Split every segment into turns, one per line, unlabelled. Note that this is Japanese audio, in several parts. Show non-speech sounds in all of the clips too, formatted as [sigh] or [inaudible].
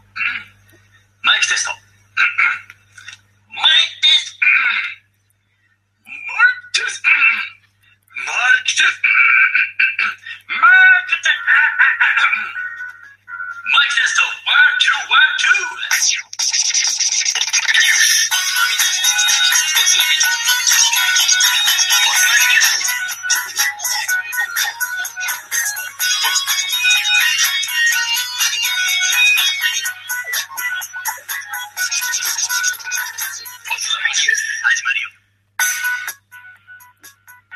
マイクテスト。マイクテスト。マイクテスト。マイクテスト。マイクテスト。マイクテスト。ワン、ツー、ワン、ツー。始まるよ。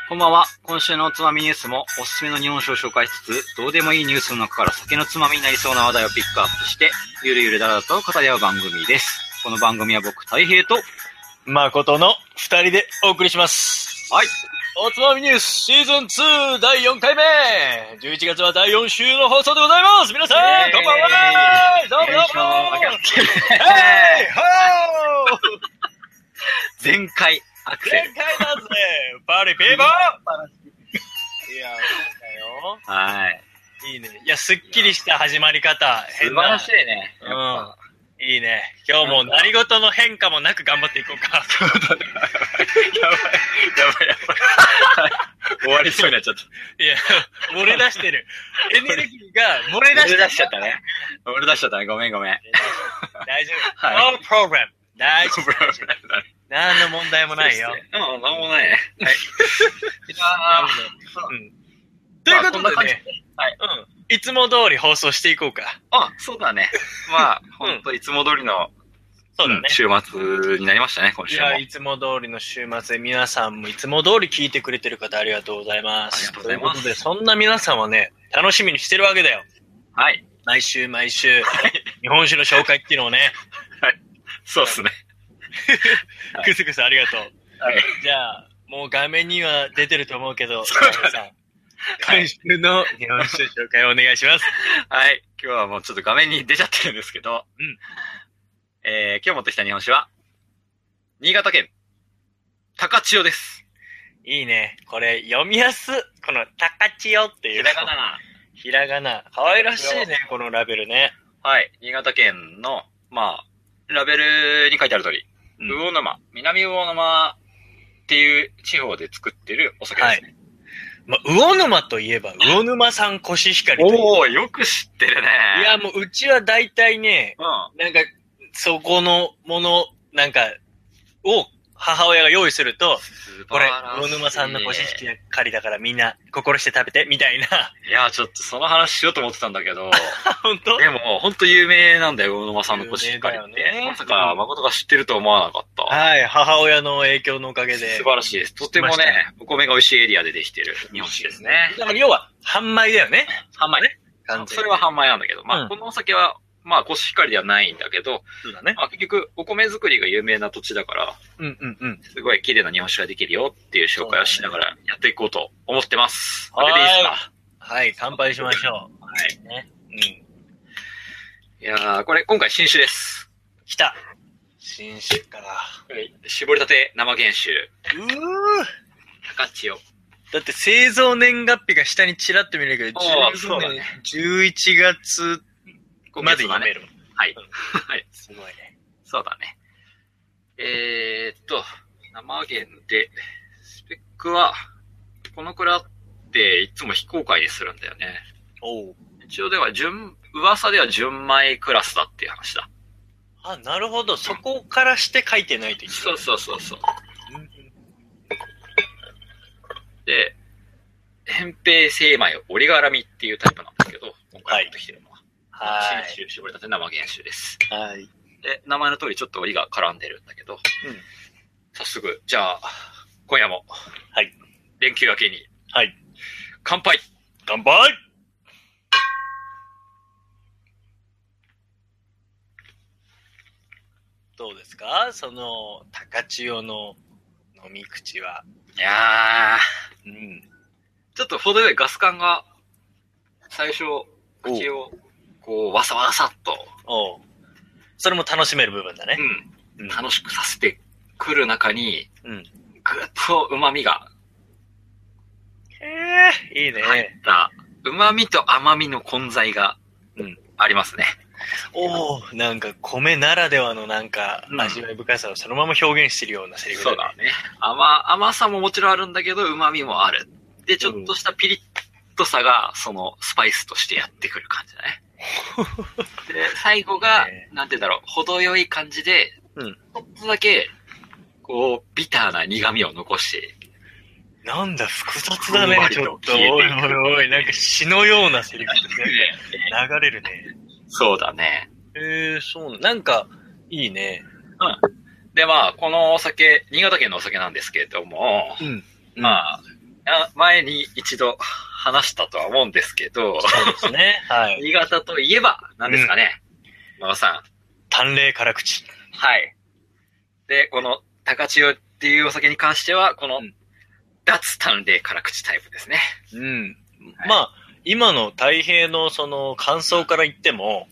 こんばんは。今週のおつまみニュースもおすすめの日本酒を紹介しつつ、どうでもいいニュースの中から酒のつまみになりそうな話題をピックアップして、ゆるゆるだらだと語り合う番組です。この番組は僕、たい平と、はい。
誠の二人でお送りします。おつまみニュースシーズン2第4回目 !11 月は第4週の放送でございます皆さ
イエーイ
んこんばんはどうもどう
よいしょわか
も
ってる
ヘイホー
全開アクセ
正
ル。
解だぜパリピーバーいや、
はい。
いいね。いや、すっきりした始まり方。
素
変
晴ら
な
しいね。やっぱ。
うん。いいね。今日も何事の変化もなく頑張っていこうか。
やばい、やばい、やばい。終わりそうになっちゃった。
いや、漏れ出してる。エネルギーが漏れ出してる。
ちゃったね。俺出しちゃったね。ごめん、ごめ [laughs] ん。
大丈夫。
は
No problem. 大丈夫。
も
何の問題もないよ。
うん、なんも [laughs] ないね。はい。いや
うん [laughs] という
ま
こと
あこんな
で
感じ
ね、うん。いつも通り放送していこうか。
あ、そうだ
[laughs]
ね。まあ、ほんといつも通りの、
そうだね。
週末になりましたね、今
い
週も。
や、
あり
いつも通りの週末で皆さんもいつも通り聞いてくれてる方ありがとうございます。
ありがとうございます
ということで、そんな皆さんはね、楽しみにしてるわけだよ。
はい。
毎週毎週、日本酒の紹介っていうのをね、
そうっすね。はい
くすくすありがとう。 [laughs]
はい。
じゃあ、もう画面には出てると思うけど、
そうだね
さん今週の日本酒紹介をお願いします。
はい。今日はもうちょっと画面に出ちゃってるんですけど、
うん
えー、今日持ってきた日本酒は、新潟県、高千代です。
いいね。これ、読みやす。この、高千代っていう。
ひらがなな。
ひらがな。可愛らしいね、このラベルね。
はい。新潟県の、まあ、ラベルに書いてある通り、
うん
魚沼、南魚沼っていう地方で作ってるお酒ですね。
まあ、魚沼といえば、魚沼産コシヒカリという。
おー、よく知ってるね。
いや、もう、うちは大体ね、
うん。
なんか、そこのもの、なんか、を母親が用意すると、
素
これ
晴ら、しい
魚沼産のコシヒカリだからみんな心して食べて、みたいな。 [laughs]
いや、ちょっとその話しようと思ってたんだけど、
本当
でも、ほんと有名なんだよ、魚沼さんのコシヒカリって。
有名だよね
まさか、誠が知ってるとは思わなかった。
はい、母親の影響のおかげで。
素晴らしいです。とても
知ってま
ね、お米が美味しいエリアでできてる日本酒ですね。
だから要は、販売だよね。
販売ね。
完全に
それは販売なんだけど、まあ、
うん
このお酒は、まあ、コシヒカリではないんだけど、
そうだ
[laughs]
ね。
まあ、結局、お米作りが有名な土地だから、
うんうんうん。
すごい綺麗な日本酒ができるよっていう紹介をしながらやっていこうと思ってます。
はい
これでいいですか
はい、乾杯しましょう。
はい。
ね。うん。
いやー、これ、今回新酒です。
来た。新種か。
絞りたて生原酒、
うー
高千代。
だって製造年月日が下にちらっと見れるけど、
ああ
15
そうだね
11月まで
今月だ
読め
ね。
る。
はい。
すごいね。
そうだね。えー、っと、生弦で、スペックは、この蔵っていつも非公開にするんだよね。
おう。
一応では、純、噂では純米クラスだっていう話だ。
あ、なるほど。そこからして書いてないといけ
そうそうそうそう。
ない。
で、扁平精米折り絡みっていうタイプなんですけど、今回持ってきてるのは、
は
新種絞りたて生原酒です。
い。はい。
で、名前の通りちょっと折りが絡んでるんだけど、早速、じゃあ、今夜も、
はい。
連休明けに、
はい。
乾杯
乾杯どうですかその、高千代の飲み口は。
いやー、
うん。
ちょっと程よいガス感が、最初、口を、こう、わさわさっと、
おうそれも楽しめる部分だね。
うん、楽しくさせてくる中に、
う
ぐ
ん。
っと旨味が
ええいいね。
入った旨味と甘みの混在が
うん。
ありますね。
おおなんか米ならではのなんか
うん
味わい深さをそのまま表現してるようなセリフだ
そう
ね。
だね。甘、甘さももちろんあるんだけど、旨味もある。で、ちょっとしたピリッとさが、その、スパイスとしてやってくる感じだ
[laughs]
ね。で、最後が
ね、
なんて言うんだろう、程よい感じで、
うん
ちょっとだけ、こう、ビターな苦味を残して、
なんだ、複雑だね
ふんわ、り
ち
と
ょっと。
消
おい
えていく
おいおい、なんか詩のようなセリフです [laughs] ね。流れるね。
そうだね。
えー、そうな、なんか、いいね。
で、まあ、このお酒、新潟県のお酒なんですけれども、
うん。
まあ、あ前に一度話したとは思うんですけど、
そうですね。はい。
新潟といえば、何ですかね、馬場さん。
淡麗辛口。
はい。で、この、高千代っていうお酒に関しては、この、
うん
脱炭麗辛口タイプですね。
うん。まあ、今の太平のその感想から言っても、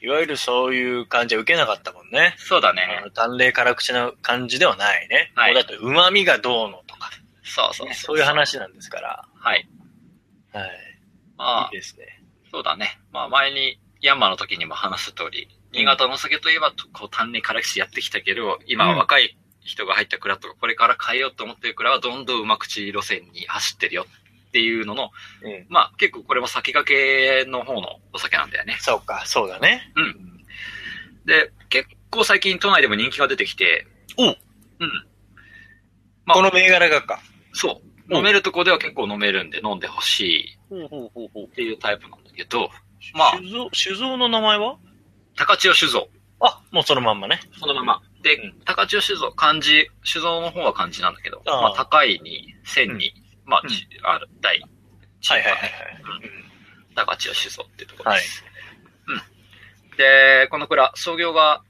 いわゆるそういう感じは受けなかったもんね。
そうだ
あの淡麗辛口な感じではないね。
はい
もうだって旨味がどうのとか、
そうそう
ねそういう。話なんですから。
はい。
はい。
まあ
いい、ですね。
そうだね。まあ、前に、ヤンマーの時にも話した通り、新潟のお酒といえば、こう、単麗辛口やってきたけど、今は若い人が入った蔵とか、これから変えようと思ってる蔵は、どんどんうま口路線に走ってるよっていうのの、
うん。
まあ、結構これも先駆けの方のお酒なんだよね。
そうか、そうだね。
うん。で、結構最近都内でも人気が出てきて、う
お
ん。まあ
この銘柄がか。
そう。
うん
飲めるとこでは結構飲めるんで飲んでほしい
ほうほうほうほう。
っていうタイプなんだけど、ま
まあ
あ、
酒造、酒造の名前は
高千代酒造、
あ、もうそのまんまね。
そのまま。で、
うん
高千代酒造、漢字、酒造の方は漢字なんだけど、
あー
まあ、高いに、千に、まあ、
うん
ちある、大、
はいはいはい
中
はい。
華高千代酒造っていうところです。うん。で、この蔵、創業が、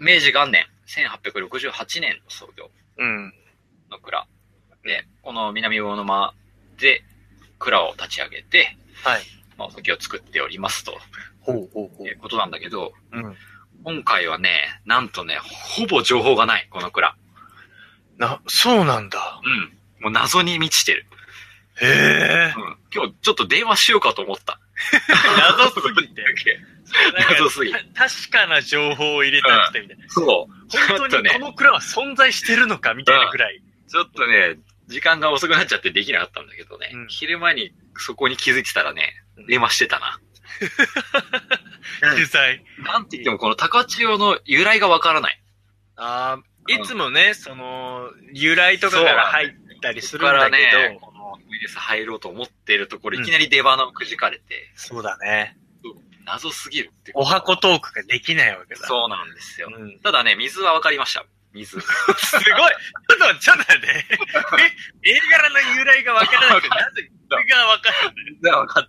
明治元年、1868年の創業。
うん。
の蔵で、この南魚沼で蔵を立ち上げて、
はい。
まあ、お酒を作っておりますと
ほうほうほ
いうことなんだけど、
う。うん。
今回はね、なんとね、ほぼ情報がない、この蔵。
な、そうなんだ。
うん。もう謎に満ちてる。
へえ
う。ん。今日ちょっと電話しようかと思った。
[laughs] 謎すぎて。
謎すぎて。
た確かな情報を入れたくてみたいな。
そう。ちょ
本
っ
当
と
にこ
ね、
の蔵は存在してるのかみたいなぐらい。
ちょっとね、時間が遅くなっちゃってできなかったんだけどね、
うん
昼間にそこに気づいてたらね、電話してたな。うん
取材。
なんて言ってもこの高千代の由来がわからない。
ああ、
うん
いつもね、その、由来とかから入ったりするん
そ
だ
うなん
け
だよ
ど、この
ウイルス入ろうと思ってるところ、
うん
いきなり出花をくじかれて、
そうだね。
謎すぎるって。
お箱トークができないわけだ。
そうなんですよ。
うん。
ただね、水は分かりました。
[laughs]
水。
すごいちょっと、ちょっと待って。え、銘柄の由来がわからなくて、なぜこれがわかる
水は分かっ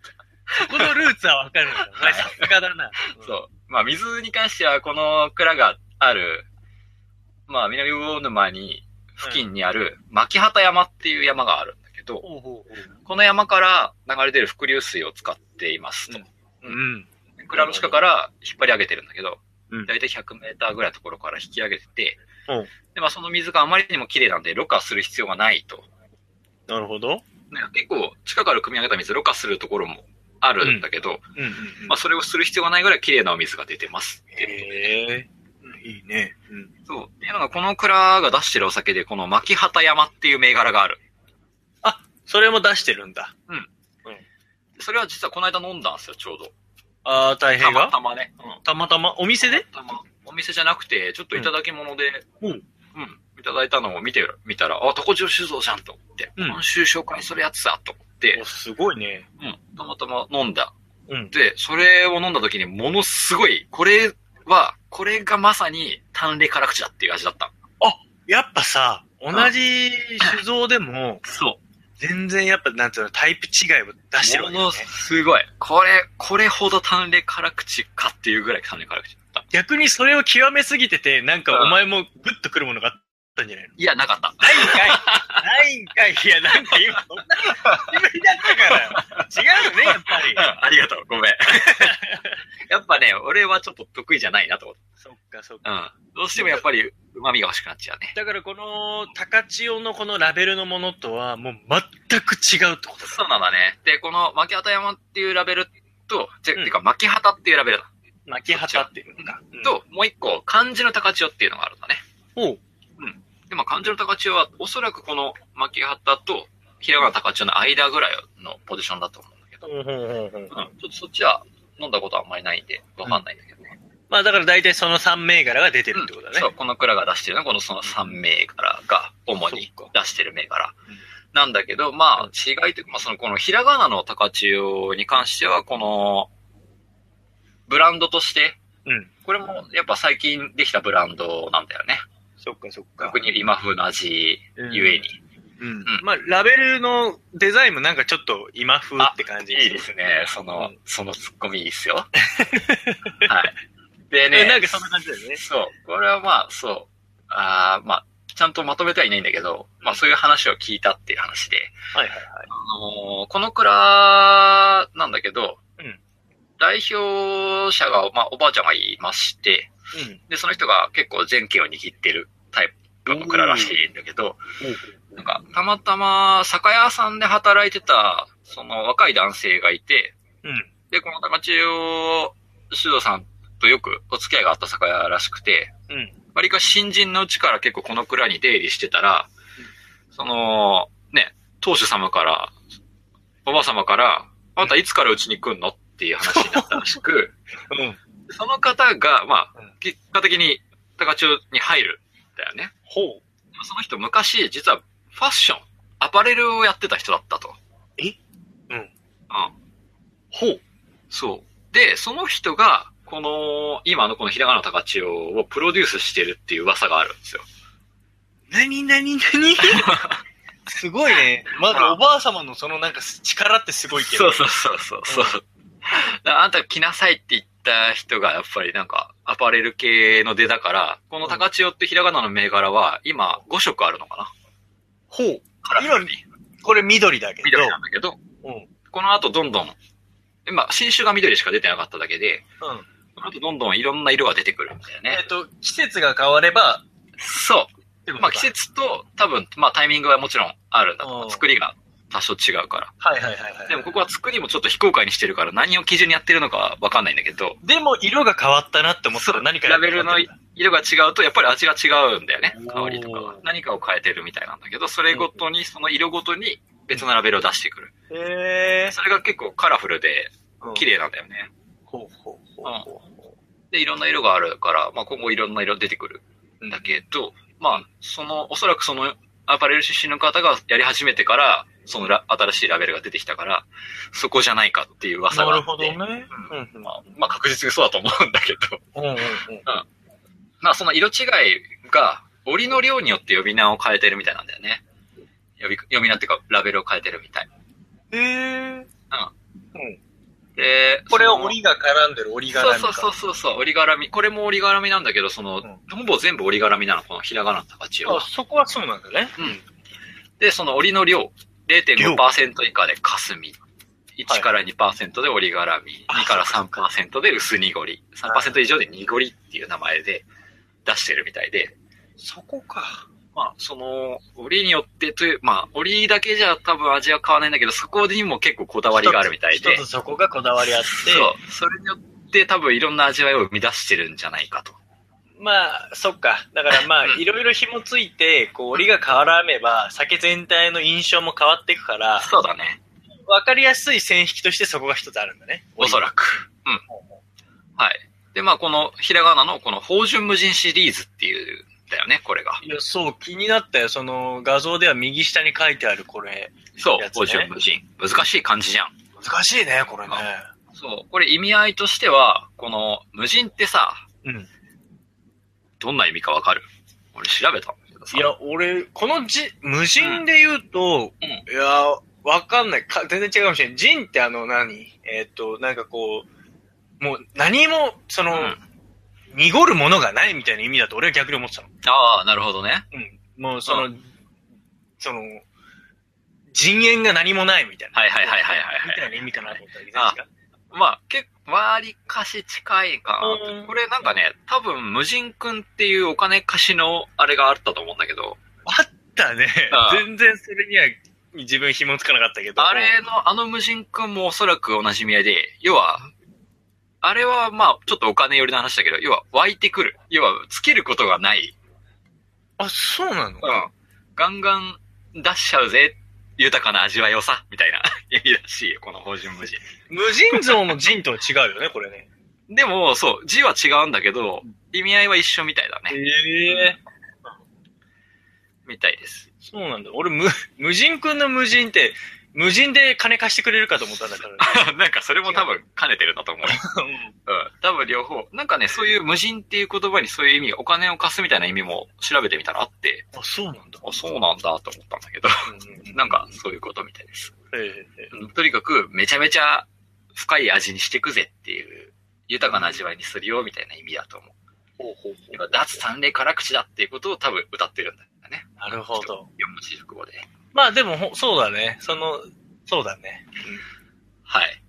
そこのルーツはわかるんだ。お前さすがだな。
た。そう。まあ、水に関しては、この蔵がある、まあ、南魚沼に、付近にある、牧畑山っていう山があるんだけど、
ほうほう
この山から流れ出る伏流水を使っていますと。
ほう。うん。
蔵の地下から引っ張り上げてるんだけど、
うん
だいたい100メーターぐらいのところから引き上げてて、
うん
で、まあその水があまりにも綺麗なんで、ろ過する必要がないと。
なるほど。
ね結構、地下から汲み上げた水、ろ過するところもあるんだけど、
うんうんうん
まあそれをする必要がないぐらい綺麗なお水が出てますっていうことで。
へえ。いいね。うん。
そう。っていうのが、この蔵が出してるお酒で、この牧畑山っていう銘柄がある。
それも出してるんだ。
それは実はこの間飲んだんですよ、ちょうど。
ああ、大
た
変
ま
が
たまね。うん。
たまたま、お店で
たまお店じゃなくて、ちょっといただき物で、
うん
うん、いただいたのを見てみたら、あ、高千代酒造じゃんと思って、
うん
今週紹介するやつだと思って
お、すごいね。
うん、たまたま飲んだ。
うん。
で、それを飲んだ時にものすごい、これは、これがまさに淡麗辛口だっていう味だった。
やっぱさ、同じ酒造でも、
そ
全然やっぱ、なんつうの、タイプ違いを出してるわ
も
けだよ
の
ね。
すごい。これ、これほど淡麗辛口かっていうぐらい淡麗辛口だった。
逆にそれを極めすぎてて、なんか
うん
お前もグッとくるものがあったんじゃないの
いや、なかった。
ないんかいないんかいいや、なんか今、そんなに無理だったから。違うよね、やっぱり。
ありがとう。ごめん。 [laughs] やっぱね、俺はちょっと得意じゃないなと思って
そっか、そっか。
うんどうしてもやっぱり、う旨味が欲しくなっちゃうね。
だからこの、高千代のこのラベルのものとは、もう全く違うってことだ。
そうなんだね。で、この、牧畑山っていうラベルと、て
うん
てか、牧畑っていうラベルだ。
巻き旗っていうんだ。
と、もう一個、漢字の高千代っていうのがあるんだね。
うん、おう
で、まあ、漢字の高千代は、おそらくこの牧畑と、ひらがな高千代の間ぐらいのポジションだと思うんだけど、
うんうんうんうん
うん、ちょっとそっちは飲んだことはあんまりないんで、わかんないんだけどね。
まあだから大体その3銘柄が出てるってことだね。
そう、この蔵が出してるのは、このその3銘柄が主に
そっ
出してる銘柄
うん。
なんだけど、まあ、違いというか、まあ、その、このひらがなの高千代に関しては、この、ブランドとして、
うん。
これもやっぱ最近できたブランドなんだよね。
そっかそっか
逆。に今風の味ゆえに。
うん
ん。
まあラベルのデザインもなんかちょっと今風って感じ。
いいですね。その、
うん
そのツッコミいいっす
[laughs]
よ。はい。で
ね。
ね、
なんかそんな感じだよね。
そう。これはまあ、そう。あーまあ、ちゃんとまとめてはいないんだけど、まあそういう話を聞いたっていう話で、
はいはいはい。
あのーこの蔵なんだけど、
うん
代表者が、まあおばあちゃんがいまして、
うん。
で、その人が結構全権を握ってるタイプの蔵らしいんだけど、なんか、たまたま酒屋さんで働いてた、その若い男性がいて、
うん。
で、この高千代修道さんとよくお付き合いがあった酒屋らしくて、
うん。
割か新人のうちから結構この蔵に出入りしてたら、その、ね、当主様から、おば様から、あなたいつからうちに来んのっていう話になったらしく、
うん。
その方が、ま
うん
あ、結果的に高千代に入るんだよね。
ほう。
その人昔、実はファッション、アパレルをやってた人だったと。
えうん
うん。
ほう。
そう。で、その人が、この、今のこのひらがな高千代をプロデュースしてるっていう噂があるんですよ。
なになになに [laughs] すごいね。まだおばあ様のそのなんか力ってすごいけど。
そうそうそうそう。だからあんた来なさいって言った人が、やっぱりなんか、アパレル系の出だから、この高千代ってひらがなの銘柄は、今5色あるのかな
ほう。
カラフルに。
これ緑だけど。
緑なんだけど、
うん。うん。
この後どんどん、今、新種が緑しか出てなかっただけで、この後どんどんいろんな色が出てくるんだよ
え
ね
っ。と、季節が変われば、
そう。まあ季
節。
節と多分、まあタイミングはもちろんあるんだと
う
思
ん
う。作りが多少違うから。
はいはいはいはい。
でもここは作りもちょっと非公開にしてるから何を基準にやってるのかはわかんないんだけど、
でも色が変わったなって思ったら何か
ラベルの色が違うとやっぱり味が違うんだよね
お。ー
香りとかは。何かを変えてるみたいなんだけど、それごとに、その色ごとに別のラベルを出してくる。
へ
それが結構カラフルで
ー。
綺。麗なんだよね。
ほうほうほうほうほ
で、いろんな色があるから、まあ今後いろんな色出てくるんだけど、まあ、その、おそらくそのアパレル出身の方がやり始めてから、そのラ新しいラベルが出てきたから、そこじゃないかっていう
う。
噂
な
があ
る
って。
ほどね。うんうん
まあ、まあ確実にそうだと思うんだけど。 [laughs]
うんうんうん。
まあその色違いが、折の量によって呼び名を変えてるみたいなんだよね。呼び、呼び名っていうか、ラベルを変えてるみたい。
へー。
で、
これは
その
折が絡んでる折り絡みか。
そうそうそうそう、折り絡み。これも折り絡みなんだけど、その、
う
ほぼ全部折り絡みなの、このひらがなの形は
あ、。そこはそうなんだね。
うん。で、その折りの量、0.5%以下で霞。
はい
1から2%で折り絡み、
あ
2から3%で薄濁り、3%以上で濁りっていう名前で出してるみたいで、
そこか。
まあ、その、折りによってという、まあ、折りだけじゃ多分味は変わらないんだけど、そこにも結構こだわりがあるみたいで、
一つそこがこだわりあって、
そう、それによって多分いろんな味わいを生み出してるんじゃないかと。
まあ、そっか。だからまあ、
うん
いろいろ紐ついて、こう、折りが絡めば、酒全体の印象も変わっていくから、
そうだね。
わかりやすい線引きとしてそこが一つあるんだね。
おそ
ら
らく。うん。はい。で、まあ、この、ひらがなの、この、芳醇無人シリーズっていうんだよね、これが。
く。いや、そう、気になったよ。その、画像では右下に書いてあるこれ。
そう
や、つね
芳醇無人。難しい漢字じゃん。
難しいね、これね。
そう。これ意味合いとしては、この、無人ってさ、
うん。
どんな意味かわかる俺調べたんだけどさ。
いや、俺、このじ、無人で言うと、
うん
いや、わかんないか。全然違うかもしれない。人ってあの何、えーっ、と、なんかこう、もう何も、その、
うん
濁るものがないみたいな意味だと俺は逆に思ってたの。
ああ、なるほどね。
うん。もうその、その、人煙が何もないみたいな。
はいはいはいはいはいはい
みたいな意味かなと思ったら全然違う
まあ、結構、割かし近いか
うん
な。これなんかね、多分、無人くんっていうお金貸しのあれがあったと思うんだけど、
あったね
あ。あ
全然それには自分紐つかなかったけど。
あれの、あの無人くんもおそらく同じみ合いで、要は、あれはまあ、ちょっとお金寄りの話だけど、要は湧いてくる。要は、つけることがない。
あ、そうなの
うん。ガンガン出しちゃうぜ。豊かな味わいをさ、みたいな [laughs] 意味らしいよ、この法人無人。
無人像の人とは違うよね、これね。
でも、そう、字は違うんだけど、意味合いは一緒みたいだね。
ええ
みたいです。 [laughs]
そうなんだ。俺、無、無人くんの無人って、無人で金貸してくれるかと思ったんだから、
なんかそれも多分兼ねてるんだと思う。
ね。
うん。多分両方。なんかね、そういう無人っていう言葉にそういう意味、お金を貸すみたいな意味も調べてみたらあって、
あ、そうなんだ。
あ、そうなんだと思ったんだけど、なんかそういうことみたいです。
ええ、え
うんとにかく、めちゃめちゃ深い味にしていくぜっていう、豊かな味わいにするよみたいな意味だと思う。
ほうほう
やっぱ脱三例辛口だっていうことを多分歌ってるんだよね。
なるほど。
四文字熟語で。
まあでもほ、そうだね。その、そうだね。
はい。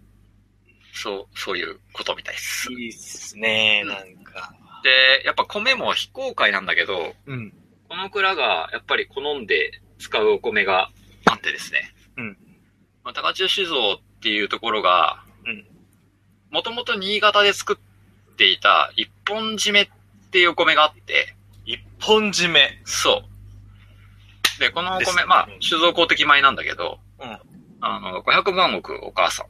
そう、そういうことみたいです。
いいっすね、なんか。
で、やっぱ米も非公開なんだけど、
うん。
この蔵がやっぱり好んで使うお米があってですね。
うん。
まあ、高千酒造っていうところが、
うん。
もともと新潟で作っていた一本締めっていうお米があって、
一本締め。
そう。で、このお
です
米、
ね
まあ、酒造公的米なんだけど、
うん。
あの、500万石お母さん。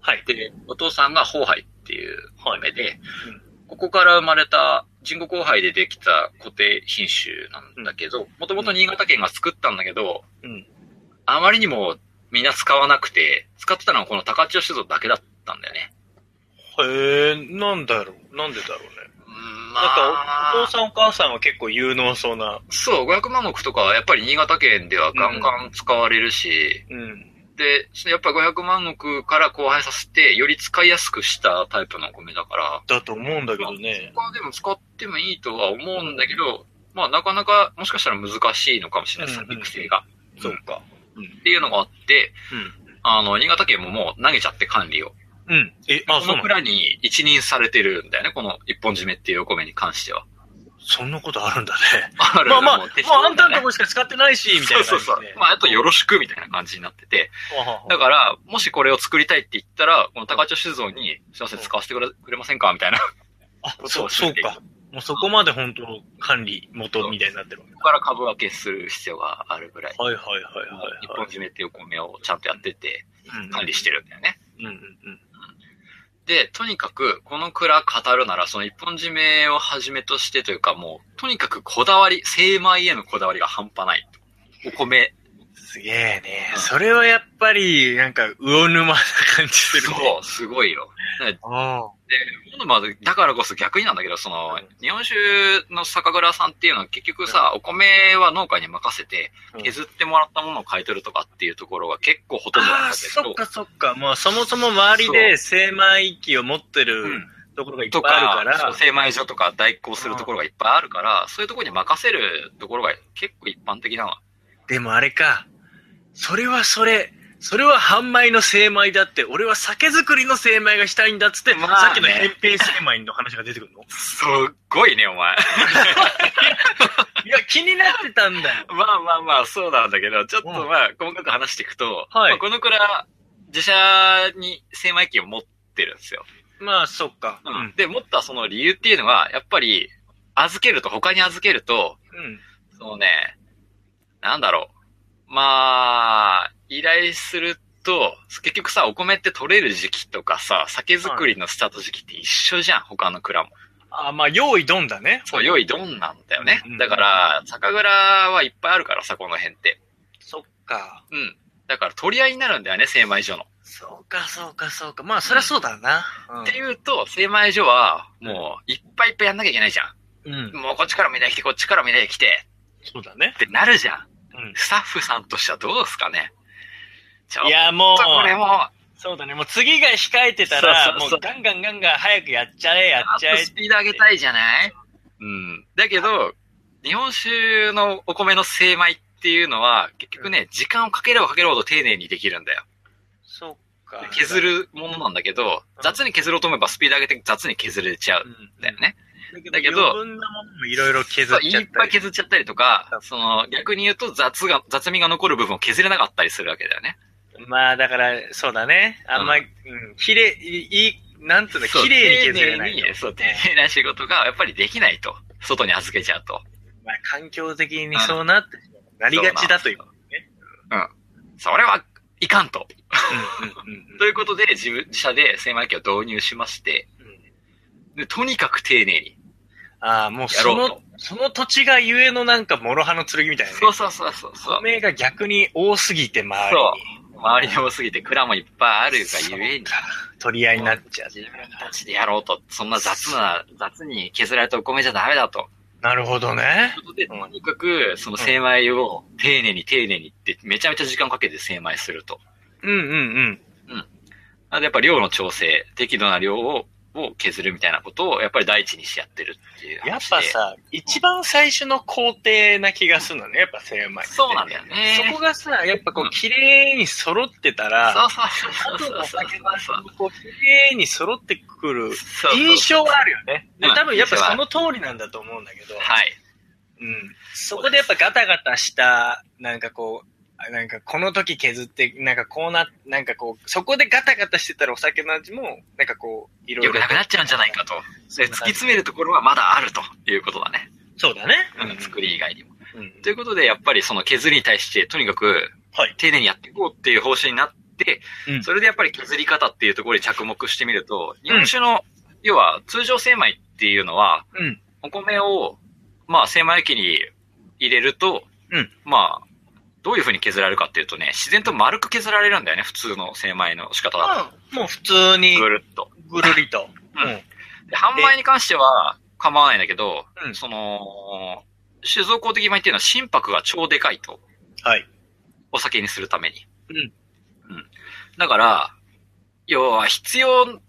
はい。
で、お父さんが宝杯っていう米で
う、
ここから生まれた人工交配でできた固定品種なんだけど、もともと新潟県が作ったんだけど、
うん。
あまりにもみんな使わなくて、使ってたのはこの高千代酒造だけだったんだよね。
へえ、なんだろう。なんでだろうね。
うん、
なんかお、お父さんお母さんは結構有能そうな。
そう、500万石とかはやっぱり新潟県ではガンガン使われるし、
うん。
で、そのやっぱり500万石から交配させて、より使いやすくしたタイプのお米だから、
だと思うんだけどね。
他でも使ってもいいとは思うんだけど、まあなかなかもしかしたら難しいのかもしれない、
うんうん
育成が。
そうか。
っていうのがあって、
うん。
あの、新潟県ももう投げちゃって管理を。
うん。え、あ、
こ
そ
の
うなの
蔵に一任されてるんだよね、この一本締めっていうお米に関しては。
そんなことあるんだね。
ある
まあまあ、
も
も
う
う
適当
あんたんと
ね
こしか使ってないし、みたい
そうそ
な感
う
じ
そう
でね。。
まあ、あとよろしくみたいな感じになってて。だから、もしこれを作りたいって言ったら、この高千酒造に、すいません、使わせてくれくれませんかみたいな。こ
あ、そう、そうか。もうそこまで本当管理元みたいになってるわけ
こから株分けする必要があるぐらい。
だ。はいはいはいはい
一本
はい。
締めっていうお米をちゃんとやってて、
うん
管理してるんだよね。
うんうんうん。
で、とにかく、この蔵語るなら、その一本締めをはじめとしてというか、もう、とにかくこだわり、精米へのこだわりが半端ない。お米。
すげえね
う。ん
それはやっぱり、なんか、魚沼な感じするね。
そう、すごいよ。
あ
で、まあだからこそ逆になんだけど、その、日本酒の酒蔵さんっていうのは結局さ、お米は農家に任せて
う、ん
削ってもらったものを買い取るとかっていうところが結構ほとんどなん
あー、
だけ
そ
ど
っ、かそっか。まあ、そもそも周りで精米機を持って
う
る
ん。
ところがいっぱい
とか
あるか、
そう
ら、
精米所とか代行するところがいっぱいあるから、そういうところに任せるところが結構一般的なの。
でもあれか。それはそれ。それは販売の精米だって、俺は酒造りの精米がしたいんだっつって、
まあね
さっきの扁平精米の話が出てく [laughs] るの
すっごいね、お前。 [laughs]
いや、気になってたんだよ。
まあまあまあ、そうなんだけど、ちょっと
うん
まあ、細かく話していくと、
はい
まあこのくらい、自社に精米機を持ってるんですよ。
まあ、そっか。うん。うん。
で、持ったその理由っていうのは、やっぱり、預けると、他に預けると、そのね、なんだろう。まあ、依頼すると、結局さ、お米って取れる時期とかさ、酒造りのスタート時期って一緒じゃん、他の蔵も。
あ、まあ、用意どんだね。
そう、良いどんなんだよね
うんうん。
だから、酒蔵はいっぱいあるからさ、この辺って。
そっか。
うん。だから取り合いになるんだよね、精米所の。
そうか、そうか、そうか。まあ、そりゃそうだな。
っていうと、精米所は、もう、いっぱいいっぱいやんなきゃいけないじゃ
うん。うん
ん。。もうこっちから見ない来て、こっちから見ない来て、
そうだね
っ。てなるじゃん。
う
スタッフさんとしてはどうですかねちょ
い
っ
や、もう
と、これも、
そうだね。もう次が控えてたら、
そうそうそう
もうガンガンガンガン早くやっちゃえ、やっ
あ
ちゃえ
と。スピード上げたいじゃないうん。だけど、日本酒のお米の精米っていうのは、結局ね、時間をかければかけるほど丁寧にできるんだよ。
そっか。
削るものなんだけど、雑に削ろうと思えばスピード上げて雑に削れちゃう
うんん
だよね。だ
だけ
け
ど、
ど
余分なものもいろいろ削
そ
っ
う
ちゃ
い
っ
っぱ
た
い
り。
削っちゃったりとか、その逆に言うと雑が、雑味が残る部分を削れなかったりするわけだよね。
まあだから、そうだね。あんまり、うん、綺麗、いい、なんつうの、
そう
綺麗に削れな
丁寧に
い。
そう、丁寧な仕事がやっぱりできないと。外に預けちゃうと。
まあ環境的にそうなって、なりがちだという。
それはいかんと。
うんうんうん
ということで、自分、自社で精米機を導入しまして、
うん
でとにかく丁寧に。
ああ、もう
や
そ
ろう
の
と、
その土地がゆえのなんか、諸刃の剣みたいなね。
そうそうそうそうそう。
名が逆に多すぎて周り
そう。周りで多すぎて蔵もいっぱいあるがゆえに、
に取り合いになっちゃう。
自分たちでやろうと、そんな雑な、雑に削られたお米じゃダメだと。
なるほどね。
ということで、
うん
とにかく、その精米を丁寧に丁寧にって、めちゃめちゃ時間かけて精米すると。
うんうんうん。
なのでやっぱ量の調整、適度な量を、を削るみたいなことを、やっぱり第一にしてやってるっていう
やっ
話で。
ぱさ、一番最初の工程な気がするのね、やっぱ精米って。
そうなんだよね。
そこがさ、やっぱこ
う、
うん綺麗に揃ってた
そ
ら、
うそうそうそうそうそう。
こう、綺麗に揃ってくる
そうそう
印象はあるよね。で
うん
多分やっぱその通りなんだと思うんだけど、
はい。
うん。そこでやっぱガタガタした、なんかこう、あなんかこの時削って、なんかこうな、なんかこう、そこでガタガタしてたらお酒の味も、なんかこう、いろい
良
ろ。
くなくなっちゃうんじゃないかと。
そ
で
う
突き詰めるところはまだあるということだね。
そうだね。
うん、作り以外にも。
うん
ということで、やっぱりその削りに対して、とにかく
はい。
丁寧にやっていこうっていう方針になって、
うん
それでやっぱり削り方っていうところに着目してみると、日本酒の、要は通常精米っていうのは、
うん。
お米を、まあ精米機に入れると、
うん
まあ、どういう風に削られるかっていうとね、自然と丸く削られるんだよね、普通の精米の仕方だ
まあ、もう普通に
と。ぐるっと。
ぐるりと。
うんで販売に関しては構わないんだけど、
うん
その、酒造公的米っていうのは心拍が超でかいと。
はい。
お酒にするために。
うん。
うん。だから、要は必要、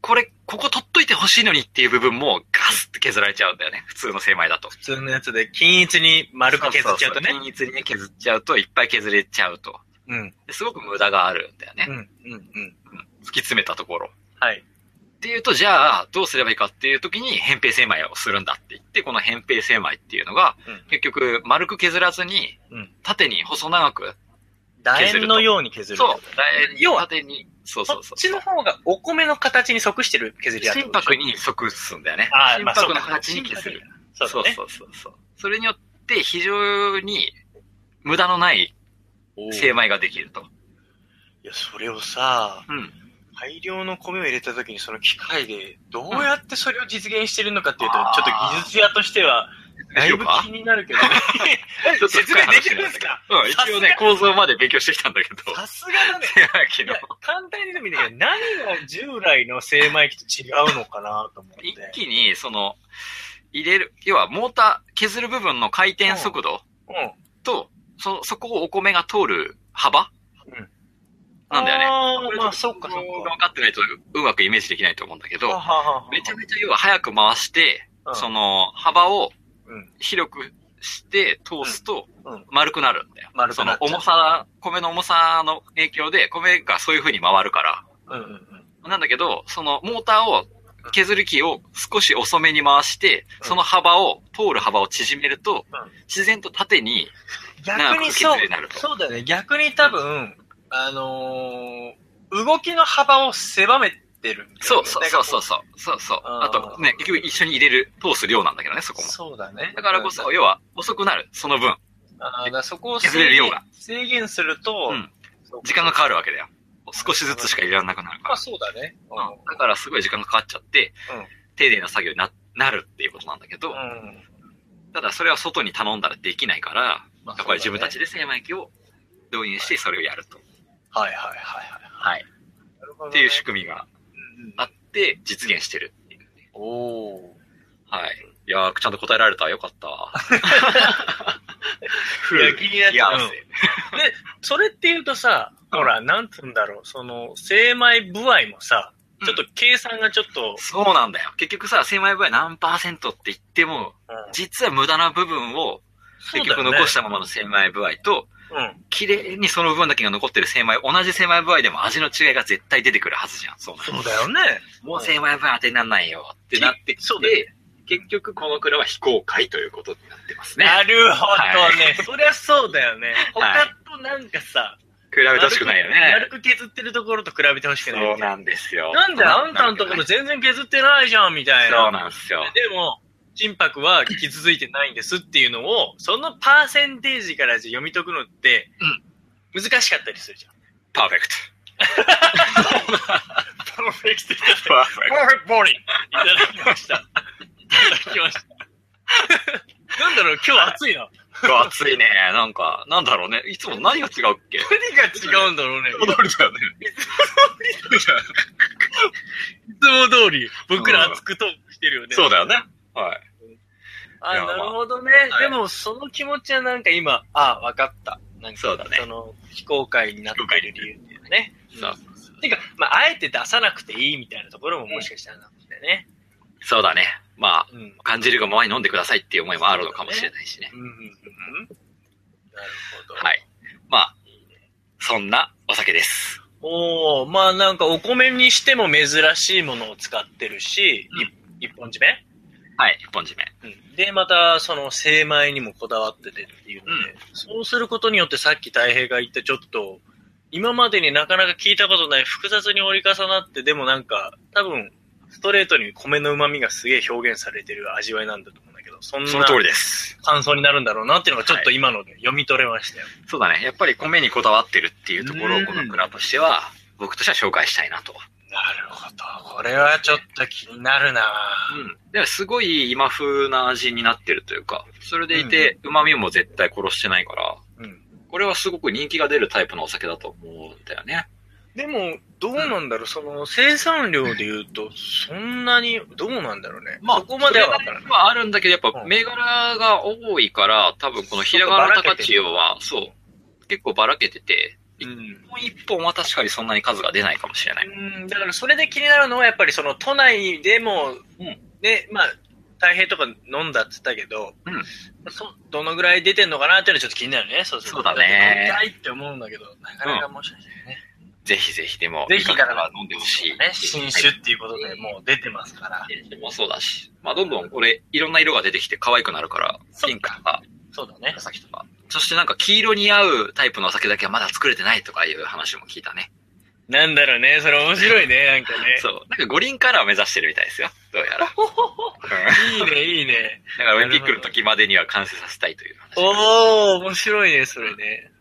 これ、ここ取っといてほしいのにっていう部分もガスって削られちゃうんだよね。普通の精米だと。
普通のやつで均一に丸く削っちゃうとね
そ。そ均一にね削っちゃうといっぱい削れちゃうと。
うん。
ですごく無駄があるんだよね
う。ん。うん。うん。
突き詰めたところ。
はい。
っていうと、じゃあ、どうすればいいかっていう時に、扁平精米をするんだって言って、この扁平精米っていうのが、
うん
結局、丸く削らずに
うん、
縦に細長く、
楕円のように削る。
そう、楕円に
要は
縦に、そうそ
そう
そう
っ。ちの方がお米の形に即してる削りやつ。
心拍に即すんだよね。
あー
心
まあそ
拍
うか
の形に削る。
そう
そう
だね。
そうそうそう。それによって、非常に無駄のない
おー
精米ができると。
いや、それをさ、
うん。
大量の米を入れた時にその機械で、どうやってそれを実現してるのかっていうと、
うん
ちょっと技術屋としては、だいぶ気になるけど、
ちょっと
[laughs] 説
深い
明
話
できるんです [laughs] か
になったけどうん、一応ね、構造まで勉強してきたんだけ [laughs] ど。
さすがだね。
精米機
い
の
や。、簡単にでもいいんだけど、何が従来の精米機と違うのかなと思って。
一気に、その、入れる、要はモーター、削る部分の回転速度
うん。
と、そ、そこをお米が通る幅なんだよね
よまあ、そっかそっ
分
か。
かってないとうまくイメージできないと思うんだけ
は
ど、
ははは
めちゃめちゃ要は早く回して、
うん
その幅を
うん
広くして通すと
うんうん
丸くなるんだよ。
丸く
そ
な
の
っちゃう
重さ、米の重さの影響で、米がそういう風に回るから。
うんうんうん。
なんだけど、そのモーターを、削る機を少し遅めに回して、
うん
その幅を、通る幅を縮めると
うん、
自然と縦に、
逆にそ
長く
う
削りになる、と
そうだよね。逆に多分、あのー、動きの幅を狭めてるんだよね、
そうそうそうそううそう、そうそう。
あー
あとね、結局一緒に入れる、通す量なんだけどね、そこも。
そうだね。
だからこそ、要は遅くなる、その分、
あーだからそこを
削れる量が
制限すると、
うん
そう
時間が変わるわけだよ。少しずつしか入れられなくなるか
まあ
ら。
そうだね。
うんだからすごい時間がかかっちゃって
うん、
丁寧な作業にななるっていうことなんだけど、
うん。
ただそれは外に頼んだらできないから、
まあ
やっぱり自分たち
で。
で精米機を導入してそれをやると。
はいはいはいはい。
はい。
なるほどね
っていう仕組みが
うんうん
あって、実現してるっていうね。
おお。
はい。いやー、ちゃんと答えられた。よかったわ。
いや、気になっ
い
ち
や
ゃう。
ー
うんそれって言うとさ、ほら、なんつうんだろう、その、精米具合もさ、ちょっと計算がちょっと、
そうなんだよ。結局さ、精米部合何パーセントって言っても、
うん
実は無駄な部分を結局残したままの精米部合と、
うん。
綺麗にその部分だけが残ってる精米、同じ精米具合でも味の違いが絶対出てくるはずじゃん。そうなる
そうだよね。
もう精米分当てにならないよってなってき
そうだよ
て、結局この蔵は非公開ということになってますね。
なるほ
は
どね。そりゃそうだよね。
はい
他となんかさ、
比べてほしくないよね
丸。く削ってるところと比べてほしくない。
そうなんですよ。
なんであんたのところ全然削ってないじゃん、みたいな。
そうなんですよ。
でも、心拍は傷ついてないんですっていうのを、そのパーセンテージからじゃ読み解くのって、難しかったりするじゃん。
パーフェクト。
パーフェクト。
パーフェク
パーフェクトボディいただきました。いただきました。なんだろう、今日暑いな。
ト。熱いね。なんか、なんだろうね。いつも何が違うっけ
何が違うんだろうね。
戻るだよね。
いつも通り、僕ら熱くトークしてるよね。
[laughs] そうだよね。はい。
あ
いやまあ
なるほどね。
はい
でも、その気持ちはなんか今、あわかった。なんか
そうだね
その、非公開になってる理由っていうのね。
そう
うんてか、まあ、あえて出さなくていいみたいなところももしかしたらなくてね。
そうだね。まあ、
うん。うん。
感じるがままに飲んでくださいっていう思いもあるのかもしれないしね。
うん。うんなるほど。
はい。まあ、そんなお酒です。
おおまあなんかお米にしても珍しいものを使ってるし、
うん
い一本締め、
はい、一本締め。
うん、で、またその精米にもこだわっててっていうので、
うん
そうすることによってさっき太平が言ったちょっと、今までになかなか聞いたことない複雑に折り重なって、でもなんか多分ストレートに米の旨味がすげえ表現されてる味わいなんだと思うんだけど、そんな
その通りです。
感想になるんだろうなっていうのがちょっと
は
今ので読み取れましたよ。
そうだね。やっぱり米にこだわってるっていうところ
う
を
ん
この蔵としては、僕としては紹介したいなと。
なるほど。これはちょっと気になるな
うん。で、すごい今風な味になってるというか、それでいて、旨味も絶対殺してないから、
うん。
これはすごく人気が出るタイプのお酒だと思うんだよね。
でも、どうなんだろう、その生産量で言うと、そんなに、どうなんだろうね。
まあ
そこまでは分からない。
まああるんだけど、やっぱ
うん
銘柄が多いから、多分この平川の高千代は、そう、結構ばらけてて、
うん
もう一本は確かにそんなに数が出ないかもしれない。
うん、だからそれで気になるのは、やっぱりその都内でも、
うん
ね、まあ、太平とか飲んだって言ったけど、
うん
そどのぐらい出てんのかなっていうのはちょっと気になるね。そうすると
そうだね
飲みたいって思うんだけど、なかなかもしかしたらね。
ぜひぜひでも、
ぜひ
いかが飲んでほしい。
ね、新酒っていうことでもう出てますから。
でもそうだし、まあどんどんこれ、いろんな色が出てきて可愛くなるから、
そっか
ピンクとか
そうだね。
紫とか。そしてなんか黄色に合うタイプのお酒だけはまだ作れてないとかいう話も聞いたね。
なんだろうね、それ面白いね、なんかね。
そう。なんか五輪カラーを目指してるみたいですよ。どうや
[laughs]
ら。うん
いいね、いいね。
だからオリンピックの時までには完成させたいという話です。
おー、面白いね、それね。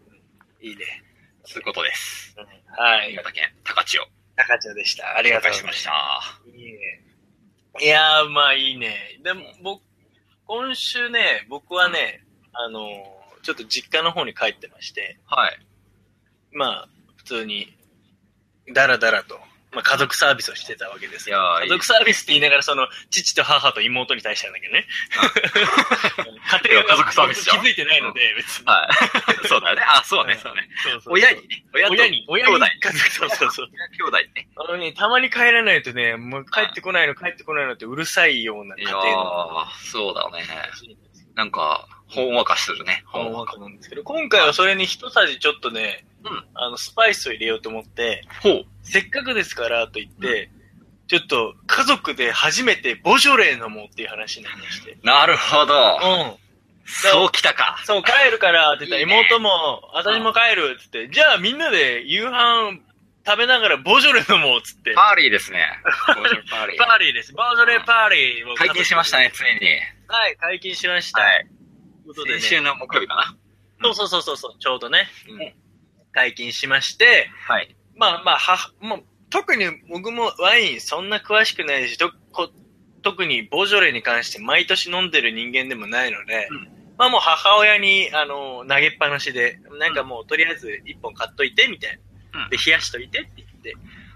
いいね。
そういうことです。
は
新
い。
潟県高千代。
高ちゃんでした。ありが
紹
と
介
うござ
し
い
ま
ま
し。
したた。いいね。いやー、まあいいね。でも、僕、今週ね、僕はね、あのーちょっと実家の方に帰ってまして、
はい。
まあ、普通に、だらだらと、まあ家族サービスをしてたわけです
い
よ。
やーい
家
い
族サービスって言いながら、その、父と母と妹に対してなんだけどね。 [laughs] 家
い
庭
や家族サービスじゃん
気づいてないので、別に。
はい。そうだよね。あ、そうね、そうね。
そうそ
[laughs]
う
親にね。親と
親に、親に
兄弟。
家族そうそうそう。
兄弟ね。
[laughs] あのね、たまに帰らないとね、もう帰ってこないの、帰ってこないのってうるさいようない家
やー
庭の、
そうだね。なんか、ほんわかするね。ほ
本
んわか。
枠なんですけど、今回はそれに一さじちょっとね、
うん
あの、スパイスを入れようと思って、
ほう。
せっかくですからと言って、ちょっと家族で初めてボジョレー飲もうっていう話になりまして。
なるほど。
うん。
そうきたか。
そう、帰るからって言ったら、
いいね
妹も、私も帰るって言って、じゃあみんなで夕飯食べながらボジョレー飲もうっつって。
パーリーですね。
[laughs]
パーリー。
パーリーです。ボードレーパーリーを
解禁しましたね、ついに。
はい、解禁しました。
はい。
ということでね
先週の木曜日かな。
そうそうそうそうそう、ちょうどね、
うん
解禁しまして、
はい。
まあまあ、は、もう、特に僕もワインそんな詳しくないし、とこ特にボージョレーに関して毎年飲んでる人間でもないので、
うん
まあもう母親に、あの、投げっぱなしで、なんかもうとりあえず一本買っといて、みたいな。
うん
で、冷やしといてって言って、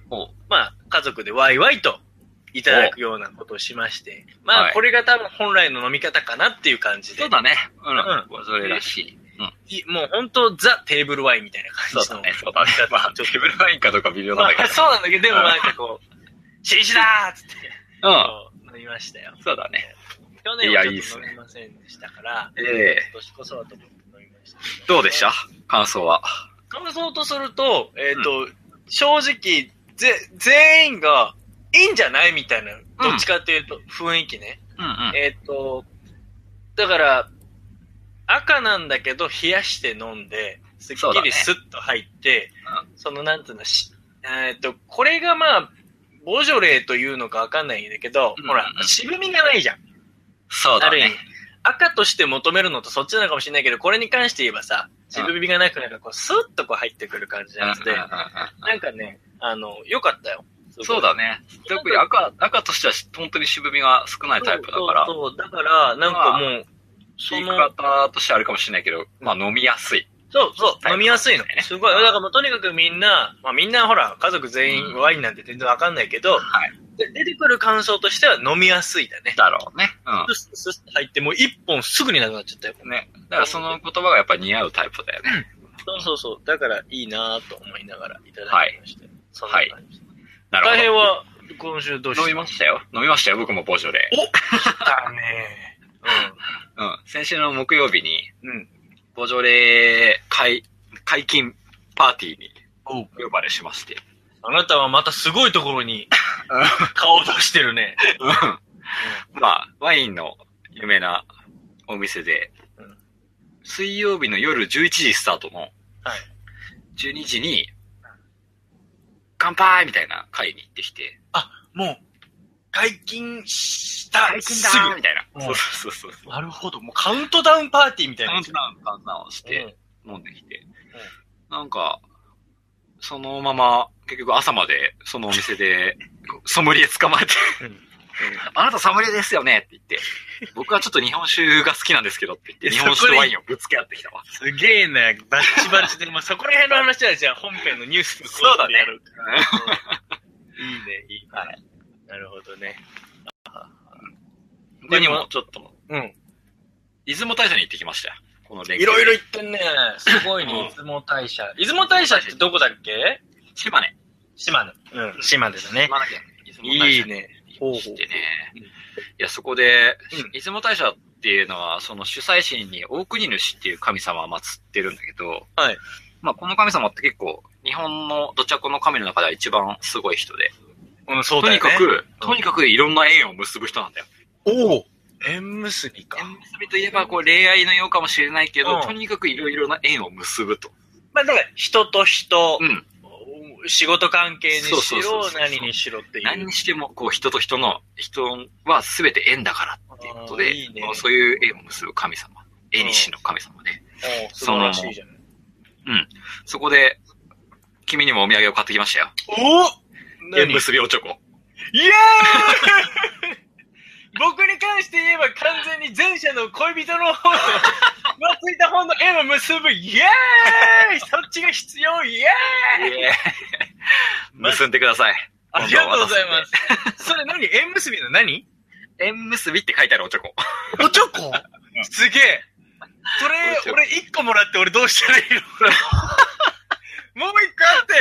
ほう。
まあ、家族でワイワイといただくようなことをしまして、ま
は
あ、
い
これが多分本来の飲み方かなっていう感じで、
そうだね。うんん。ボジョレらしい。うん。
いもう本当ザ・テーブルワインみたいな感じの。
そうだね。まあ、テーブルワインかどうか微妙
ま
なんだけ [laughs]
あ、そうなんだけど、でも
うん
なんかこう、新種だーっつって、
ど。うん。
こう飲みましたよ。
そうだね。
去年
いや
はい
い
ち
っす
ょっと
ね
飲みませんでしたから、
ええ
今年こそはと思って飲みまし
どうでした感想は。
感想とすると、えっ、と、正直、ぜ、全員が、いいんじゃないみたいな、どっちかっていうと、雰囲気ね。
うんうん。
えっ、と、だから、赤なんだけど、冷やして飲んで、すっ
そうだ
き
ね
りスッと入って、そ,、の、なんていうの、しえっ、と、これがまあ、ボジョレーというのかわかんないんだけど、
うん
ほら、渋みがないじゃん。
そうだ
ある意味
ね。。
赤として求めるのとそっちなのかもしれないけど、これに関して言えばさ、渋みがなくなんかこう、スッとこう入ってくる感じ
うんうん
な
うん
で、
ん
なんかね、あの、良かったよ。す
うん
ごい
そうだね。特に赤、赤としては本当に渋みが少ないタイプだから、
そうそうそうだから、なんかもう、
ピ
そ
ーク
の、
型としてはあるかもしれないけど、まあ飲みやすい。
そうそう、
タイプ
飲みやすいの
だね。
すごい。だからもうとにかくみんな、まあみんなほら、家族全員ワインなんて全然わかんないけど、
はい。
で出てくる感想としては飲みやすいだね。
だろうね。
スッスッスッ入って、もう一本すぐになくなっちゃったよ。
うん。ね。だからその言葉がやっぱり似合うタイプだよね。
そうそうそう。だからいいなぁと思いながらいただきました。そんな感じ。
な
大変
る
は今週どう
ほ
し
ど。
た
飲みましたよ。飲みましたよ。僕もボジョレ。
たね。
うん。先週の木曜日に、
うん。うん。
ボジョレ解、解禁パーティーに
おう
呼ばれしまして。
あなたはまたすごいところ [laughs] に
うん
顔を出してるね。
まあ、ワインの有名なお店で
うん、
水曜日の夜11時スタートの
はい、
12時に、乾杯みたいな会に行ってきて、
もう、解禁した
解禁だ
す
ーみたいな。
う
そうんそうそうそう。
ぐなるほど。もうカウントダウンパーティーみたいな
カウ
や
ン
つ
ト。ダウン、カウントダウンをして、飲んできて、なんか、そのまま、結局朝まで、そのお店で、ソムリエ捕まえて
うん、
あなたソムリエですよねって言って、僕はちょっと日本酒が好きなんですけどって言って、日本酒とワインをぶつけ合ってきたわ。
すげえな、バッチバチで。まあ、そこら辺の話はじゃあ本編のニュースのコーナーでやろうか。うんいいね、いいね。なるほどね。
他にもちょっと、
うん。
出雲大社に行ってきましたよ。この連休
いろいろ言ってんね。すごい
うん
ね、出雲大社。出雲大社ってどこだっけ
島根。
島根。うん、島根だね。
島根県。出雲大
い
社
い
に行
ね。
ってね
ほうほううん。
いや、そこで、
うん
出雲大社っていうのは、その主催神に大国主っていう神様を祀ってるんだけど、
はい。
まあ、この神様って結構、日本の土着の神の中では一番すごい人で、
うん、そう
と
だよ
に
ね。
かく、とにかくいろんな縁を結ぶ人なんだよ。
おお縁結びか。
縁結びといえば、こう、恋愛のようかもしれないけど、
うん
とにかくいろいろな縁を結ぶと。
まあ、だから、人と人、
うん。
仕事関係にし
そうそうそう
ろ、
そう
何にしろっていう。
何にしても、こう、人と人の、人は全て縁だからっていうこと
あー
で、
いいね
こうそういう縁を結ぶ神様、縁にしの神様で、
おう素晴らしいじゃない。
そこで、君にもお土産を買ってきましたよ。
お
縁
何
結びおチョコ。
イエーイ [laughs] 僕に関して言えば完全に前者の恋人の方の、浮ついた方の縁を結ぶ、イエーイそっちが必要、イエーイ
[laughs]
ま
結んでください。
ありがとうございます。それ何縁結びの何
縁結びって書いてあるおチョコ。
おちょこすげえ。そ
おちょこ
れ、俺一個もらって俺どうしたらいい [laughs] のもう一個あって、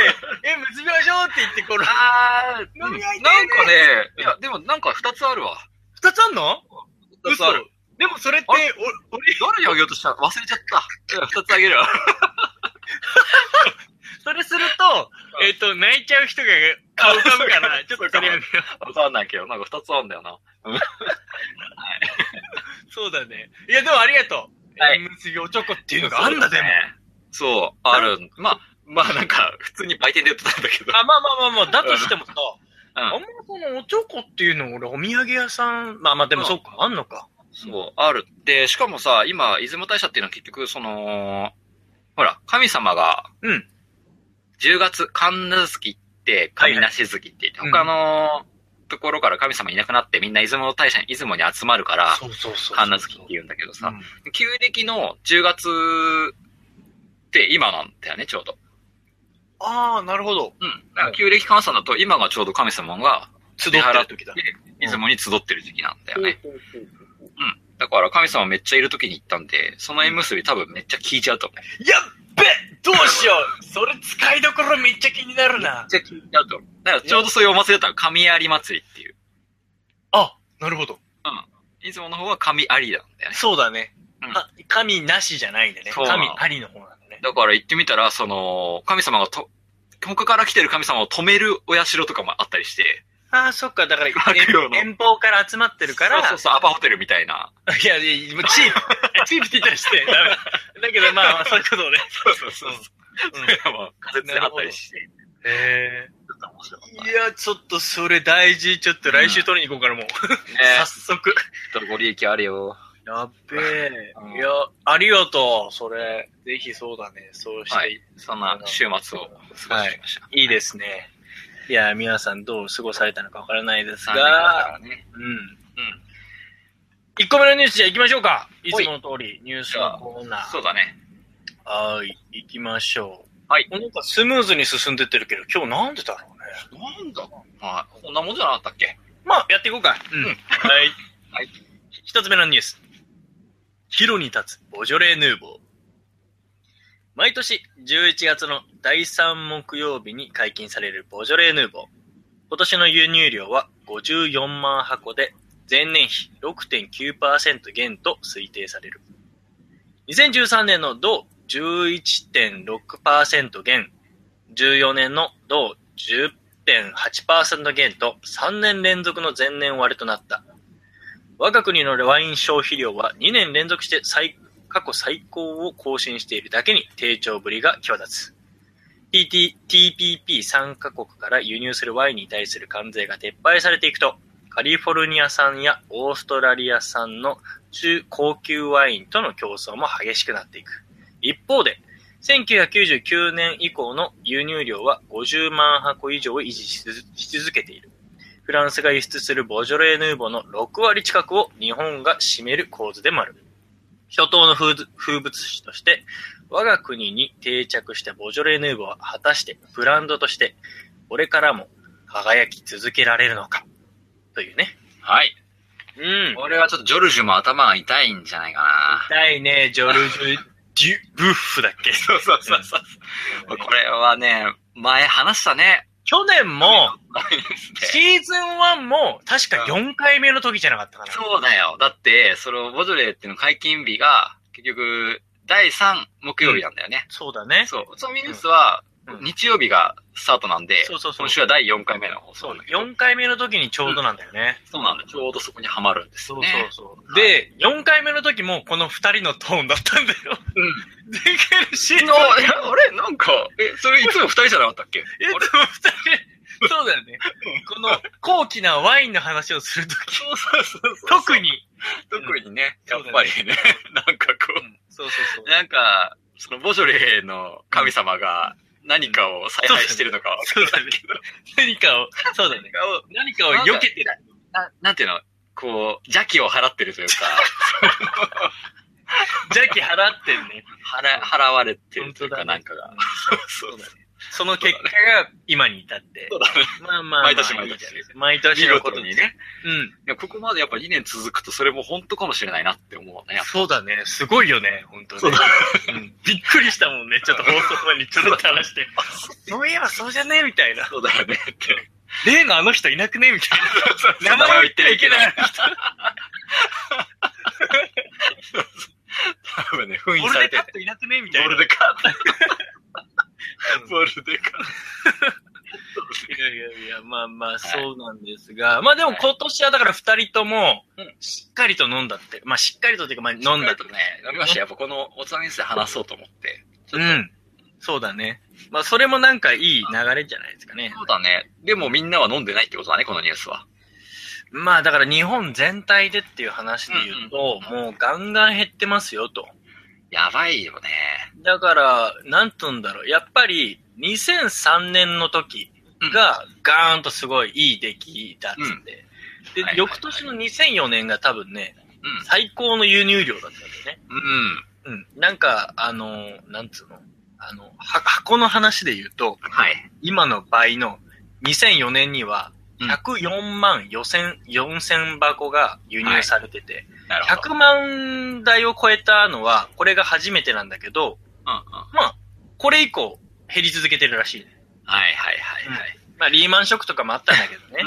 え、結びましょうって言って、この、
あー、
飲み会いたいね
なんかね、いや、でもなんか二つあるわ。
二つあんの
二つある。
でもそれって
あれ、
お俺、
誰にあげようとした忘れちゃった。いや二つあげる [laughs] わ。
それすると、えっ、と、泣いちゃう人が顔浮かぶから、ちょっ [laughs] とそれやめよ
わかんないけど、なんか二つあるんだよな。
う。そうだね。いや、でもありがとう。
はい
縁結びおちょこっていうのがあんだ、でも。。
そう、ある。まあ、まあなんか、普通に売店で売ってたんだけど。
あ、まあまあまあまあ、だとしてもさ、
うん
あんまこのおちょこっていうの、俺、お土産屋さん、まあまあ、でも
うん
そっか、あんのか。
そう、ある。で、しかもさ、今、出雲大社っていうのは結局、その、ほら、神様が、
うん。
10月、神無月って、神無し月って言って、
はいは
他
い
のところから神様いなくなって、みんな出雲大社に、出雲に集まるから、
そうそうそう
神無月って言うんだけどさ、、
さ
旧暦の10月って今なんだよね、ちょうど。
ああ、なるほど。
うん。だから旧暦換算だと、今がちょうど神様が
集
ってる
時だ
出雲に集ってる時期なんだよね。だから神様めっちゃいる時に行ったんで、その縁結び多分めっちゃ効いちゃうと思う。
やっべどうしようそれ使いどころめっちゃ気になるな。
めっちゃ効いちゃうと思う。だからちょうどそういうお祭りだったら神有祭りっていう。
あ、なるほど。
出雲の方は神有なんだよね。 [laughs]
そうだね。
うん
か神なしじゃないんだね。
そうなの
神ありの方なんだね。
だから言ってみたら、その、神様がと、他から来てる神様を止めるお社とかもあったりして、
ああ、そっか、だから
悪用の
遠方から集まってるから、
そうそうそう、アパホテルみたいな。
いや、いや、 [laughs] もうチープ、チープって言ったらして、ダメだ。だけどまあ [laughs] まあ、そういうことね。
そうそう [laughs] そう。
うん
まあ、仮説であったりして、ち
へ
ょっと面白かっ
え。いや、ちょっとそれ大事。ちょっと来週取りに行こうから、もう。
た。ね
早速。
ちょっとご利益あるよ。
やっべえ
うん。
いや、ありがとう。それ、ぜひそうだね。そうして、
はいい、。そんな週末を過ごしてきました。
いですね。いや、皆さんどう過ごされたのかわからないです
残念なが
が、
らね。
うん。1個目のニュースじゃあ行きましょうか。い
ほい
つもの通り、ニュースのコーナ
そ
ー。
うだね。
はい、行きましょう。
はい
なんかスムーズに進んでってるけど、今日なんでだろうね。
なんだまあ、こんなもんじゃなかったっけ
まあ、やっていこうか。うん。はい。
はい。
一つ目のニュース。ヒロに立つボジョレ・ヌーボー。毎年11月の第3木曜日に解禁されるボジョレ・ヌーボー。今年の輸入量は54万箱で、前年比6.9%減と推定される。2013年の同11.6%減、14年の同10 1.8%減と3年連続の前年割れとなった。我が国のワイン消費量は2年連続して最過去最高を更新しているだけに低調ぶりが際立つ。PT TPP3 カ国から輸入するワインに対する関税が撤廃されていくと、カリフォルニア産やオーストラリア産の中高級ワインとの競争も激しくなっていく。一方で、1999年以降の輸入量は50万箱以上を維持し続し続けている。フランスが輸出するボジョレ・ヌーボの6割近くを日本が占める構図でもある。初冬の風物風物詩として、我が国に定着したボジョレ・ヌーボは果たしてブランドとして、これからも輝き続けられるのか。というね。
はい。
うん。
俺はちょっとジョルジュも頭が痛いんじゃないかな。
痛いね、ジョルジュ・デュ・ブッフだっ [laughs]
[laughs]
け。
そうそうそうそう。これはね、前話したね。
去年も、
そ
シーズン1も、確か4回目の時じゃなかったかな。
うだよ。だって、そのボジョレーっていうの解禁日が、結局、第3木曜日なんだよね。
そうだね。
そう。そのニュースは、
うん
日曜日がスタートなんで、
そうそうそう
今週は第4回目の放送
そう
なんだけど
4回目の時にちょうどなんだよね。
そうなんだ。ちょうどそこにはまるんですよ
そう
ね。
そうそう。で、4回目の時もこの2人のトーンだったんだよ。
うん。
前回のシーズン
の、えあれなんか、え、それいつも二人じゃなかったっけ
えっと、
あれ
2人、そうだよね。この高貴なワインの話をするとき、
[laughs] そうそうそうそう
特。に。
特にね、
うん
やっぱりね、なんか
う
こ
んそうそう
う、なんか、そのボジョレーの神様が何かを采配してるのかわか
そう。そうだ
らな
ね
いけど、。
何かを、そうだね。何かを
何かを
避けてる。
ななんていうのこう、邪気を払ってるというか、 [laughs]
邪気払ってんね。
払、払われてるというか、
本当だね
なんかが。そう
そうだその結果が今に至って。
そうだね。
まあまあまあ。
毎年毎年
いいじゃないですか毎
見
年のこ
事
と
にね。
うん。
いやここまでやっぱ2年続くとそれも本当かもしれないなって思うね。やっぱ
そうだね。すごいよね、本当に。
そうだ
うんびっくりしたもんね。ちょっと放送前にちょろっと
[laughs]
話して。そういえばそうじゃねみたいな。
そうだよねって。 [laughs]
例のあの人いなくねみたいな。
名前を言ってはいけない
名前を言ってはい
多分ね、封
けない。
印
ボ
さ
ル
れ
デ
て
カ
て
ッ。トいなくねみたい
ボ
な。
ルデカー
[laughs] うん
ボルデカー
いやいやいや、まあまあ、そうなんですが。まあでも今年はだから二人とも
うん、
しっかりと飲んだって。まあしっかりとっていうか、まあ飲んだ
とね、飲みました。やっぱこのおつまみニュースで話そうと思って。ちょ
う
っと
ん。そうだね。まあそれもなんかいい流れじゃないですかね。
そうだね。でもみんなは飲んでないってことだね、このニュースは。
まあだから日本全体でっていう話で言うと、もうガンガン減ってますよと。
やばいよね。
だから、なんとんだろう。やっぱり2003年の時がガーンとすごいいい出来だっつって。
うんは
で、
い
翌年の2004年が多分ね、最高の輸入量だったんだよね。
うん。うん。
うん。なんか、あの、なんつうの。あの、は箱の話で言うと、
はい。
今の倍の2004年には
うん
104万4000 4000箱が輸入されてて、
なるほど。
100万台を超えたのは、これが初めてなんだけど、
うんうん。
これ以降減り続けてるらしい、ね。
はいはいはいはい。
まあリーマンショックとかもあったんだけど
う
ね
ん。。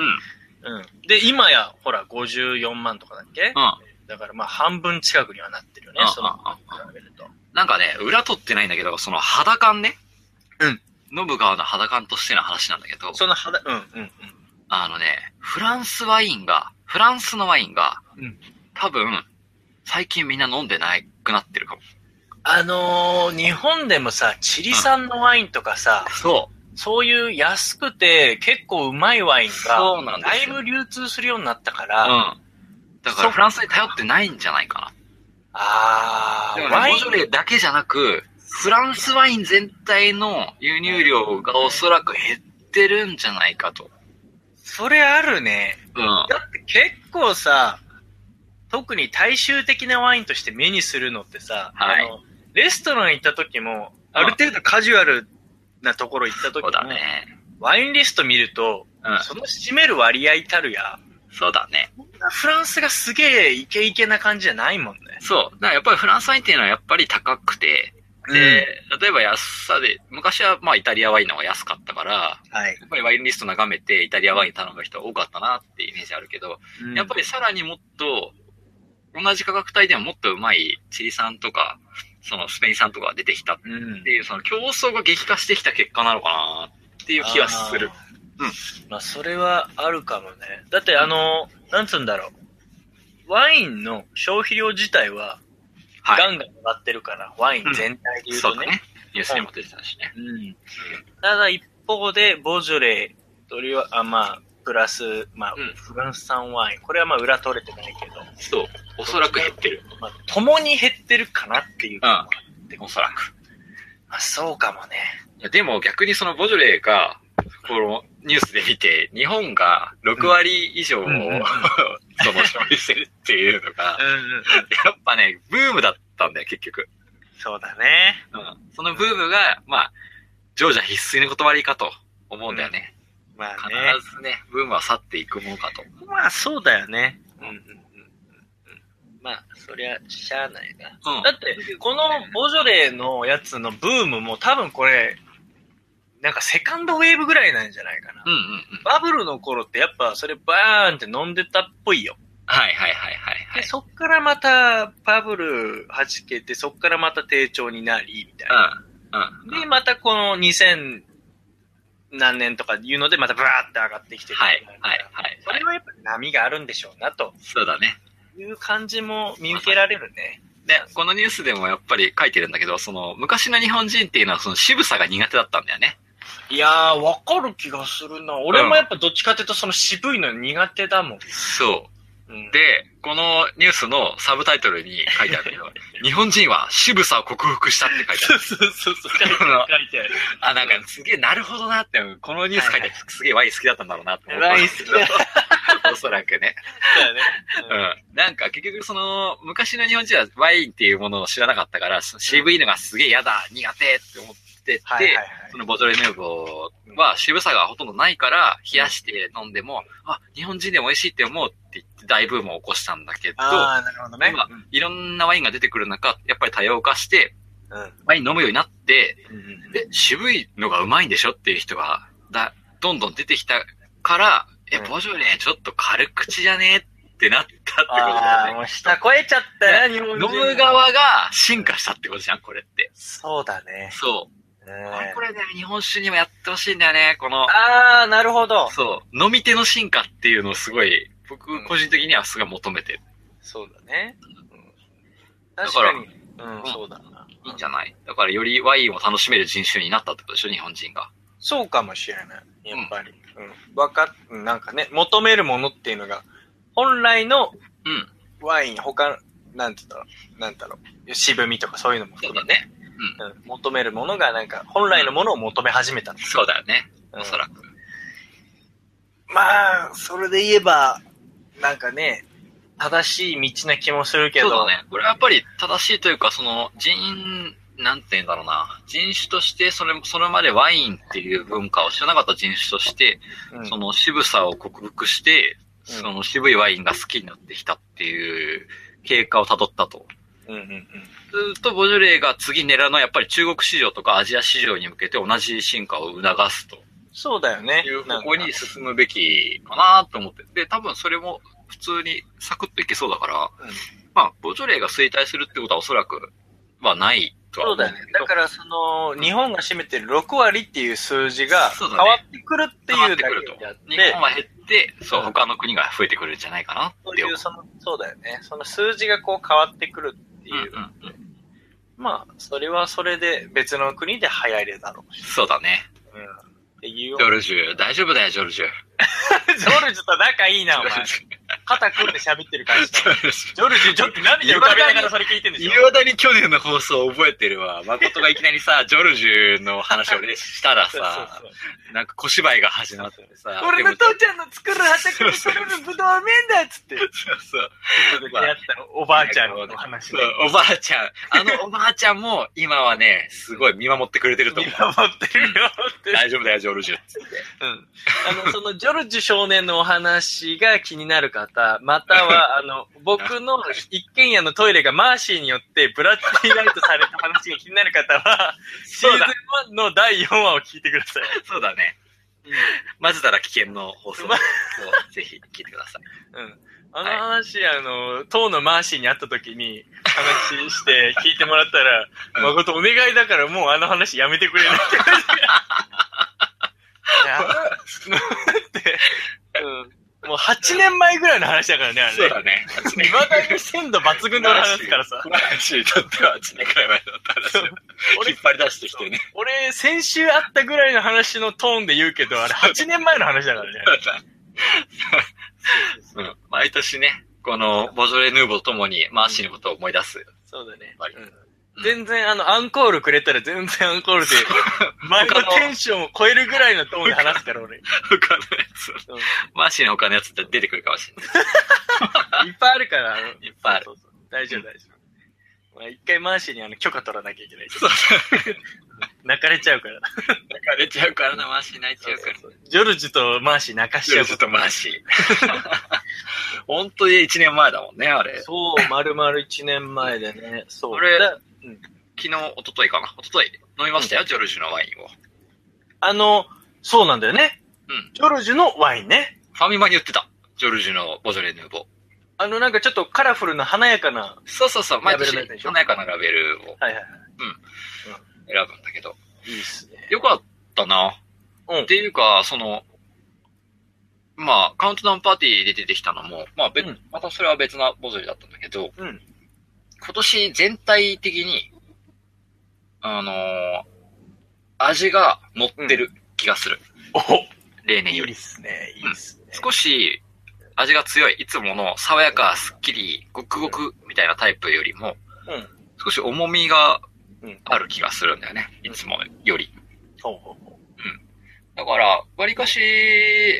うん。で、今や、ほら、54万とかだっけ
うん。
だからまあ半分近くにはなってるよね
あ、
その
あ
比べると。
なんかね、裏取ってないんだけど、その肌感ね。
うん。
ノブ川の肌感としての話なんだけど、
その肌、うんうんうん。
あのね、フランスワインが、フランスのワインが、
うん
多分、最近みんな飲んでないくなってるかも。
あのー日本でもさ、チリ産のワインとかさ、
そう。
そういう安くて結構うまいワインが、
そうなんで
だ
す
い
よ
ぶ流通するようになったか
う
ら、あ
ん。だからフランスに頼ってないんじゃないか
あ
な。
ー
でも
ワ
ね、
イ
ボ
ン
ジョレーだけじゃなく、フランスワイン全体の輸入量がおそらく減ってるんじゃないかと。
それあるね。
うん。
だって結構さ、特に大衆的なワインとして目にするのってさ、
はい
あのレストラン行った時も、ある程度カジュアルなところ行った時
そ
も
う、だね。
ワインリスト見ると、
うん。
その占める割合たるや、
そうだね。
こんなフランスがすげえイケイケな感じじゃないもんね。
そう。だからやっぱりフランスワインっていうのはやっぱり高くて、で、例えば安さで、昔はまあイタリアワインの方が安かったから、
はい。
やっぱりワインリスト眺めてイタリアワイン頼む人多かったなっていうイメージあるけど、やっぱ
り、
りさらにもっと、同じ価格帯でももっとうまいチリ産とか、そのスペイン産とかが出てきたっ
うん
て、いう、その競争が激化してきた結果なのかなっていう気がする。
あー。
うん
まあ、それはあるかもね。だって、あの、なんつうんだろう。ワインの消費量自体は、
は
ガンガン上がってるから、ワイン全体で
い。
言う
そう
と
だ
ね。
ね。ニュースにも出てたしね。
うん。ただ一方で、ボジョレー、とりわあ、まあ、プラス、まあ、
うん
フランス産ワイン。これはまあ、裏取れてないけど、
そう。おそらく減ってる。
まあ、共に減ってるかなっていう。
うん。おそらく。
まあ、そうかもね。
いやでも逆にそのボジョレーが、このニュースで見て、日本が6割以上を、
うんうん
[laughs] その消費してるっていうのが、
うんうん。
やっぱね、ブームだったんだよ、結局。
そうだね。
うん。そのブームが、まあ、常者必須の断りかと思うんだよね。
まあね。
必ずね、ブームは去っていくものかと。
まあ、そうだよね。うんうんうんうん。まあ、そりゃ、しゃあないな。
うん。
だって、このボジョレーのやつのブームも多分これ、なんかセカンドウェーブぐらいなんじゃないかな
う。んうんうん。
バブルの頃ってやっぱそれバーンって飲んでたっぽいよ。
はいはいはいはいは
で、
い。
そっからまたバブル弾けて、そっからまた低調になり、みたいな。
うん。うん。
で、またこの2000何年とかいうのでまたバーって上がってきてる。
はいはいはい
そ
は
れ
い。
はやっぱ波があるんでしょうなと。
そうだね。
いう感じも見受けられるね。
で、このニュースでもやっぱり書いてるんだけど、その、昔の日本人っていうのはその渋さが苦手だったんだよね。
いやー、わかる気がするな。俺もやっぱどっちかっていうとその渋いの苦手だもん。
そう。
うん、
で、このニュースのサブタイトルに書いてあるけ [laughs] ど、日本人は渋さを克服したって書いてあ
そうそうそうそう、 [laughs] 書いて
あの
ある。書いてある。
る。あ、なんかすげえ、なるほどなって、このニュース書いてある人すげえワイン好きだったんだろうなって思 [laughs] ったんですけど
ワイン
おそらくね。
そうだよね。
うん。なんか結局その、昔の日本人はワインっていうものを知らなかったから、その渋いのがすげえ嫌だ、苦手って思ってて、
はいはいはい。
そのボジョレ・ヌーボーは渋さがほとんどないから、冷やして飲んでも、あ、日本人でも美味しいって思うって言って大ブームを起こしたんだけど、
あー、なるほどね。
今いろんなワインが出てくる中、やっぱり多様化して、
う
ワイン飲むようになって、
ん。うん
で、渋いのがうまいんでしょっていう人が、だ、どんどん出てきたから、え、
うん
ボジョレーちょっと軽口じゃねってなったってこと
あ
だ
あ、
よ
もう下超えちゃったよ、日本人
ね。飲む。側が進化したってことじゃん、これって。
そうだね。
そう。
うん
あこれね、日本酒にもやってほしいんだよね、この、
あー、なるほど。
そう、飲み手の進化っていうのをすごい、僕個人的にはすごい求めてる。
そうだね。うん
だ
確
から
かに。うん、そうだな。
いいんじゃないだからよりワインを楽しめる人種になったってことでしょ、日本人が。
そうかもしれない。やっぱり。うん。わ、かっ、なんかね、求めるものっていうのが、本来の
うん。
ワイン、他、なんて言ったろう、なんだろう、渋みとかそういうのも含めて、
ね。
うん、求めるものがなんか、本来のものを求め始めたんです。
そうだよね。
うん
おそらく。
まあ、それで言えば、なんかね、正しい道な気もするけ
そ
ど、
うだね。これはやっぱり正しいというか、その人、なんて言うんだろうな。人種として、それ、それまでワインっていう文化を知らなかった人種として、
うん
その渋さを克服して、
うん
その渋いワインが好きになってきたっていう経過を辿ったと。
うんうんうん。
ずっとボジョレーが次狙うのはやっぱり中国市場とかアジア市場に向けて同じ進化を促すと
そうだよね。
いう
なん
方
か
向に進むべきかなと思って。で、多分それも普通にサクッといけそうだから、
うん
まあ、ボジョレーが衰退するってことはおそらく、まあ、ないとは
そう
思う
だ
ん
ね
だけ。ど。
だから、その、日本が占めてる6割っていう数字が
そう
変
だね
わってくるっていうだ
変わってくる
け
と
であって、
日本は減って、そう、
うん
他の国が増えてくるんじゃないかな
そ
っ
う
て
い
思う
う、。その、そうだよね。その数字がこう変わってくるって
うんう
い
ん
う。
うん
まあ、それはそれで別の国で流行りだろうし。
そうだね。
うん。っていう。
ジョルジュ、大丈夫だよ、ジョルジュ。
ジョルジュと仲いいな、お
[laughs]
前。肩組んで喋ってる感じだ。ジョルジュ、ちょっと涙浮かびながらそれ聞いてんでし
い
ょ
まだに去年の放送覚えてる [laughs] わ。誠がいきなりさ、ジョルジュの話を俺したら
そうそう
さ
そ、う
なんか小芝居が始まってさ、
俺の
でも
父ちゃんの作る畑に取れるブドウはうめえんだっつって。
そうそう。
出会ったおばあちゃんの話
そ
で
う。おばあちゃん。あのおばあちゃんも今はね、すごい見守ってくれてると
見
思う。
守ってるよって。
大丈夫だよ、ジョルジュ。
うんあの、その、ジョルジュ少年のお話が気になる方、また [laughs] は、あの、僕の一軒家のトイレがマーシーによってブラッディライトされた話が気になる方は、シー
そうだ
ズン1の第4話を聞いてください。
そうだね。まずたら危険の放送を
ま
ぜひ聞いてください。
うん。あの話、あの、当のマーシーに会った時に話して聞いてもらったら、
うん
誠お願いだからもうあの話やめてくれないって感じでいやあのって、うん。もう8年前ぐらいの話だからね、あ
[laughs]
れ。
そうだね。
いまだに鮮度抜群の話ですからさ。
マーシーにとっては8年くらい前の話を
俺
引っ、張り出してきてね。
俺、先週あったぐらいの話のトーンで言うけど、あれ8年前の話だからね。
うん毎年ね、このボジョレ・ヌーボーとともにマーシーのことを思い出す。
そうだね
割と
うん全然、あの、アンコールくれたら全然アンコール [laughs] で、前のテンションを超えるぐらいのトーンで話すから、俺。い
他のやつ
うん。
マーシーの他のやつって出てくるかもしれない。
っぱいあるから、あの
いっぱいある
そうそうそう大丈夫、大丈夫。まあ、一回マーシーにあの許可取らなきゃいけない。
そう。
泣かれちゃうから。
泣かれちゃうからな、マーシー泣いちゃうから。
ジョルジュとマーシー泣かし
ち
ちゃ
ょっ
うこと
とマーシー。 [laughs] 本当に1年前だもんね、あれ。
そう、丸々1年前でね。そう。
俺
だ
昨日、一昨日かな。一昨日飲みましたよ、ジョルジュのワインを。
あの、そうなんだよね。
うん
ジョルジュのワインね。
ファミマに売ってた。ジョルジュのボジョレ・ヌーボー。
あの、なんかちょっとカラフルな華やかな。
そうそうそう、毎年
ラベルのやつでしょ
華やかなラベルを
はいはい。
選ぶんだけど。
いいっすね。
よかったな。
うん
っていうか、その、まあ、カウントダウンパーティーで出てきたのも、まあ、別
うん
またそれは別なボジョレだったんだけど、
うん
今年全体的に、あのー味が乗ってる気がする。
お
例年
い
よ
い
り
っ。すね。いいっすね。
少し味が強い。いつもの爽やか、すっきり、ごくごくみたいなタイプよりも、
うん
少し重みが
うん
ある気がするんだよね。いつもより。
ほうほうほ
だから、わりかし、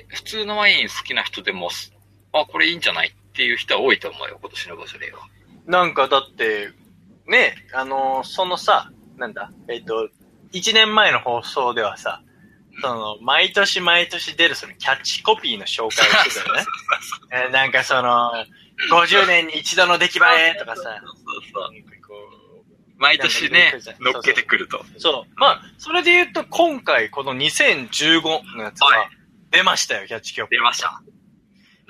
普通のワイン好きな人でも、あ、これいいんじゃないっていう人は多いと思うよ、今年のボジョレーは。
うなんかだって、ね、あの、そのさ、なんだ、えっ、と、1年前の放送ではさ、その、毎年毎年出るそのキャッチコピーの紹介 [laughs] をしてたよね。えーなんかその、50年に一度の出来栄えとかさ、
そうそう。毎年ね、乗っけてくると。
そう。まあ、それで言うと、今回、この2015のやつは、
はい
出ましたよ、キャッチキョ
出ました。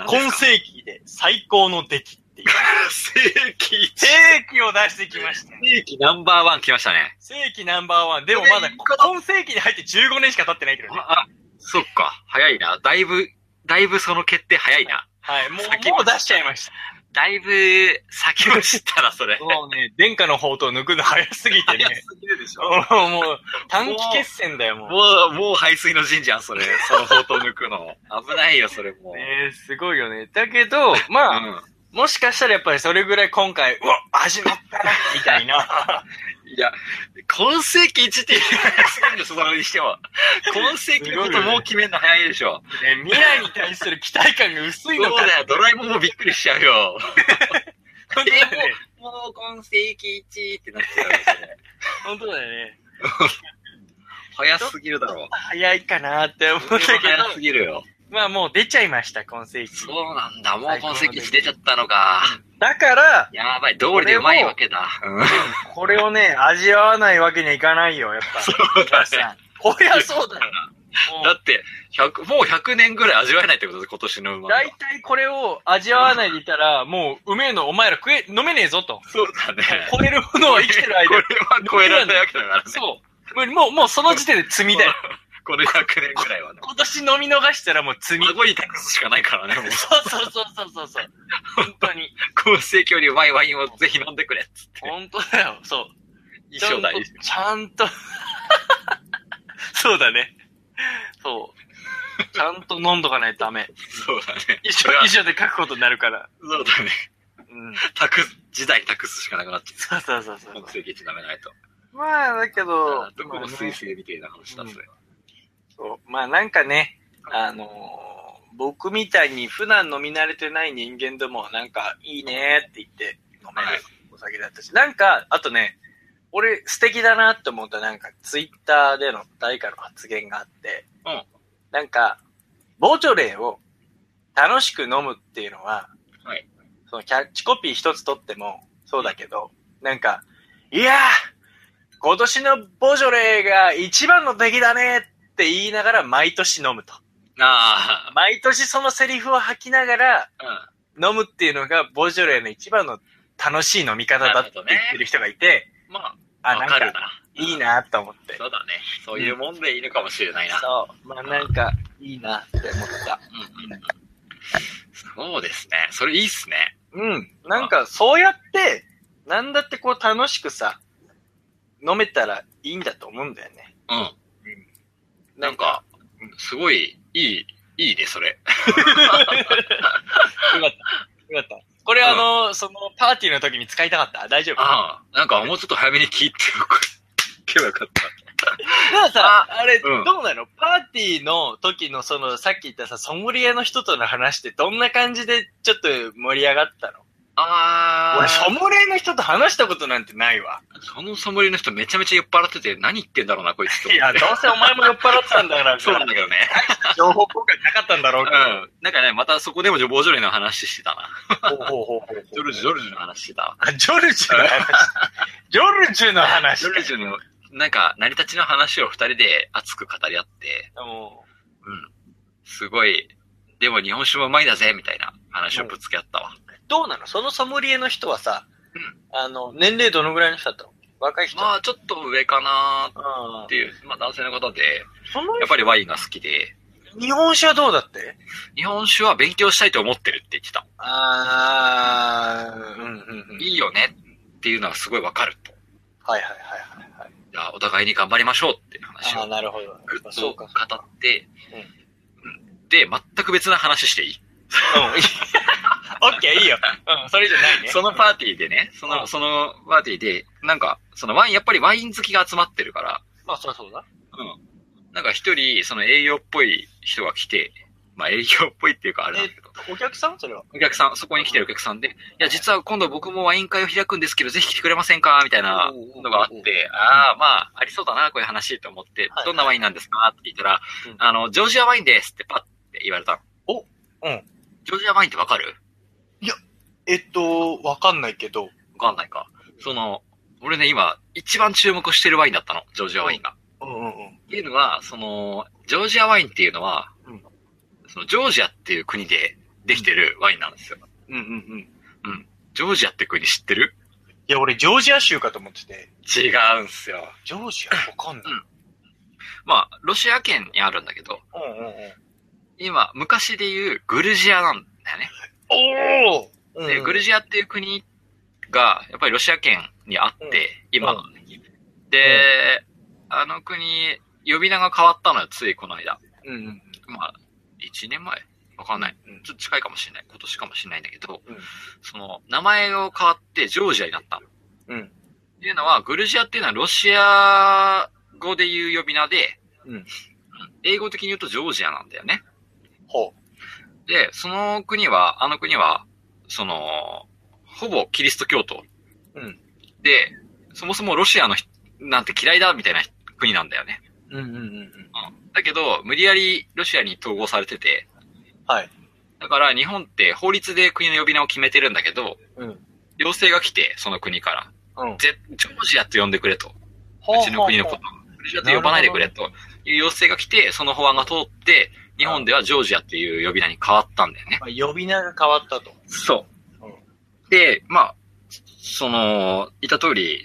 今世紀で最高の出来っていう。
世紀、
[laughs] 世紀を出してきました。
世紀ナンバーワン来ましたね。
世紀ナンバーワン。でもまだ、今世紀に入って15年しか経ってないけどね。
あ、あそっか、早いな。だいぶ、だいぶその決定早いな。
はい、も
先
う、
も
もう出しちゃいました。
だいぶ先を知ったら、それ。
もうね、殿下の宝刀抜くの早すぎて
[laughs]
ね
早。すぎるでしょ。
[laughs] もう、もう短期決戦だよ、もう。
もう、もう排水の陣じゃん、それ。その宝刀抜く [laughs] の。危ないよ、それもう。
ねえすごいよね。だけ [laughs] ど、まあ、
う
もしかしたらやっぱりそれぐらい今回、うわ、味なったな、 [laughs] みたいな。
ん。いや、今世紀一って言い過ぎるんでそのにしても。今世紀のこともう決めるの早いでしょ。
ね、未来に対する期待感が薄
そ
いうのか。
だよ、ドラえもんもびっくりしちゃうよ。
本当だよね。
もう今世紀一ってなっちゃうよ、それ。
本当だよね。
早すぎるだろ。
早いかなって思ったけ
早す
ど、
ぎるよ。
[laughs] まあもう出ちゃいました、今世紀。
そうなんだ、もう今世紀一出ちゃったのか。
だから、
やばい、道理でうまいわけだ。うん
[laughs] これをね、味わわないわけにはいかないよ、やっぱ。
そうだね
こりゃそうだよ。
だって、100、もう100年ぐらい味わえないってことです、今年のうまみは
大。体これを味わわないでいたら、もう、うめえのお前ら食え、飲めねえぞと。
そうだね。
超えるものは生きてる間
これは超えられないわけだからね。
[laughs] そう。もうもう、もうその時点で罪だよ。
この100年ぐらいはね。
今年飲み逃したらもう罪。そう
孫に託すしかないからね、もう。
そうそうそうそうそう。本当に。
この盛況にうまいワインをぜひ飲んでくれっつって。
本当だよ。そう。
一緒だ、一緒。
ちゃんと、ちゃんとそうだね。そう。ちゃんと飲んどかないとダメ。
そうだね。
一
それは
緒、一緒で書くことになるから。
そうだね。
うん。
託す、時代託すしかなくなっちゃ
そうそうそうそう
う。。水撃なめないと。
まあ、だけど、
どこも水星みたいな話だ、それ。
そうまあなんかね、あのー僕みたいに普段飲み慣れてない人間でもなんかいいねって言って飲め
はい
るお酒だったし、なんか、あとね、俺素敵だなって思ったなんかツイッターでの誰かの発言があって、
うん
なんか、ボージョレーを楽しく飲むっていうのは、
はい
そのキャッチコピー一つ取ってもそうだけど、なんか、いやー今年のボージョレーが一番の敵だねって言いながら毎年飲むと。
あ
毎年そのセリフを吐きながら
あ、
飲むっていうのがボージョレーの一番の楽しい飲み方だって言ってる人がいて、
うん。まあ、
あ、
わ
なん
かる
か
な。
いいなと思って。
そうだね。そういうもんでいいのかもしれないな。
そう、まあなんかいいなって思った。
うんうんうんそうですね。それいいっすね。
うん、なんかそうやって、なんだってこう楽しくさ、飲めたらいいんだと思うんだよ
[laughs]
ね。
うん。なんか、すごい、いい、いいね、それ。
よかった。よかった。これ、
うん
あの、その、パーティーの時に使いたかった大丈夫た
ああ、なんかもうちょっと早めに聞いておく。聞けばよかった。
ださ、あれ、
うん
どうなのパーティーの時の、その、さっき言ったさ、ソムリエの人との話ってどんな感じでちょっと盛り上がったの
あ
俺、ソムリエの人と話したことなんてないわ。
そのソムリエの人めちゃめちゃ酔っ払ってて、何言ってんだろうな、こいつと
い
思
や、
って。
どうせお前も酔っ払ってたんだから、
そうなんだけどね。
情報交換なかったんだろう
う
けど。
ん。なんかね、またそこでもジョボジョレの話してたな。
ほうほうほうほう
ジョルジュ、ジョルジュの話してたわ。
あ、ジョルジュの話。 [laughs] ジョルジュの話。
ジョルジュの、なんか、成り立ちの話を二人で熱く語り合って、
もう
うん。すごい、でも日本酒もうまいだぜ、みたいな話をぶつけ合ったわ。
どうなのそのソムリエの人はさ
うん、
あの、年齢どのぐらいの人だったの若い人。
まあ、ちょっと上かなー
うん
っていう、まあ男性の方で、
その
やっぱりワインが好きで、
日本酒はどうだって
日本酒は勉強したいと思ってるって言ってた。
あー、うんうんうん。
いいよねっていうのはすごいわかると。
はいはいはいはいはい。
じゃあ、お互いに頑張りましょうっていう話
あー、
を
なるほど。
ぐっと
そう
語
か。 [laughs]
って、うんで、全く別な話していい、
うん。オッケー、いいよ。うん、それじゃないね。
その
ー
パーティーでね、その、
うん
そのパーティーで、なんか、そのワイン、やっぱりワイン好きが集まってるから、
まあ、そりゃそうだ。
なんか一人、その営業っぽい人が来て、まあ営業っぽいっていうかあれなんだけど、
お客さんそれは。
お客さん、そこに来てるお客さんで、いや、実は今度僕もワイン会を開くんですけど、ぜひ来てくれませんかみたいなのがあっ
おうおうおう
て、ああ、まあ、ありそうだな、こういう話と思って
は、い
どんなワインなんですかって聞いたら
うん、
あの、ジョージアワインですってパッて言われたの。
おうん。
ジョージアワインってわかる
えっと、わかんないけど。
わかんないか。その、俺ね、今、一番注目してるワインだったの、ジョージアワインが。
うんうんうん。
っていうのは、その、ジョージアワインっていうのは
うん、
その、ジョージアっていう国でできてるワインなんですよ。
うんうんうん。い
ジョージアって国知ってる
や、俺、ジョージア州かと思ってて。
違うんすよ。
ジョージアわかんない。
まあ、ロシア圏にあるんだけど、
うんうんうん。
今、昔で言うグルジアなんだよね。
おお
で、グルジアっていう国が、やっぱりロシア圏にあって、
うん
今のね、で、あの国、呼び名が変わったのよ、ついこの間。
うんうん。
まあ、1年前わかんない。
うん
ちょっと近いかもしれない。今年かもしれないんだけど、
うん
その、名前を変わってジョージアになったの。
うん
っていうのは、グルジアっていうのはロシア語で言う呼び名で、
うん
うん英語的に言うとジョージアなんだよね。
ほ
で、その国は、あの国は、その、ほぼキリスト教徒。
うん
で、そもそもロシアの人なんて嫌いだみたいな国なんだよね。
う。うんうんうんうん。
だけど、無理やりロシアに統合されてて、
はい。
だから日本って法律で国の呼び名を決めてるんだけど、
うん
要請が来て、その国から。
うん。
ぜジョージアって呼んでくれと。
う
うちの国のこと。ジョージアって呼ばないでくれと。いう要請が来て、その法案が通って、日本ではジョージアっていう呼び名に変わったんだよね。
まあ、呼び名が変わったと。
そう
うん。
で、まあ、その、言った通り、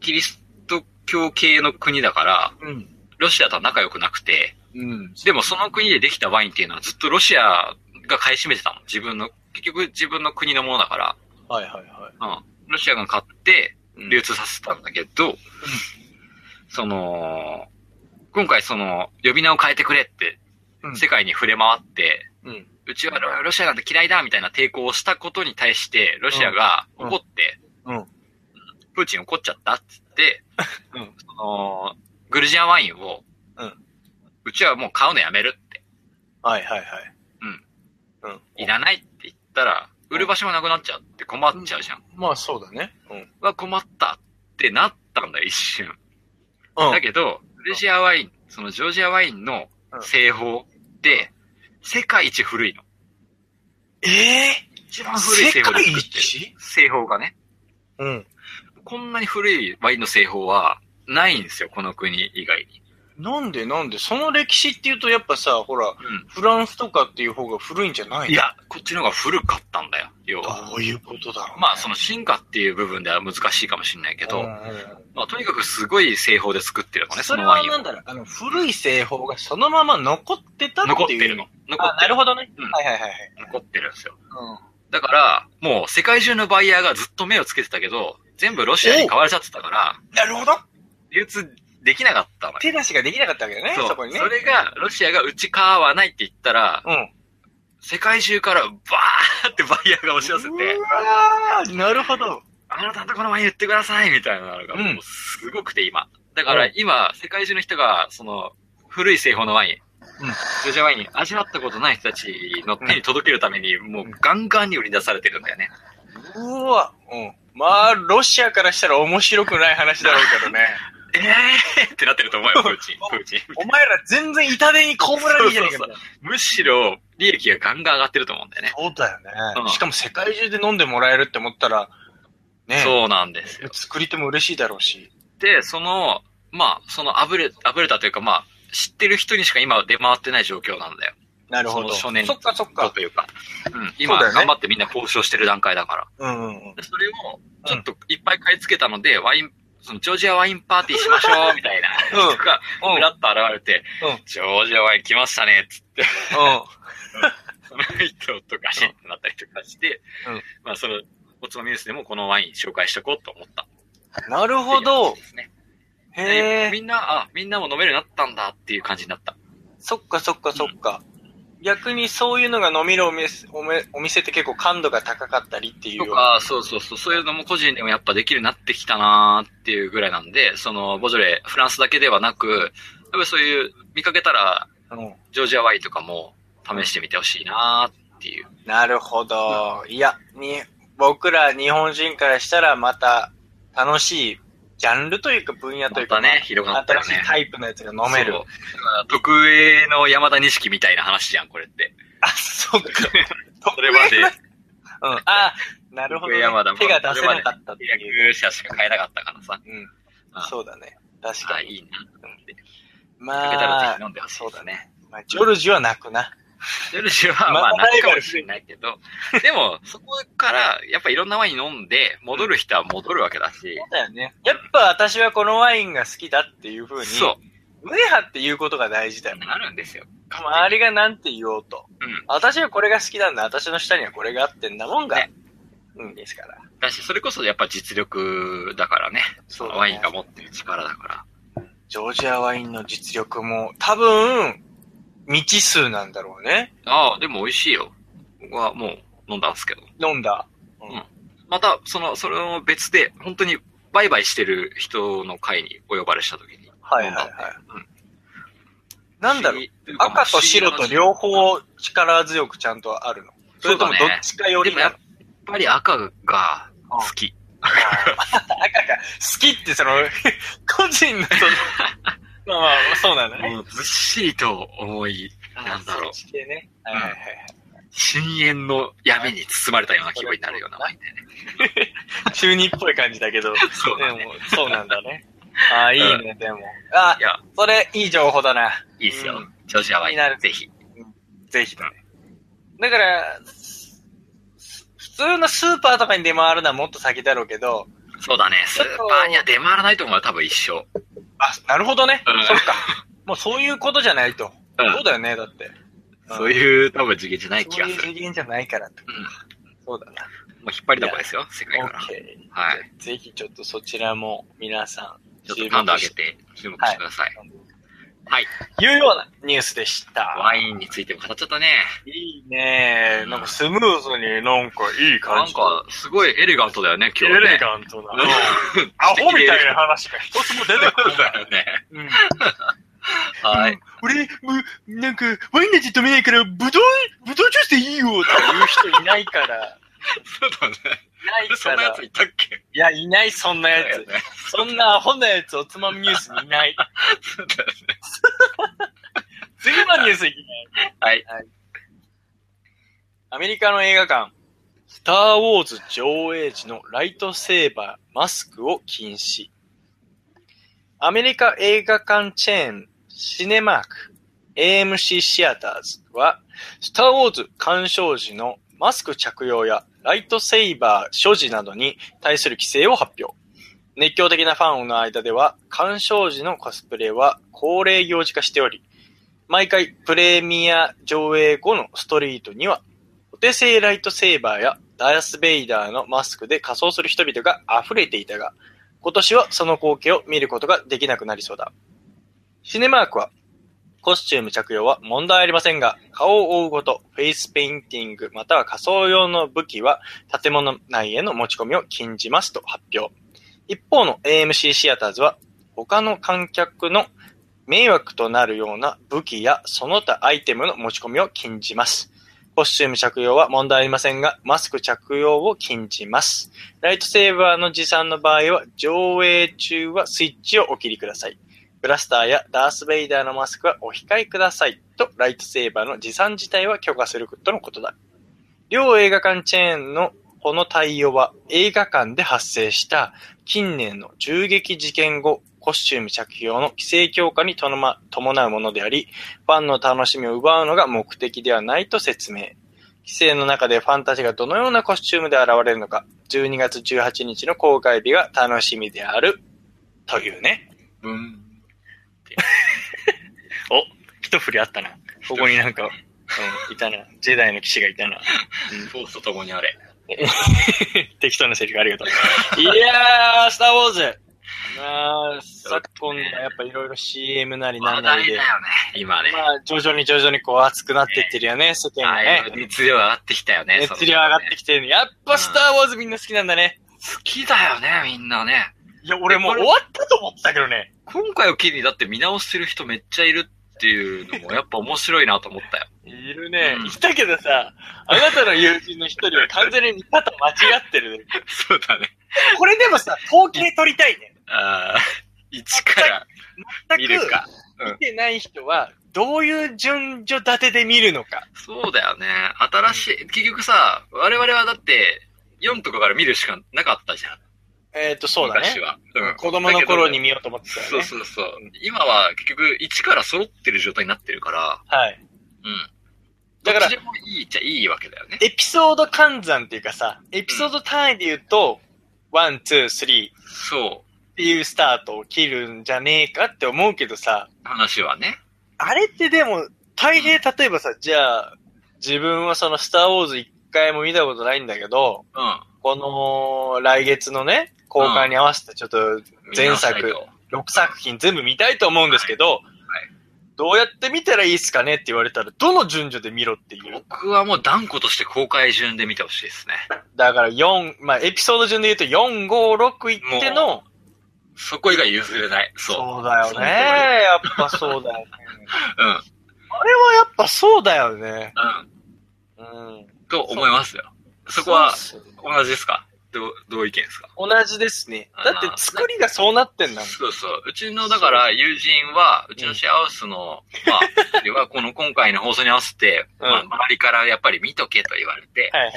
キリスト教系の国だから、
うん。
ロシアとは仲良くなくて、
うん。
でもその国でできたワインっていうのはずっとロシアが買い占めてたの。自分の、結局自分の国のものだから、
はいはいは
うん。ロシアが買って
い。
流通させたんだけど、その、今回その、呼び名を変えてくれって
うん
世界に触れ回って、
うん。
うちはロロシアなんて嫌いだみたいな抵抗をしたことに対して、ロシアが
うん
怒って、
うん。
プーチン怒っちゃったって
う
言っ
ん
て、その、グルジアワインを、
うん
うちはもう買うのやめるって、
はいはいはい。うん。うん。
いらないって言ったら、売る場所がなくなっちゃうって困っちゃうじゃん。
まあそうだね。うん。うん。
は困ったってなったんだよ、一瞬。だけど、グルジアワイン、そのジョージアワインの製法って、世界一古いの。
ええ
一番古い製法で作ってる。製法がね。
うん。
こんなに古いワインの製法はないんですよ、この国以外に。
なんでなんでその歴史っていうとやっぱさ、ほら、
う
フランスとかっていう方が古いんじゃない
ん。いや、こっちの方が古かったんだよ、要は。
どういうことだろうね、
まあ、その進化っていう部分では難しいかもしれないけ
うん
ど、
うん
まあ、とにかくすごい製法で作ってるのね、
そ
そ
れ
のワ
は
イン
なん
を。
だろう、あの、古い製法がそのまま残ってたっていう。
残ってるの。。残
あ
っ、て
なる
る。
ほどね。
うん
はいはいはいはい。
残ってるんですよ。
うん。
だから、もう世界中のバイヤーがずっと目をつけてたけど、全部ロシアに買われちゃってたから、
なるほど。
流通できなかったのよ。
手出しができなかったわけだね、
そ
そうこにね。
それが、ロシアがうち買わないって言ったら、
うん。
世界中からバーってバイヤーが押し寄せて
う、わーなるほど。
あなたのとこのワイン言ってくださいみたいなのが、
うん
もうすごくて今。だから
うん
今、世界中の人が、その、古い製法のワイン、
うん
ジョージアワインに味わったことない人たちの手に届けるために、もうガンガンに売り出されてるんだよね。
うわ。うん。まあ、ロシアからしたら面白くない話だろうけ
[laughs]
どね。
えーってなってると思う
[laughs]
よ、プーチン。プーチン。
お前ら全然痛手にこむられるじゃねえかみたいな。
むしろ、利益がガンガン上がってると思うんだよね。
そうだよね、
うん
しかも世界中で飲んでもらえるって思ったら、ね、
そうなんですよ。
作り手も嬉しいだろうし。
で、その、まあ、そのあぶれ、あぶれたというか、まあ、知ってる人にしか今は出回ってない状況なんだよ。
なるほど。
その初年
そっかそっか。
というか。うん。今、
そうだよね
頑張ってみんな交渉してる段階だから。
うんうんうん。
でそれを、ちょっといっぱい買い付けたので、ワイン、その、ジョージアワインパーティーしましょう、みたいな。
うん
[laughs] とか、
うん
ふらっと現れて、
うん
ジョージアワイン来ましたね、つって、
う
その人とガシッとなったりとかして、
うん
まあ、その、おつまみニュースでもこのワイン紹介しておこうと思った。
ん。なるほど
で。すね。
へ
み
え。
んな、あ、みんなも飲めるようになったんだっていう感じになった。
そっかそっかそっか。逆にそういうのが飲みるお店おめお店って結構感度が高かったりっていう
と
ような。
か、そうそうそう、そういうのも個人でもやっぱできるようになってきたなーっていうぐらいなんで、その、ボジョレ、フランスだけではなく、やっぱりそういう、見かけたら、
うん
ジョージアワインとかも試してみてほしいなーっていう。
なるほど。いや、に、僕ら日本人からしたらまた楽しいジャンルというか分野というか、
またね広がったよね
新しいタイプのやつが飲める
そ。うだから特営の山田錦みたいな話じゃん、これって。
あ、そっか。
それ
[laughs]
まで
うん。あ、なるほど、ね
上山田。も
手が出せなかったっていう。
契約者しか買えなかったからさ。
うん
あ。
そうだね。確
あ、
かに。
いいなって。見かけたら
ま
ぜひ
あ、
飲んでほしいですね。
まあ、ジョルジュは泣くな。
ジョルジュは、まあ、
また
な
ラ
い
イ
か
バ
も
ル
しれないけど、でも、そこから、やっぱいろんなワイン飲んで、戻る人は戻るわけだし
そ、うだよね。やっぱ私はこのワインが好きだっていう風に、。
そう
胸張って言うことが大事だよね。
なるんですよ。
周りがなんて言おうと。
うん。
私はこれが好きなんだ。私の下にはこれがあってんだもんが。
ね
うん、ですから。
だし、それこそやっぱ実力だからね。
そうだね
ワインが持ってる力だから。
ジョージアワインの実力も、多分、未知数なんだろうね。
ああ、でも美味しいよ。僕はもう飲んだんですけど。
飲んだ。
また、その、それを別で、本当に売買してる人の会にお呼ばれした時に。
はいはいはい
うん。
なんだ
不思
ろう
議いうか
赤と白と両方力強くちゃんとあるの。それともど
そうだね
っちかよ
で
り
もや
な
っ
の
ぱり赤が好き。
[laughs] 赤が好きってその、 [laughs] 個人の
[laughs]
その、まあまあ、そうなんだね。
もうずっしりと重い、なんだろう
そっち系ね。はいはいはいはい。
深淵の闇に包まれたような気分になるようなワインだよね。
中二っぽい感じだけど、
そうだね
でもそうなんだね。ああ、いいね、でも。あ
いや、
それ、いい情報だな。
いいですよ。
う
ジョージアワイ
気になる
ン、ぜひ。
ぜひだね。だから、普通のスーパーとかに出回るのはもっと先だろうけど、
そうだね。スーパーには出回らないと思うよ、多分一生。
あ、なるほどね。
うん
そっか。もうそういうことじゃないと。
うん
そうだよね、だって。
そういう、多分次元じゃない気
そ
が
ういう
する。
次元じゃないからって。
うん。
そうだな。
もう引っ張りだこですよ、世界から。
OK。
はい。
ぜひちょっとそちらも皆さん、
ちょっとパンダ上げて、注目してください。はい。
いうようなニュースでした。
ワインについても語っちゃったね。
いいねなんかスムーズになんかいい
な
感
ん
じ。
か、すごいエレガントだよね、
エ
今日はね。
レガントな。
アホみたいな話が一つも出てこ
そう
な
だ
い。
よね。
うん
[laughs] はい。
俺、む、なんか、ワインなんて止めないから、ぶどう、ぶどうジュースでいいよって言う人いないから。
そうだね。
いない
そ
か
んなや
ら。
つ
い
いたっけ
や、いない、そんな
そ
や
うだよ
つ。
ね。
そんなアホなやつ、おつまみニュースにい [laughs] ない。
そうだよね
次のニュースいきない。
はい。
アメリカの映画館、スター・ウォーズ上映時のライトセーバー、マスクを禁止。アメリカ映画館チェーン、シネマーク、AMC シアターズは、スター・ウォーズ鑑賞時のマスク着用やライトセイバー所持などに対する規制を発表。熱狂的なファンの間では、鑑賞時のコスプレは恒例行事化しており、毎回プレミア上映後のストリートには、お手製ライトセーバーやダース・ベイダーのマスクで仮装する人々が溢れていたが、今年はその光景を見ることができなくなりそうだ。シネマークは、コスチューム着用は問題ありませんが、顔を覆うこと、フェイスペインティング、または仮装用の武器は建物内への持ち込みを禁じますと発表。一方の AMC シアターズは、他の観客の迷惑となるような武器やその他アイテムの持ち込みを禁じます。コスチューム着用は問題ありませんが、マスク着用を禁じます。ライトセーバーの持参の場合は、上映中はスイッチをお切りください。ブラスターやダース・ベイダーのマスクはお控えください。と、ライトセーバーの持参自体は許可するとのことだ。両映画館チェーンのこの対応は、映画館で発生した近年の銃撃事件後、コスチューム着用の規制強化にとのま伴うものであり、ファンの楽しみを奪うのが目的ではないと説明。規制の中でファンたちがどのようなコスチュームで現れるのか、12月18日の公開日が楽しみである、というね。
うん。
お、一振りあったな。ここになんか、うん、いたな。ジェダイの騎士がいたな。
フォースと共にあれ。
適当なセリフありがとう。 [laughs] いやー、スターウォーズまあ、昨今のやっぱいろいろ CM なりな
話
んな
題
り
だ
で
よね、。今ね。
まあ、徐々に徐々にこう熱くなってってるよね、世間が
はい
ね。
熱量上がってきたよね。
熱量上がっ
き
てきてる。やっぱスターウォーズみんな好きなんだね。
好きだよね、みんなね。
いや、俺もう終わったと思ってたけどね。
今回を機にだって見直してる人めっちゃいるっていう [laughs] のもやっぱ面白いなと思ったよ。
いるね
うん。
いたけどさ、あなたの友人の一人は完全に見方間違ってる、ね。
そうだね。
これでもさ、統計取りたいね。
ああ、一から見
全
る
く
か。
見てない人は、どういう順序立てで見るのか。
そうだよね。新しい、結局さ、我々はだって4とかから見るしかなかったじゃん。
えっ、と、そうだ
昔
ね。
は。うん
子供の頃に見ようと思ってたよね。
そうそうそう。今は結局1から揃ってる状態になってるから、
はい。
うん。
だから
どっちでもいいっちゃいいわけだよね。
エピソード換算っていうかさ、エピソード単位で言うと、ワン、ツー、スリーっ
そ
ていうスタートを切るんじゃねえかって思うけどさ、
う。話はね。
あれってでも、大平、例えばさ、じゃあ、自分はそのスターウォーズ一回も見たことないんだけど、
うん。
この来月のね、公開に合わせてちょっと前
見
作
直したいと
6作品全部見たいと思うんですけど、どうやって見たらいいっすかねって言われたら、どの順序で見ろっていう。
僕はもう断固として公開順で見てほしいですね。
だから4、まあエピソード順で言うと4、5、6行っての、
そこ以外譲れない。そう。
そうだよ
その
ね。
通り
やっぱそうだよね。
[laughs] うん。
あれはやっぱそうだよね。
う
うん。
ん。と思いますよ。そこは
そうっす
同じですかどう、どう意見ですか
同じですね。だって作りがそうなってんだもん。
そうそう。うちの、だから、友人は、うちのシェアハウスの、まあ、では、この今回の放送に合わせて、
うん
まあ、周りからやっぱり見とけと言われて、
はいはいはい。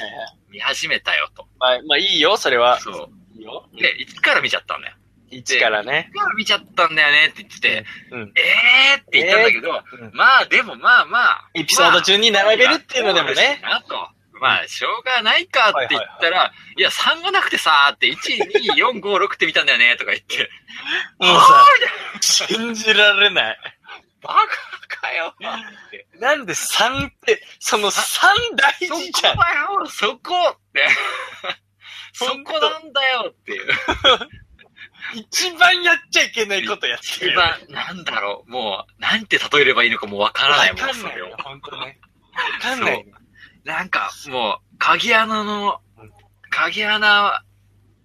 見始めたよと。
まあ、まあいいよ、それは。
そ
いいよ
う。で、いつから見ちゃったんだよ。
1からね。
今見ちゃったんだよねって言ってて、
うん。
えーって言ったんだけど、
うん
まあでもまあまあ。
エピソード中に並べるっていうのでもね。
まあ。そうですなと。まあ、しょうがないかって言ったら、いや、3がなくてさーって、1、2、4、5、6って見たんだよねとか言って、
もうさ、信じられない。
バカかよって。
なんで3って、その3大
そこ
事じゃん。
だよそこって。そこなんだよっていう。
一番やっちゃいけないことやって
一
るよ。
番、なんだろう、もう、なんて例えればいいのかもうわからないもん、
わかん
そ
ない
れ
よ
を。、
ほんとね。わかんないよ。
なんか、もう、鍵穴の、鍵穴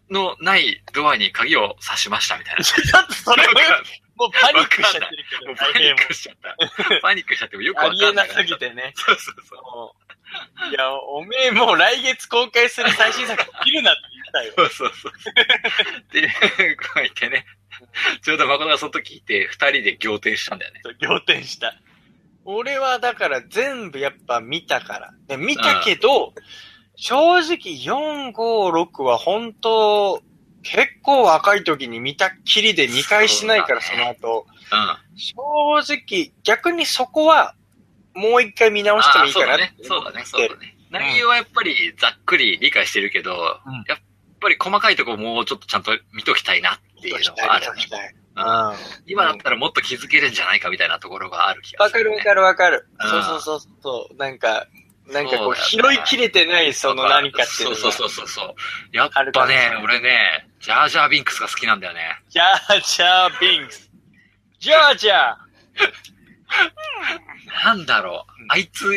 のないドアに鍵を刺しましたみたいな。
だってそれも、もうパニックしちゃってる
も
けど、
うパ
大
ニ
変
ックしちゃった。パニックしちゃってもよくわ
あ
かん
りえ
な。
ないすぎてね。
そうそうそう。
もういや、おめえもう来月公開する最新作見るなって言ったよ。
そうそうそう。っていう子がいてね。ちょうど誠がその時いて、二人で仰天したんだよね。
仰天した。俺はだから全部やっぱ見たから。で見たけど、正直4、5、6は本当、結構若い時に見たっきりで2回しないから、そ,、
そうだ
の後。
うん。あ
正直、逆にそこは、もう一回見直してもいいかな
あ
っ
ー
て思
そう
っ
だ
て
ね、そうだね、そうだね。内容はやっぱりざっくり理解してるけど、
うん
やっぱり細かいとこもうちょっとちゃんと見ときたいなっていうのがある、
見ときたい
うん
わ
今だったらもっと気づけるんじゃないかみたいなところがある気がす
か
る、
る
ね。
わかるわかる。
うん
そうそうそうそう。なんか、なんかこう、
そ
拾
うだね
いきれてないその何かって
そ
いうの
う
が。
そうそうそうそう。やっぱね、俺ね、ジャージャービンクスが好きなんだよね。
ジャージャー・ビンクス。ジャージャー
なんだろう
う。ん
あいつ、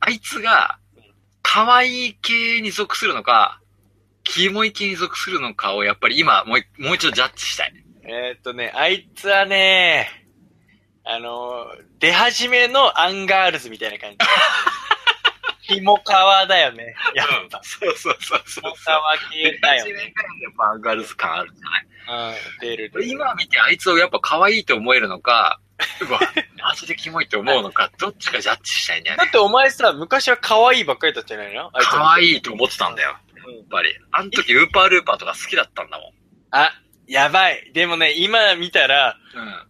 あいつが、可愛い系に属するのか、キモい系に属するのかを、やっぱり今、もうい、もう一度ジャッジしたい。
えーっとね、あいつはね、あのー、出始めのアンガールズみたいな感じ。ひもかわだよね。やっぱ。
そうそうそうそ
ひもかわ系だよ
初
ね。
めからやっぱアンガールズ感あるじゃない
うん、出る出
俺
る。
今見てあいつをやっぱ可愛いと思えるのか、うわ、マジでキモいと思うのか、どっちかジャッジしたいんだよ
だ
ね
っ。てお前さ、昔は可愛いばっかりだったじゃないのあいつの
可愛いと思ってたんだよ。やっぱり。あの時、ウーパールーパーとか好きだったんだもん。
あ、やばい。でもね、今見たら、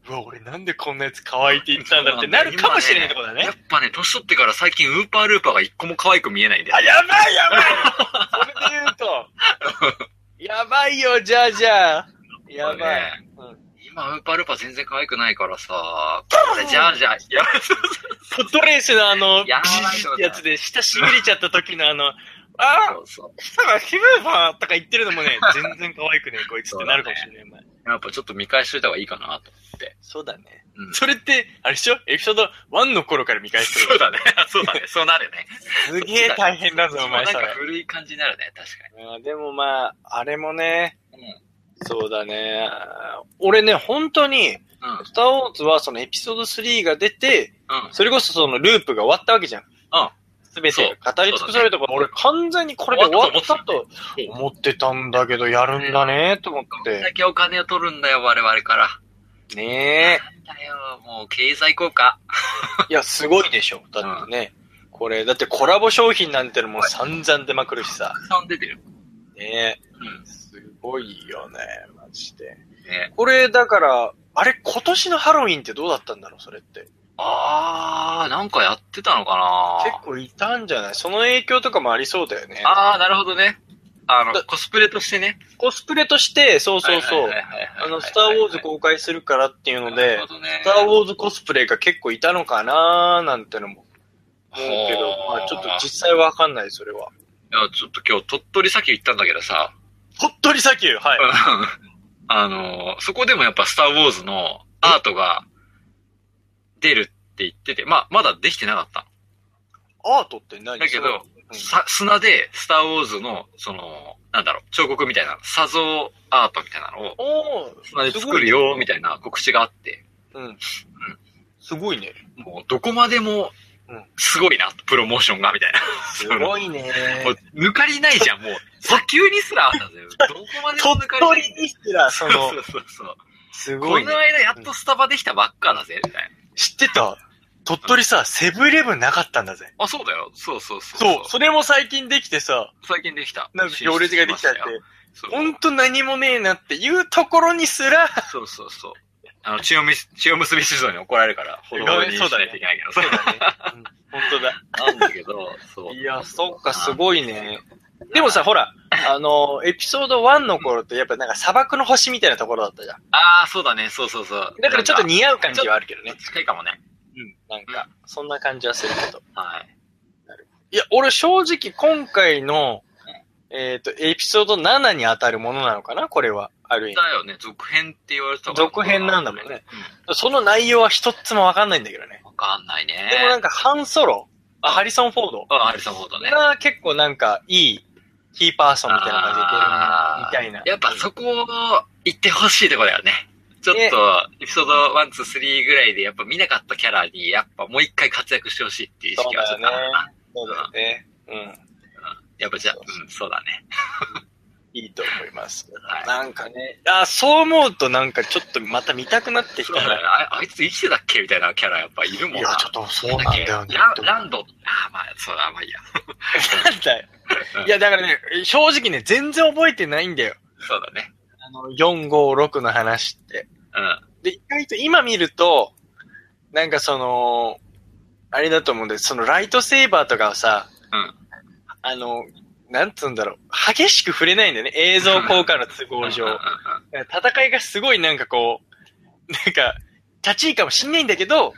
うん。
うわ、俺なんでこんなやつ可愛いって言ってたんだってなるかもしれないってことだね
やっ。ぱね、年取ってから最近ウーパールーパーが一個も可愛く見えないんだよ
あ、
ね。
やばいやばいそれで
[laughs]
言うと、やばいよ、じゃあじゃあ。やばい。
これね
うん
今、ウーパールーパー全然可愛くないからさ、これじゃあじゃあ、やばい
ポットレースのあの、ビ
やばい
シッってやつで、下しびれちゃった時のあの、あ
そうそ
下がひぶーばーとか言ってる
[laughs]
のもね、全然可愛くねえ、こいつってなるかもしれない、お前。
う。やっぱちょっと見返しといた方がいいかなと。
そうだね
うん
それって、あれでしょエピソード1の頃から見返してる。
だね。 [laughs] そうだね。そうなるよね。
すげえ大変だぞ、お前
そう
[laughs] そ
なん
れ
か。古い感じになるね、確か
あーでもまあ、あれもね、
うん
そうだね。俺ね、本当に、
に。うん。
スターウォーズはそのエピソード3が出て、
うん。
それこそそのループが終わったわけじゃん。すべて
そう
語り尽くされたから、俺完全にこれで終わったと
たと
思ってたんだけど、やるんだねと思っ
こんだ
て。
けお金を取るんだよ、我々から。
ね
だよ、もう経済効果。
え。いや、すごいでしょ。だってね。これ、だってコラボ商品なんてのも散々出まくるしさ
た。くさん出てる。
ね
うん
え。。すごいよね、マジで。
ね。
これ、だから、あれ、今年のハロウィンってどうだったんだろう、それって。
あー、なんかやってたのかな
結構いたんじゃないその影響とかもありそうだよね。
あー、なるほどね。あの、
だ
コスプレとしてね。
コスプレとして、そうそうそう。
はいはいはいはいはい
あの、スターウォーズ公開するからっていうの
な
で
る、ほどね
スター・ウォーズコスプレが結構いたのかなーなんてのも思うけど、
ほー
まあちょっと実際わかんない、それは。
いや、ちょっと今日鳥取砂丘行ったんだけどさ、
鳥取砂丘はい。
[laughs] あの、そこでもやっぱスターウォーズのアートが出るって言ってて、まあ、まだできてなかった。
アートって何
だけど、
そ
さ砂でスターウォーズの、その、なんだろう、彫刻みたいな、砂像アートみたいなのを、
のうん、おー
砂で作るよ、みたいな告知があって、
うん。すごいね。
もうどこまでも
うん、
すごいな、プロモーションが、みたいな。
す
の
ごいね。
もう抜かりないじゃ
[laughs]
ん、もう。砂丘にすらあったんだよ。どこまでも抜
鳥
かりない。
取にすら、そ
そう
の
そ、うそうそう。
す
こ
ごい、
の
ね。
間やっとスタバできたばっかだぜ、みたいな。
知ってた鳥取さ、セブンイレブンなかったんだぜ。
あ、そうだよ。そうそうそう
そう、それも最近できてさ、
最近できた。
なんか行列ができたって、
そう
ほんと何もねえなっていうところにす [laughs] ら、
そうそうそう。あの、血をみ、血を結び酒造に怒られるから、ほどほどにしないといけないけど。そう
だね。うん、本当だ。
なんだけど、そう。
いや、そっか、すごいね。でもさ、ほら、あの、エピソード1の頃って、やっぱなんか砂漠の星みたいなところだったじゃん。
ああ、そうだね、そうそうそう。
だからちょっと
なん
似合う感じはあるけどね
か。近いかもね。
うん、なんか、そんな感じはするけど。
はい。
いや、俺正直今回の、えっ、と、エピソード7に当たるものなのかなこれは、ある意味。
だよね、続編って言われてたから
続編なんだもんね。その内容は一つもわかんないんだけどね
う。ん。わかんないね。
でもなんか、ハンソロ、あ、ハリソン・フォード
あ、アリソン・フォードね。
が結構なんか、いい、キーパーソンみたいな感じで出るなみたいな。
やっぱそこを言ってほしいとこだよね。ちょっ
ね
と、エピソード1、2、3ぐらいでやっぱ見なかったキャラに、やっぱもう一回活躍してほしいっていう意
そう
識は
だ
ちょ
よ
っ
ね
とあるな。。
そうだよね。うん。
やっぱじゃあ、うん、そうだね。
いいと思います。
はい
なんかね、あ、そう思うとなんかちょっとまた見たくなってき
そ
た
うだね
な。
ああいつ生きてたっけみたいなキャラやっぱいるもん
い
な。
や、ちょっとそうなんだよね。
ラランド、ああ、まあ、そうだ、まあいいや。
なんだよ。いや、だからね、正直ね、全然覚えてないんだよ。
そうだね。
あの、4、5、6の話って。
うん。
で、意外と今見ると、なんかその、あれだと思うんだよ。そのライトセーバーとかはさ、
うん
あの、なんつうんだろう、激しく触れないんだよね。映像効果の都合上
うんうん。
だから [laughs] 戦いがすごいなんかこう、なんか、立ちいいかもしんないんだけ
[laughs]
ど、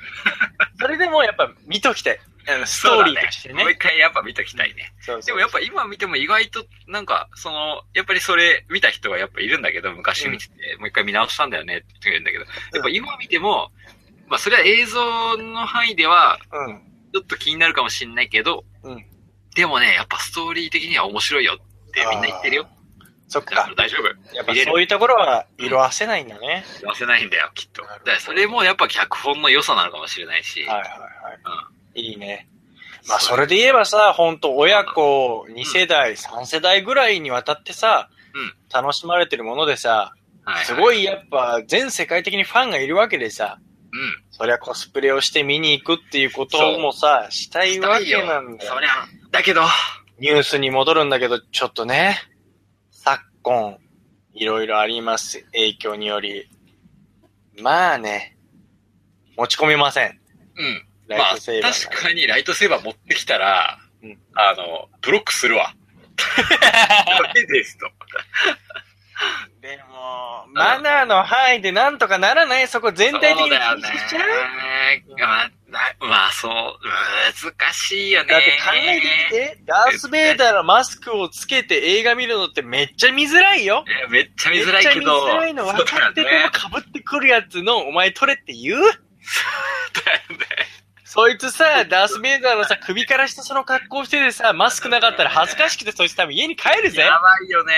それでもやっぱ見ときたい。あのストーリーとして
うん
ね
もう。一回やっぱ見ときたいね。
そう
で
そう
もやっぱ今見ても意外と、なんか、その、やっぱりそれ見た人がやっぱいるんだけど、昔見てて、もう一回見直したんだよねって言うんだけど、やっぱ今見ても、まあそれは映像の範囲では、
うん。
ちょっと気になるかもしんないけど、
うん
でもね、やっぱストーリー的には面白いよってみんな言ってるよ。
そっ
だか
か。
ら大丈夫。
やっぱそういうところは色あせないんだね。
出せないんだよ、きっと。
な
だ
るほど
からそれもやっぱ脚本の良さなのかもしれないし、
はいはいはい。いいね。まあそれで言えばさ、ほんと親子2世代、3世代ぐらいにわたってさ
うん、
楽しまれてるものでさ、
は
すご
い。
いやっぱ全世界的にファンがいるわけでさ、
うん。
そりゃコスプレをして見に行くっていうこともさ、したいわけなんだよ
そりゃ、だけど、
ニュースに戻るんだけど、ちょっとね、昨今、いろいろあります。影響により。まあね、持ち込みません。
うん。ま
ライ
あ、
トセーバー
確かにライトセーバー持ってきたら、
うん
あの、ブロックする
[laughs]
わ。ダメですと。
でも、マナーの範囲でなんとかならないそこ全体的
そう
に
だよ
禁
ね
止しちゃう
まあなまあ、そう、難しいよね。
だって考えてみて、ダース・ベイダーのマスクをつけて映画見るのってめっちゃ見づらいよ。
えめっちゃ見
めっち
づらい
ゃ
け
見
ど。
づらいの分かってて
そうだよね
もかぶってくるやつのお前取れって言う
そうだよね
そいつさ、ダース・ベイダーのさ、首から下その格好しててさ、マスクなかったら恥ずかしくてそいつ多分家に帰るぜ。
やばいよね。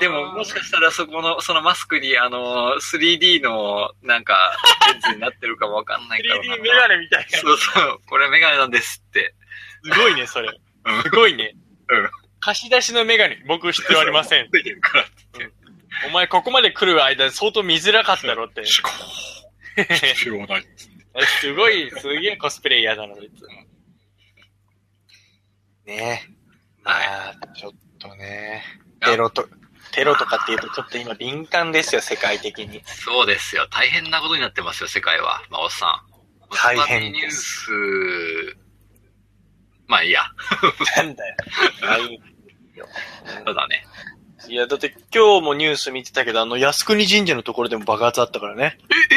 で
う
も、
ん
もしかしたらそこの、そのマスクに、あの、3D の、なんか、レンズになってるかもわかんないからな。
3D メガネみたいな。す
そうそう、これメガネなんですって。
ごいね、それ
うん。
[laughs] すごいね。
うん
貸し出しのメガネ、僕必要ありません。
ついてるから。
お前ここまで来る間相当見づらかったろ [laughs] って。
思考。必要ない。
すごい、すげえコスプレイヤーだな、そいつ。ねえ。まあ、ちょっとね。テロと、テロとかっていうとちょっと今敏感ですよ、世界的に。
[laughs] そうですよ。大変なことになってますよ、世界は。真央さん。
大変
ニ
で
ュース、まあいいや。
[laughs] なんだよ。
そうだね。
いや、だって今日もニュース見てたけど、あの、靖国神社のところでも爆発あったからね。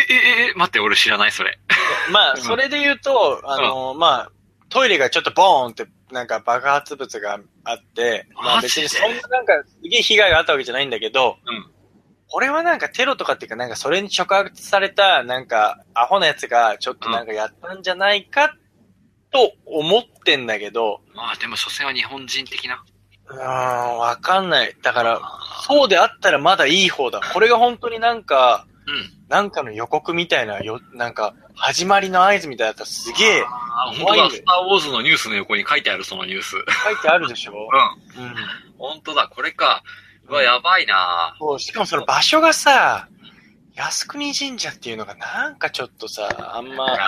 え、え、え、え、待って、俺知らない、それ。
まあ、
うん
それで言うと、あの、まあ、トイレがちょっとボーンって、なんか爆発物があって、まあ
マジ
別
で
にそんななんかすげえ被害があったわけじゃないんだけど、
うん
これはなんかテロとかっていうか、なんかそれに触発された、なんかアホなやつがちょっとなんかやったんじゃないか、と思ってんだけど、
まあでも、所詮は日本人的な。
うーん、わかんない。だから、そうであったらまだいい方だ。これが本当になんか、
うん。
なんかの予告みたいな、よ、なんか、始まりの合図みたいだったらすげえ
あー、
怖
本当だ、
いね
スターウォーズのニュースの横に書いてある、そのニュース。
書いてあるでしょ
うん。
うん。
本当だ、これか。うわ、やばいな
そう、しかもその場所がさ、靖国神社っていうのがなんかちょっとさ、あん
だ
ま、
よね。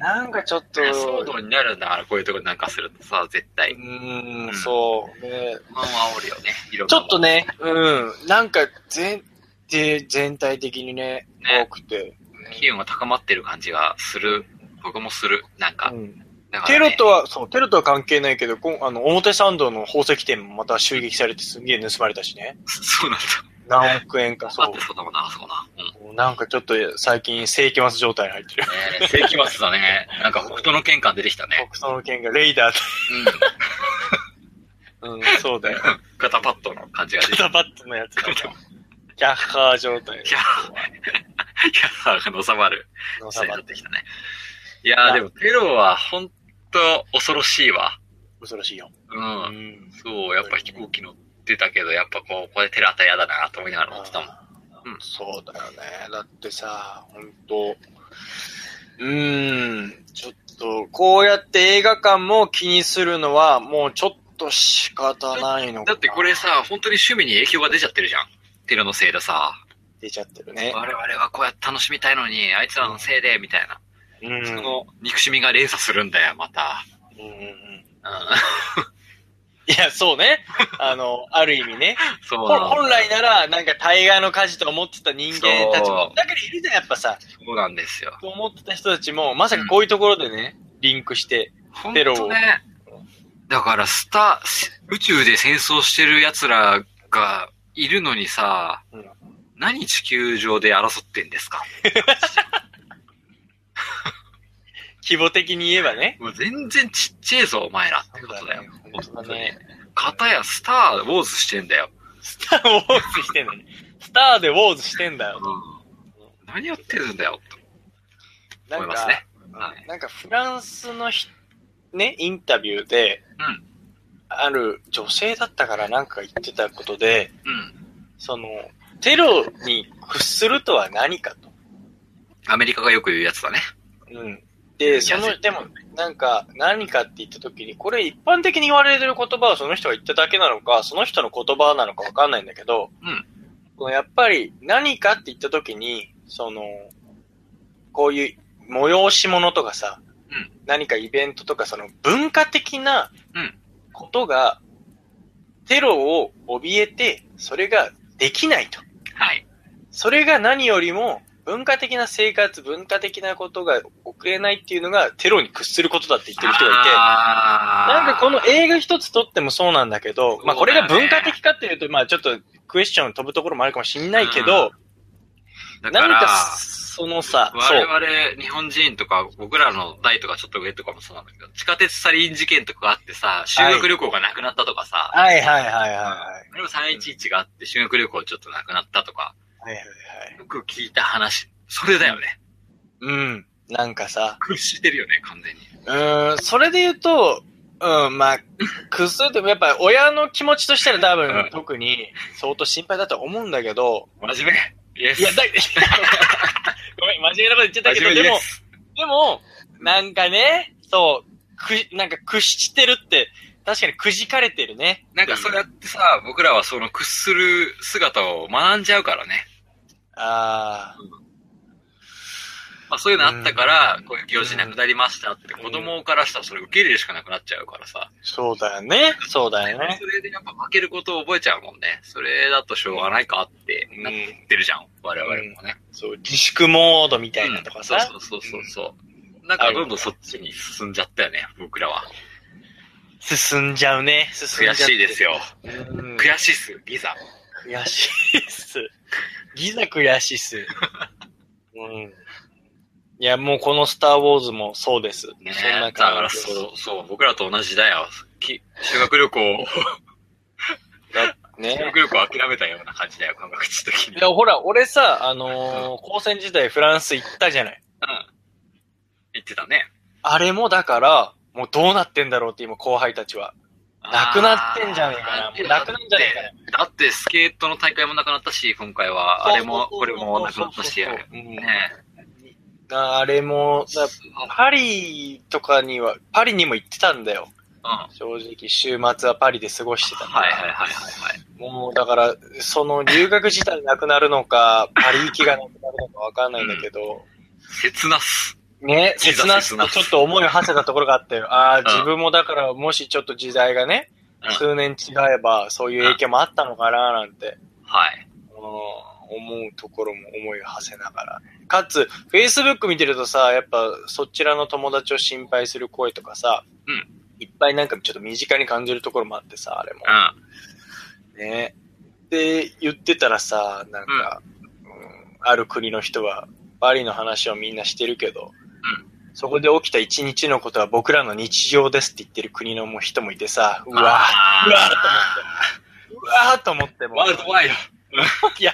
なんかちょっと、
騒動になるんだから、こういうところなんかするとさ、絶
う
対。
ーん、そう。ね
不安は煽るよね、いろん
ち
な
ょ
もん
っと。ね、うん、なんか全、で全体的にね、
ね
多くて。
気温が高まってる感じがする。僕もする。なんか
う。ん、
だから
テ
ね
ロとは、そう、テロとは関係ないけど、こんあの、表参道の宝石店もまた襲撃されてすんげえ盗まれたしね。
そうなんだ。
何億円か、
そ
そう
ってそうだもんな、あそこな。うん。
う。なんかちょっと最近世紀末状態に入ってる。
ね世紀末だね。なんか北斗の剣感出てきたね。
僕その件がレイダーって。
[laughs]
うん、そうだよ。
うん。肩パッドの感じが出てきた。
肩パッドのやつだよ。キャッハー状態。
いやキャラが収まる。
のさ
そうに
ば
なっ
って
てきたね。いやーでもテロは本当恐ろしいわ。
恐ろしいよ。
うん。
ん。
そう、やっぱ飛行機乗ってたけど、やっぱこう、これテロあったら嫌だなと思いながら乗ってたもん。うん
そうだよね。だってさ、ほんと、うーん、ちょっと、こうやって映画館も気にするのは、もうちょっと仕方ないの
だ
かな
ってこれ、さ、本当に趣味に影響が出ちゃってるじゃん。テロのせいでさ、
出ちゃってるね。
我々はこうやって楽しみたいのに、あいつらのせいで、みたいな。
うん。うん
その憎しみが連鎖するんだよ、また。
うんうん
う
いや、そうね。
[laughs]
あの、ある意味ね。
ん。 [laughs] そう
ほ
なの。
本来なら、なんか対岸の火事と思ってた人間たち
そ
も
う、
だからいるじゃん、やっぱさ。
そうなんですよ。
と思ってた人たちも、まさかこういうところでね、リンクして、
本
テロ
当
を
ね。だから、スター、宇宙で戦争してる奴らがいるのにさ、
うん
何地球上で争ってんですか
規模的に言えばね。
もう全然ちっちゃいぞ、お前らってことだよ。
本当だね。
片やスターウォーズしてんだよ。
スターウォーズしてんだね。スターでウォーズしてんだよ。
何やってるんだよ、と
な
思い
ん
ます
か、
ね。は
なんかフランスのひね、インタビューで、
うん
ある女性だったからなんか言ってたことで、
うん。
その、テロに屈するとは何かと。
アメリカがよく言うやつだね。
うん。
い
で、
や
その、
絶
でも、なんか、何かって言った時に、これ一般的に言われてる言葉はその人が言っただけなのか、その人の言葉なのかわかんないんだけど、
うん
このやっぱり何かって言った時に、その、こういう催し物とかさ、
うん
何かイベントとか、その文化的な
うん
ことが、テロを怯えて、それができないと。
はい。
それが何よりも、文化的な生活、文化的なことが遅れないっていうのがテロに屈することだって言ってる人がいて、
な
なんかこの映画一つ撮ってもそうなんだけど、まあこれが文化的かっていうと、まあちょっとクエスチョン飛ぶところもあるかもしんないけど、
だか
なん
ら
か、そのさ、そ
我
う、
々日本人とか、僕らの代とかちょっと上とかもそうなんだけど、地下鉄サリン事件とかあってさ、修学旅行がなくなったとかさ、
はいはいはいはいはい。
あれも311があって修学旅行ちょっとなくなったとか、
はいはいはい。
よく聞いた話、それだよね。
うん。なんかさ、
屈してるよね、完全に。
うーん、それで言うと、うん、まあ、くっそでもやっぱ親の気持ちとしたら多
うん
分特に相当心配だと思うんだけど、
真面目。イエス。
い [laughs] や、だ、ごめん、真面目なこと言っちゃったけ
真面目
ど、で
で
も、
す。
でも、なんかね、そう、く、なんか屈してるって、確かにくじかれてるね。
なんかそうやってさ、僕らはその屈する姿を学んじゃうからね。
あ
まあそういうのあったから
う、ん
こういう行事なくなりましたって子供からしたらそれ受け入れるしかなくなっちゃうからさ。
ー、そうだよね。そうだよね。
それでやっぱ負けることを覚えちゃうもんね。それだとしょうがないかって
うん
なってるじゃん。我々もね。
そう、自粛モードみたいなと
う
か
ん
さ。
そうそうそうそうそう。なんかどんどんそっちに進んじゃったよね、僕らは。
進んじゃうね。進
悔
んじゃって
しいです。よ。
うん
悔しいっすよ、ギザ。
悔しいっす。ギザ悔しいっす。うん。いや、もうこのスターウォーズもそうです。
ね
そんな
だか
感
ら
じです。
そう、そう、僕らと同じだよ。き修学旅
[laughs]
行、修 [laughs]
ね。
学旅行諦めたような感じだよ、感覚値的
い
に。
や、ほら、俺さ、あのー高専時代フランス行ったじゃない。
うん。言ってたね。
あれもだから、もうどうなってんだろうって今後輩たちは。なくなってんじゃねえかな。もうなくなんじゃねえかな。
な。だってスケートの大会もなくなったし、今回は、あれも、これもなくなったし、
そうそう
ね
そううんあれも、だパリとかには、パリにも行ってたんだよ。
うん。はい
正直、週末はパリで過ごしてたから
はいはいはいはい。
もう、だから、その留学自体なくなるのか、パリ行きがなくことかわかんないんだけど、
切なっす。
ね、切な
切
す
な
とちょっと思いを馳せたところがあったよ。ああ、自分もだから、もしちょっと時代がね、
うん
数年違えば、そういう影響もあったのかななんて、
はい。
うん思うところも思いを馳せながら。かつ、Facebook 見てるとさ、やっぱそちらの友達を心配する声とかさ、
うん
いっぱいなんかちょっと身近に感じるところもあってさ、あれも。
うん。
ね。で、言ってたらさ、なんか、うんある国の人は、バリの話をみんなしてるけど、そこで起きた一日のことは僕らの日常ですって言ってる国のも人もいてさ、う
う
わぁ、うわ
ぁ
うわぁと思っても、
ワールドワイド。
いや、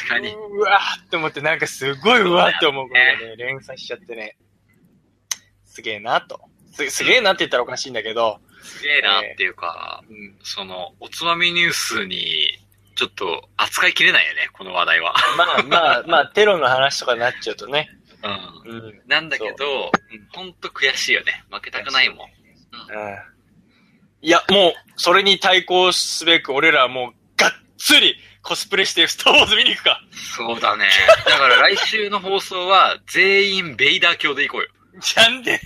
確かに。
うわぁって思って、なんかすごいうわぁって思うことがね、連鎖しちゃってね、すげえなと。すすげえなって言ったらおかしいんだけど、
すげえなっていうか、
うん、
その、おつまみニュースに、ちょっと扱いきれないよね、この話題は。
まあまあまあ、テロの話とかになっちゃうとね、
うん。
うん、
なんだけど、うんほんと悔しいよね。負けたくないもん。
いや、もう、それに対抗すべく、俺らはもう、がっつり、コスプレして、スター・ウォーズ見に行くか。
そうだね。だから来週の放送は、全員ベイダー教で行こうよ。
じゃんで。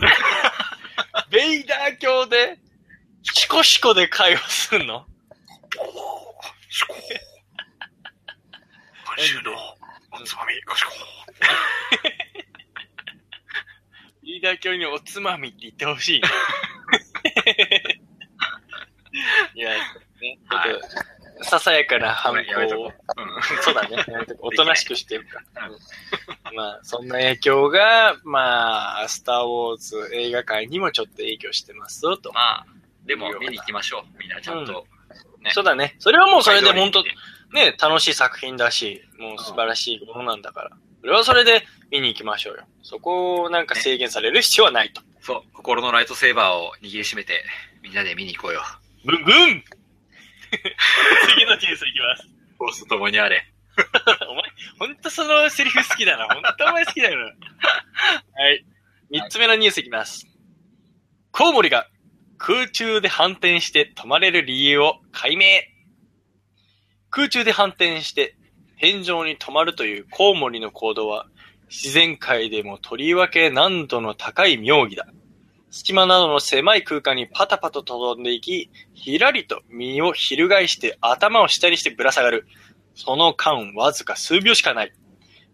ベイダー教で、シコシコで会話すんの [laughs]
シュコー。今週のおつまみ、シュコー。
ベイダー教におつまみって言ってほしいね。いや、ね、
はい
ちょっと、ささやかな反
やめとこ
抗を
う。。うん。
そうだね。おとなしくしてる [laughs] から。まあ、そんな影響が、まあ、スター・ウォーズ映画界にもちょっと影響してますよ、と。
まあ、でも見に行きましょう。みんなちゃんと。ね
そうだね。それはもうそれで本当
会場に、行って
ね、楽しい作品だし、もう素晴らしいものなんだから。それはそれで見に行きましょうよ。そこをなんか制限される必要はないと。
そう、心のライトセーバーを握りしめて、みんなで見に行こうよ。
ブンブン [laughs] 次のニュースいきます。
フォースと共にあれ。
[laughs] お前、ほんとそのセリフ好きだな。ほんとお前好きだよな。はい。三つ目のニュースいきます。コウモリが空中で反転して止まれる理由を解明。空中で反転して天井に止まるというコウモリの行動は、自然界でもとりわけ難度の高い妙技だ。隙間などの狭い空間にパタパタと飛んでいき、ひらりと身を翻して頭を下にしてぶら下がる。その間、わずか数秒しかない。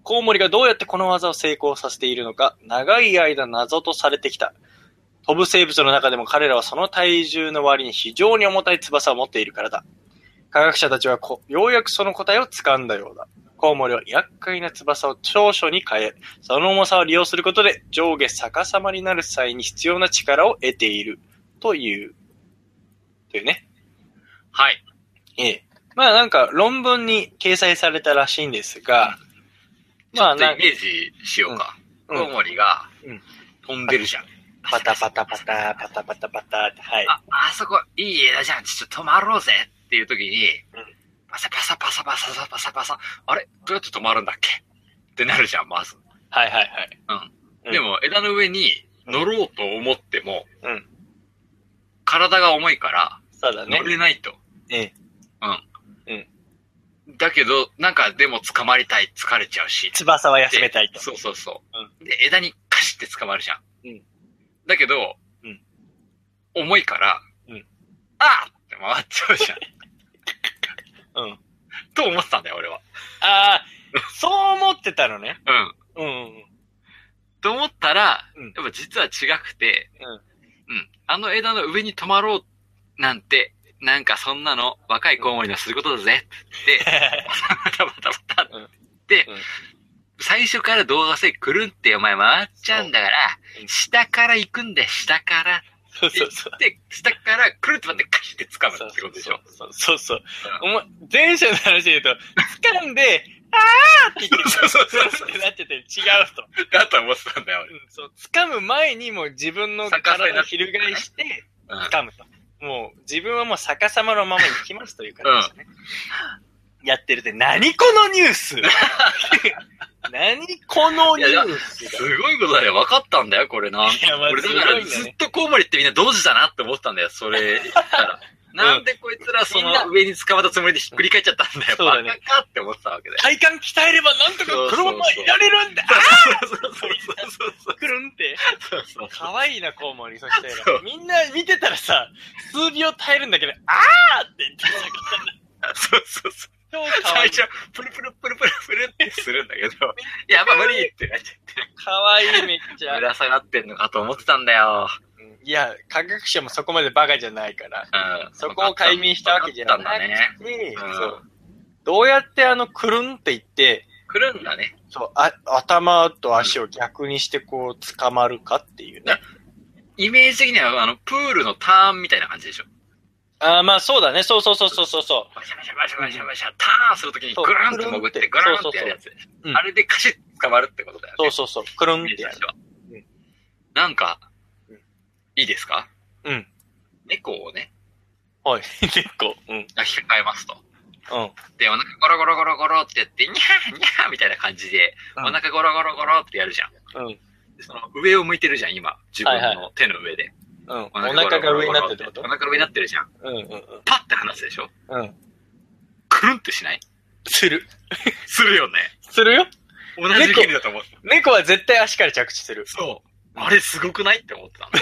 コウモリがどうやってこの技を成功させているのか、長い間謎とされてきた。飛ぶ生物の中でも彼らはその体重の割に非常に重たい翼を持っているからだ。科学者たちはこようやくその答えを掴んだようだ。コウモリは厄介な翼を長所に変え、その重さを利用することで上下逆さまになる際に必要な力を得ている。という。というね。
はい。
ええ。まあなんか論文に掲載されたらしいんですが、まあ
ちょ
な
っ
ん
とイメージしようか。
うん
コウモリが
うん、
飛んでるじゃん。
パタパタパタ、パタパタパタって、はい。
あ、あそこ、いい枝じゃん。ちょっと止まろうぜっていう時に
うん、
パサパサパサパサパサパサ、あれどうやって止まるんだっけってなるじゃん、まず。
はいはいはい。うん
でも、枝の上に乗ろうと思っても、
うん
体が重いから、
そうだね
乗。れないと。
ええ。
だけど、なんかでも捕まりたい、疲れちゃうし。
翼は休めたいと。
そうそうそう。で、枝にカシって捕まるじゃん。
うん
だけど、
うん
重いから、
うん
あーって回っちゃうじゃん。
[laughs] うん。
と思ってたんだよ、俺は。
ああ、そう思ってたのね。
うん。
うんうん
と思ったら、
うん
やっぱ実は違くて、
うん
うんあの枝の上に止まろうなんて、なんかそんなの若いコウモリのすることだぜって言って、バタバタバタって言って、
うんうん
最初から動画性くるんってお前回っちゃうんだから
う、ん
下から行くんだよ、下から。
そうそうそう。
で、下からくるってまってカシって掴
そ
む
う
ってことでしょ。
そうそうそう。お前、前者の話で言うと、掴んで、あーって言って、
[laughs] そうそうそう
ってなってて、違うと。
だと思ってたんだよ、
うんそう、掴む前にもう自分の体を翻して、
俺。
掴むと。もう、自分はもう逆さまのまま行きますという感じですね。やってるって、何このニュ
[laughs]
ース何このニュース
すごいことだよ。分かったん [laughs] だよ、これな。
いやまあ
俺だから
すごいんだね
[laughs] ずっとコウモリってみんな同時だなって思ってたんだよ、それ言ったら。なんでこいつらそ
みんな
の上に捕まったつもりでひっくり返っちゃったんだよ。
そう
バ
だ
カ
ね
かって思ってたわけだよ。
体幹鍛えればなんと
そ
か
うそう
こ
そう
のままいられるんだ
[laughs] そうそうそうそうそう
くるんって。
そうそうそう。
可愛いな、コウモリ。そして
そう、
みんな見てたらさ、数秒耐えるんだけど、あーって言ってた
そうそうそう。
超可愛
[laughs] 最
い。
初、プルプルプルプルプルってするんだけど、やっぱ無理ってなっちゃって。
可愛い、めっちゃ
ぶ。ら下がってんのかと思ってたんだよ。
うんいや、科学者もそこまでバカじゃないから。
うん。
そこを解明したわけじゃな
わかったんだね。
くて、
うん
そうどうやってあの、くるんって言って、
来るんだね。
そうあ頭と足を逆にしてこう、捕まるかっていうね。
イメージ的には、あの、プールのターンみたいな感じでしょ。
ああ、まあそうだね。そうそうそうそうそうそう。
バシャバシャバシャバシャバシャ、ターンするときに
そう
グランって潜って、グ
ぐるん
ラ
って
ンってやるやつ。
そううん
あれでカシッ捕まるってことだよね。
そうそうそう。くるん
イ
っ
メー
て
ジ
や
と
る
しては
うん
なんか
うん、
いいですか
うん。
猫をね、
はい。結構。うん。
抱きかかえますと。
うん。
で、お腹ゴロゴロゴロゴロってやって、ニャーニャーみたいな感じで、
うん
お腹ゴロゴロゴロってやるじゃん。
うん。
でその上を向いてるじゃん、今。自分
はい
の手の上で。
うん。お腹が上になってるってこと
お腹が上になってるじゃん。
うんうん
パッて離すでしょ
うん。うん。
くるんってしない
する。
するよね。
するよ
同じ原理だと思う。
猫は絶対足から着地する。
そう。あれすごくないって思ってたの。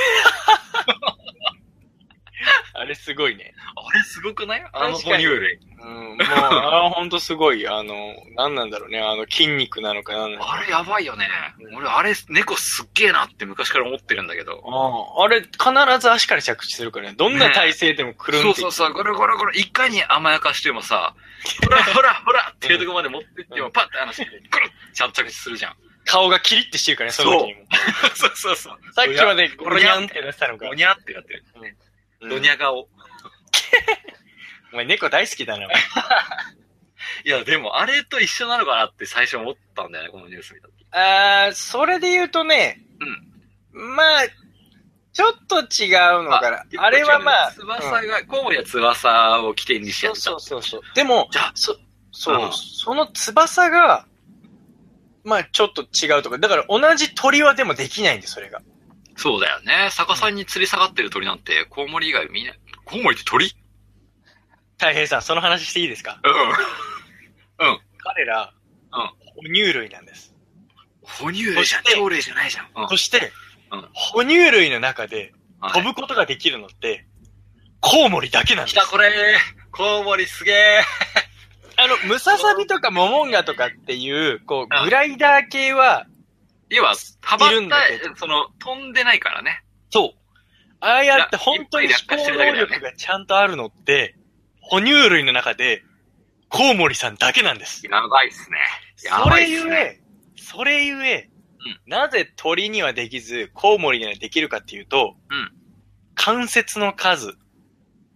あれすごいね。
あれすごくないあの
確
哺乳
かに
類。
うん。もう、あれほんとすごい。あの、なんなんだろうね。あの、筋肉なのかなんなのか。
あれやばいよね。俺、あれ、猫すっげえなって昔から思ってるんだけど。
ああ、あれ、必ず足から着地するからね。どんな体勢でもくるん
そう
って。
そうそう、ゴロゴロゴロ、いかに甘やかしても
[laughs]
さ、ほらほらほらっていうとこまで持ってっても、パッて離して、くるっちゃんと着地するじゃん。
顔がキリッてしてるからね、その時にも。
そうそうそう。
さっきまで
ゴ
ゴ
ロ
ロ
ニ
ニ
ャ
ャ
ン
ンってなってたのか
ゴ。ニャってなってる。
うん
ゴニャ顔。
お前猫大好きだな。
いや、でも、あれと一緒なのかなって最初思ったんだよね、このニュース見た時。
[laughs] あー、それで言うとね、まあ、ちょっと違うのかな。あれはまあ、
翼が、コウモリは翼を起点にしちゃっ
そう
た。
そうそうそう。でも、
じゃあ
そそう、
うん
その翼が、まあちょっと違うとか、だから同じ鳥はでもできないんで、それが。
そうだよね。逆さに吊り下がってる鳥なんて、コウモリ以外見ない。コウモリって鳥
大平さん、その話していいですか
うん。
彼ら、
うん
哺乳類なんです。
哺乳類じゃん。
そして
鳥類じゃないじゃん。うん
そして、
うん
哺乳類の中で
はい
飛ぶことができるのって、コウモリだけなんで
来
す。
たこれコウモリすげえ
あの、ムササビとかモモンガとかっていう、こう、グライダー系は、
要は、羽ば
いるんだ
た
け
い、その、飛んでないからね。
そう。ああやって本当に
いや
飛行能力がちゃんとあるのって、哺乳類の中で、コウモリさんだけなんです。
やばいっすね。や
そ
ばい
れ
っす
ゆ
ね。
え、それゆえ、
うん
なぜ鳥にはできず、コウモリにはできるかっていうと、
うん
関節の数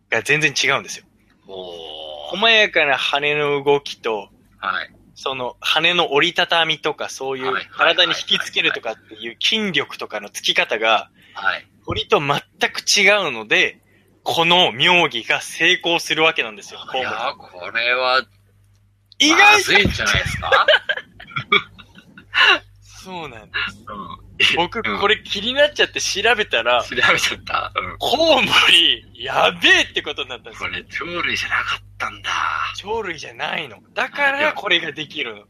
が全然違うんですよ。
おー。
細やかな羽の動きと、
はい。
その羽の折りたたみとか、そうい
はいうはいはいはい
体に引きつけるとかっていう筋力とかのつき方が、
はい。
鳥と全く違うので、この妙義が成功するわけなんですよ、コウ
い
モ
やー、これは、
リ。意
ま
外
ずいんじゃないですか
そうなんだ。
うん。
僕、
うん
これ気になっちゃって調べたら、
調べちゃった。うん。
コウモリ、やべえってことになったんです
こ
よ。
れ、鳥類じゃなかったんだ。
鳥類じゃないの。だから、これができるの。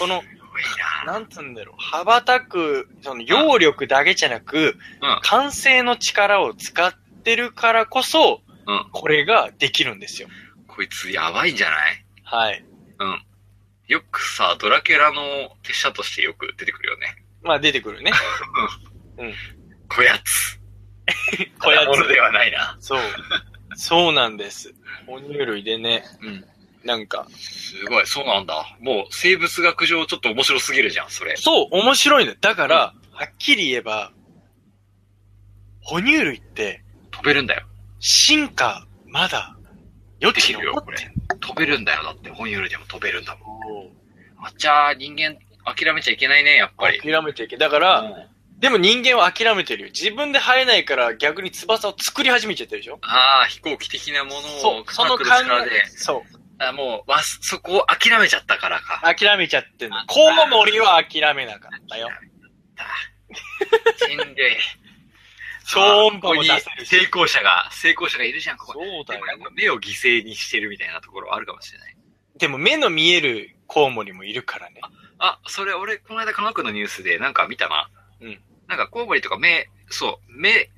この、
すごい
なんつうんだろう、羽ばたく、その、揚力だけじゃなく、
な。
完成の力を使ってるからこそ、
うん
これができるんですよ。
うん。こいつ、やばいんじゃない
はい。
よくさ、ドラキュラの手下としてよく出てくるよね。
まあ、出てく
[laughs]
るね。
こやつ。
こやつ
ものではないな。
そう。そうなんです。哺乳類でね、
うん。
なんか。
すごい、そうなんだ。もう生物学上ちょっと面白すぎるじゃん、それ。
そう、面白いね。だから、はっきり言えば、哺乳類って、
飛べるんだよ。
進化、まだ、余地
できるよ
残ってん
飛べるんだよ。だって、哺乳類でも飛べるんだもん。
の。
あっちゃー、人間諦めちゃいけないね、やっぱり。
諦めちゃいけない。だから、
うん
でも人間は諦めてるよ。自分で生えないから逆に翼を作り始めちゃってるでしょ
ああ、飛行機的なもの
そ
を
う、その
科
考
学の力で。
え。そう。
あもうわ、そこを諦めちゃったからか。
諦めちゃってんの。コウ
[laughs]
モリは諦めなかったよ。
人類。
超音
ここ
波も
に
出せる
成
し。
功者が、成功者がいるじゃん、ここ
そ
に。
う
で
だよ
もなんか目を犠牲にしてるみたいなところはあるかもしれない。
でも目の見えるコウモリもいるからね。
あ、それ俺、この間、科学のニュースでなんか見たな。
うん。
なんかコウモリとか目、そう、目、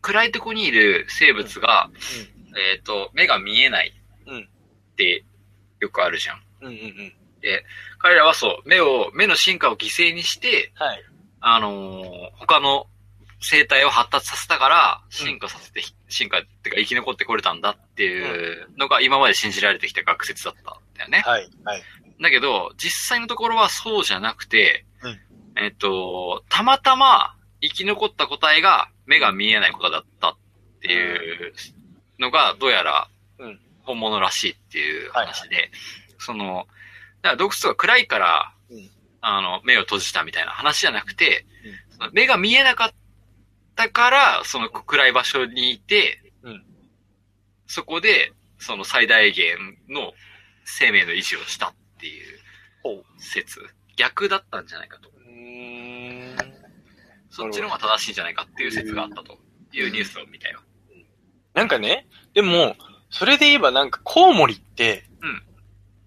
暗いとこにいる生物が、えっ、と、目が見えない。
うん
って、よくあるじゃん。
うんうんうん。
彼らはそう、目を、目の進化を犠牲にして、
はい。
あのー他の生態を発達させたから、進化させて、進化っていうか生き残ってこれたんだっていうのが今まで信じられてきた学説だったんだよね。
はい。はい。
だけど、実際のところはそうじゃなくて、
うん
えっと、たまたま生き残った個体が目が見えない個体だったっていうのが、どうやら
うん
本物らしいっていう話で、その、だから洞窟が暗いから、
うん
あの、目を閉じたみたいな話じゃなくて、
う
その目が見えなかったから、その暗い場所にいて、
うん
そこで、その最大限の生命の維持をしたっていう
ほう
説。逆だったんじゃないかと。
うーん。
そっちの方が正しいんじゃないかっていう説があったというニュースを見たよ。
なんかね、でも、それで言えばなんかコウモリって、
うん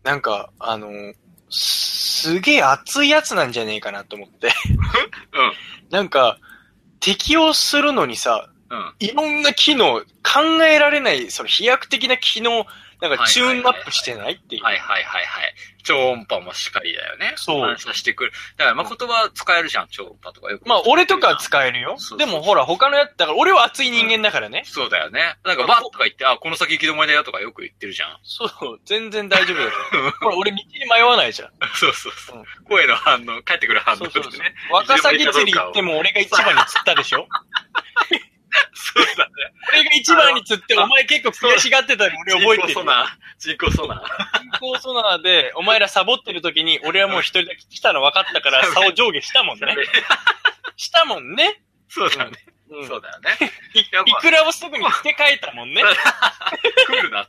なんか、あの、すすげえ熱いやつなんじゃねえかなと
[laughs]
思って。なんか、適応するのにさ、
うん。うん。
いろんな機能、考えられない、その飛躍的な機能、なんかチューンアップしてないっていう。
はいはいはいはい。超音波もしっかりだよね。
そう
反射してくる。だから誠は使えるじゃん、超音波とかよく。
まあ、俺とかは使えるよ
そう。
でもほら、他のやつ、だから俺は熱い人間だからね。
そうだよね。なんかバッとか言って、あ、この先行き止まりだよとかよく言ってるじゃん。 [laughs]
そう、全然大丈夫だよ。ほら、俺道に迷わないじゃん。
そうそうそう
うん。
声の反応、返ってくる反応
そう
です
そう
ね
そう。。ワカサギ釣り行っても俺が一番に釣ったでしょ
そうだね。
[laughs] 俺が一番に釣って、お前結構悔しがってたの俺覚えて
人
る
工ソ
よ。
ナー。人工ソナー。
人工ソナーで、お前らサボってる時に、俺はもう一人だけ来たの分かったから、差を上下したもんね。したもんね。
そうだね。
うん
そうだよね。やっ
いくらをすぐに付け替えたもんね。
ぱ、来るな。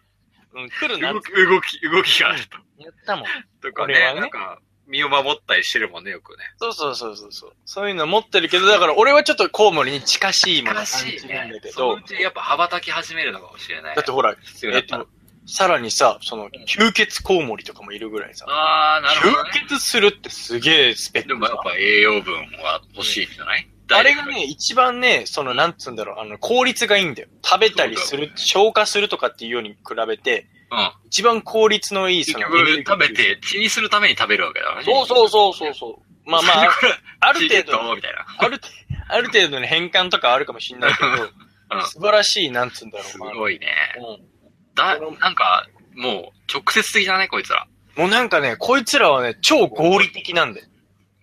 うん、来るな。
動き、動き、動きがあると。
やったもん。
とかね、
俺はね
なんか、身を守ったりしてるもんね、よくね。
そうそうそうそうそう。そういうの持ってるけど、だから俺はちょっとコウモリに近しいもの感じるんだけ
その
ど
う、ちやっぱ羽ばたき始めるのかもしれない。
だってほら、
必要
え
だ
っ
ったら
と、さらにさ、その、吸血コウモリとかもいるぐらいさ、
あー、なるほど、ね。
吸血するってすげえスペッ
で
ク
もやっ
さ。
ぱ栄養分は欲しいんじゃない
あれが、ね、一番ね、その、なんつうんだろう、あの、効率がいいんだよ。食べたりする、消化するとかっていうように比べて、
うん。
一番効率のいい、
結
その、
局、食べ。て、血にするために食べるわけだからね。
そうそうそうそうそう。まあま
[laughs]
あ、あ
あ
る
る
程
程
度、
度、みたいな。
ある、ある程度の変換とかあるかもしれないけ
うん
ど、素晴らしい、なんつうんだろ
す
う、まあ
ごいね。
うん
だ、なんか、もう、直接的だね、こいつら。
もうなんかね、こいつらはね、超合理的なんだよ。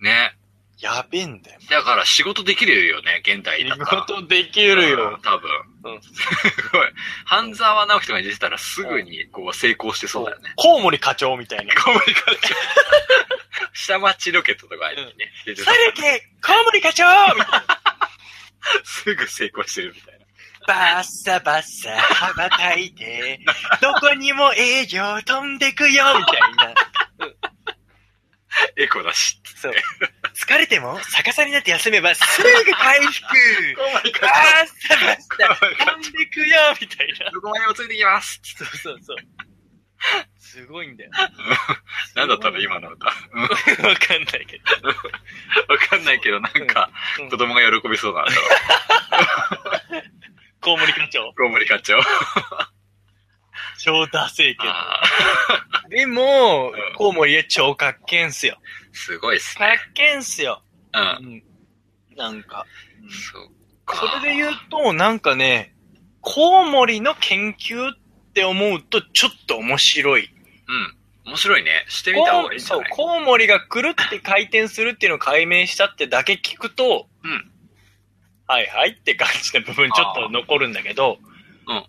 ね。
やべえんだよ。
だから仕事できるよね、現代
仕
だったら。
事できるよ。。
多分。
う
[laughs]
ん
すごい。半沢直樹とかに出てたらすぐにこう成功してそうだよね。
コウモリ課長みたいな。
コミカル。下町ロケットとかにね、出て
さ
たら
るけ、コウモリ課長みたい
[laughs] すぐ成功してるみたいな。
な。バッサバッサ、羽ばたいて、どこにも営業飛んでくよみたいな。
エコだし。
そう。疲れても逆さになって休めばすぐ回復
コミ
バ
カ
ッ
ル。
サバッサ、飛んでくよみたいな。
どこまでもついてきます。
そうそうそう。すごいんだよ。
[laughs] なんだったの今の歌。うんわ
わかんないけど。
かんないけど、なんか
う、ん
子供が喜びそうなんだろ
コウモリ課長
う。。コウモリ課長。
超ダセえけ
あ
ど。でも
うん、
コウモリは超かっけえんすよ。
ーすごいっす
かっ
ね。
けえんすよ。
うん。
なんか。
そうか。
それで言うと、なんかね、コウモリの研究って思うとちょっと面白い。
うん。面白いね。してみた方がいいんじゃ
そう
ない、
コウモリがくるって回転するっていうのを解明したってだけ聞くと、
うん
はいはいって感じの部分ちょっと残るんだけど、
うん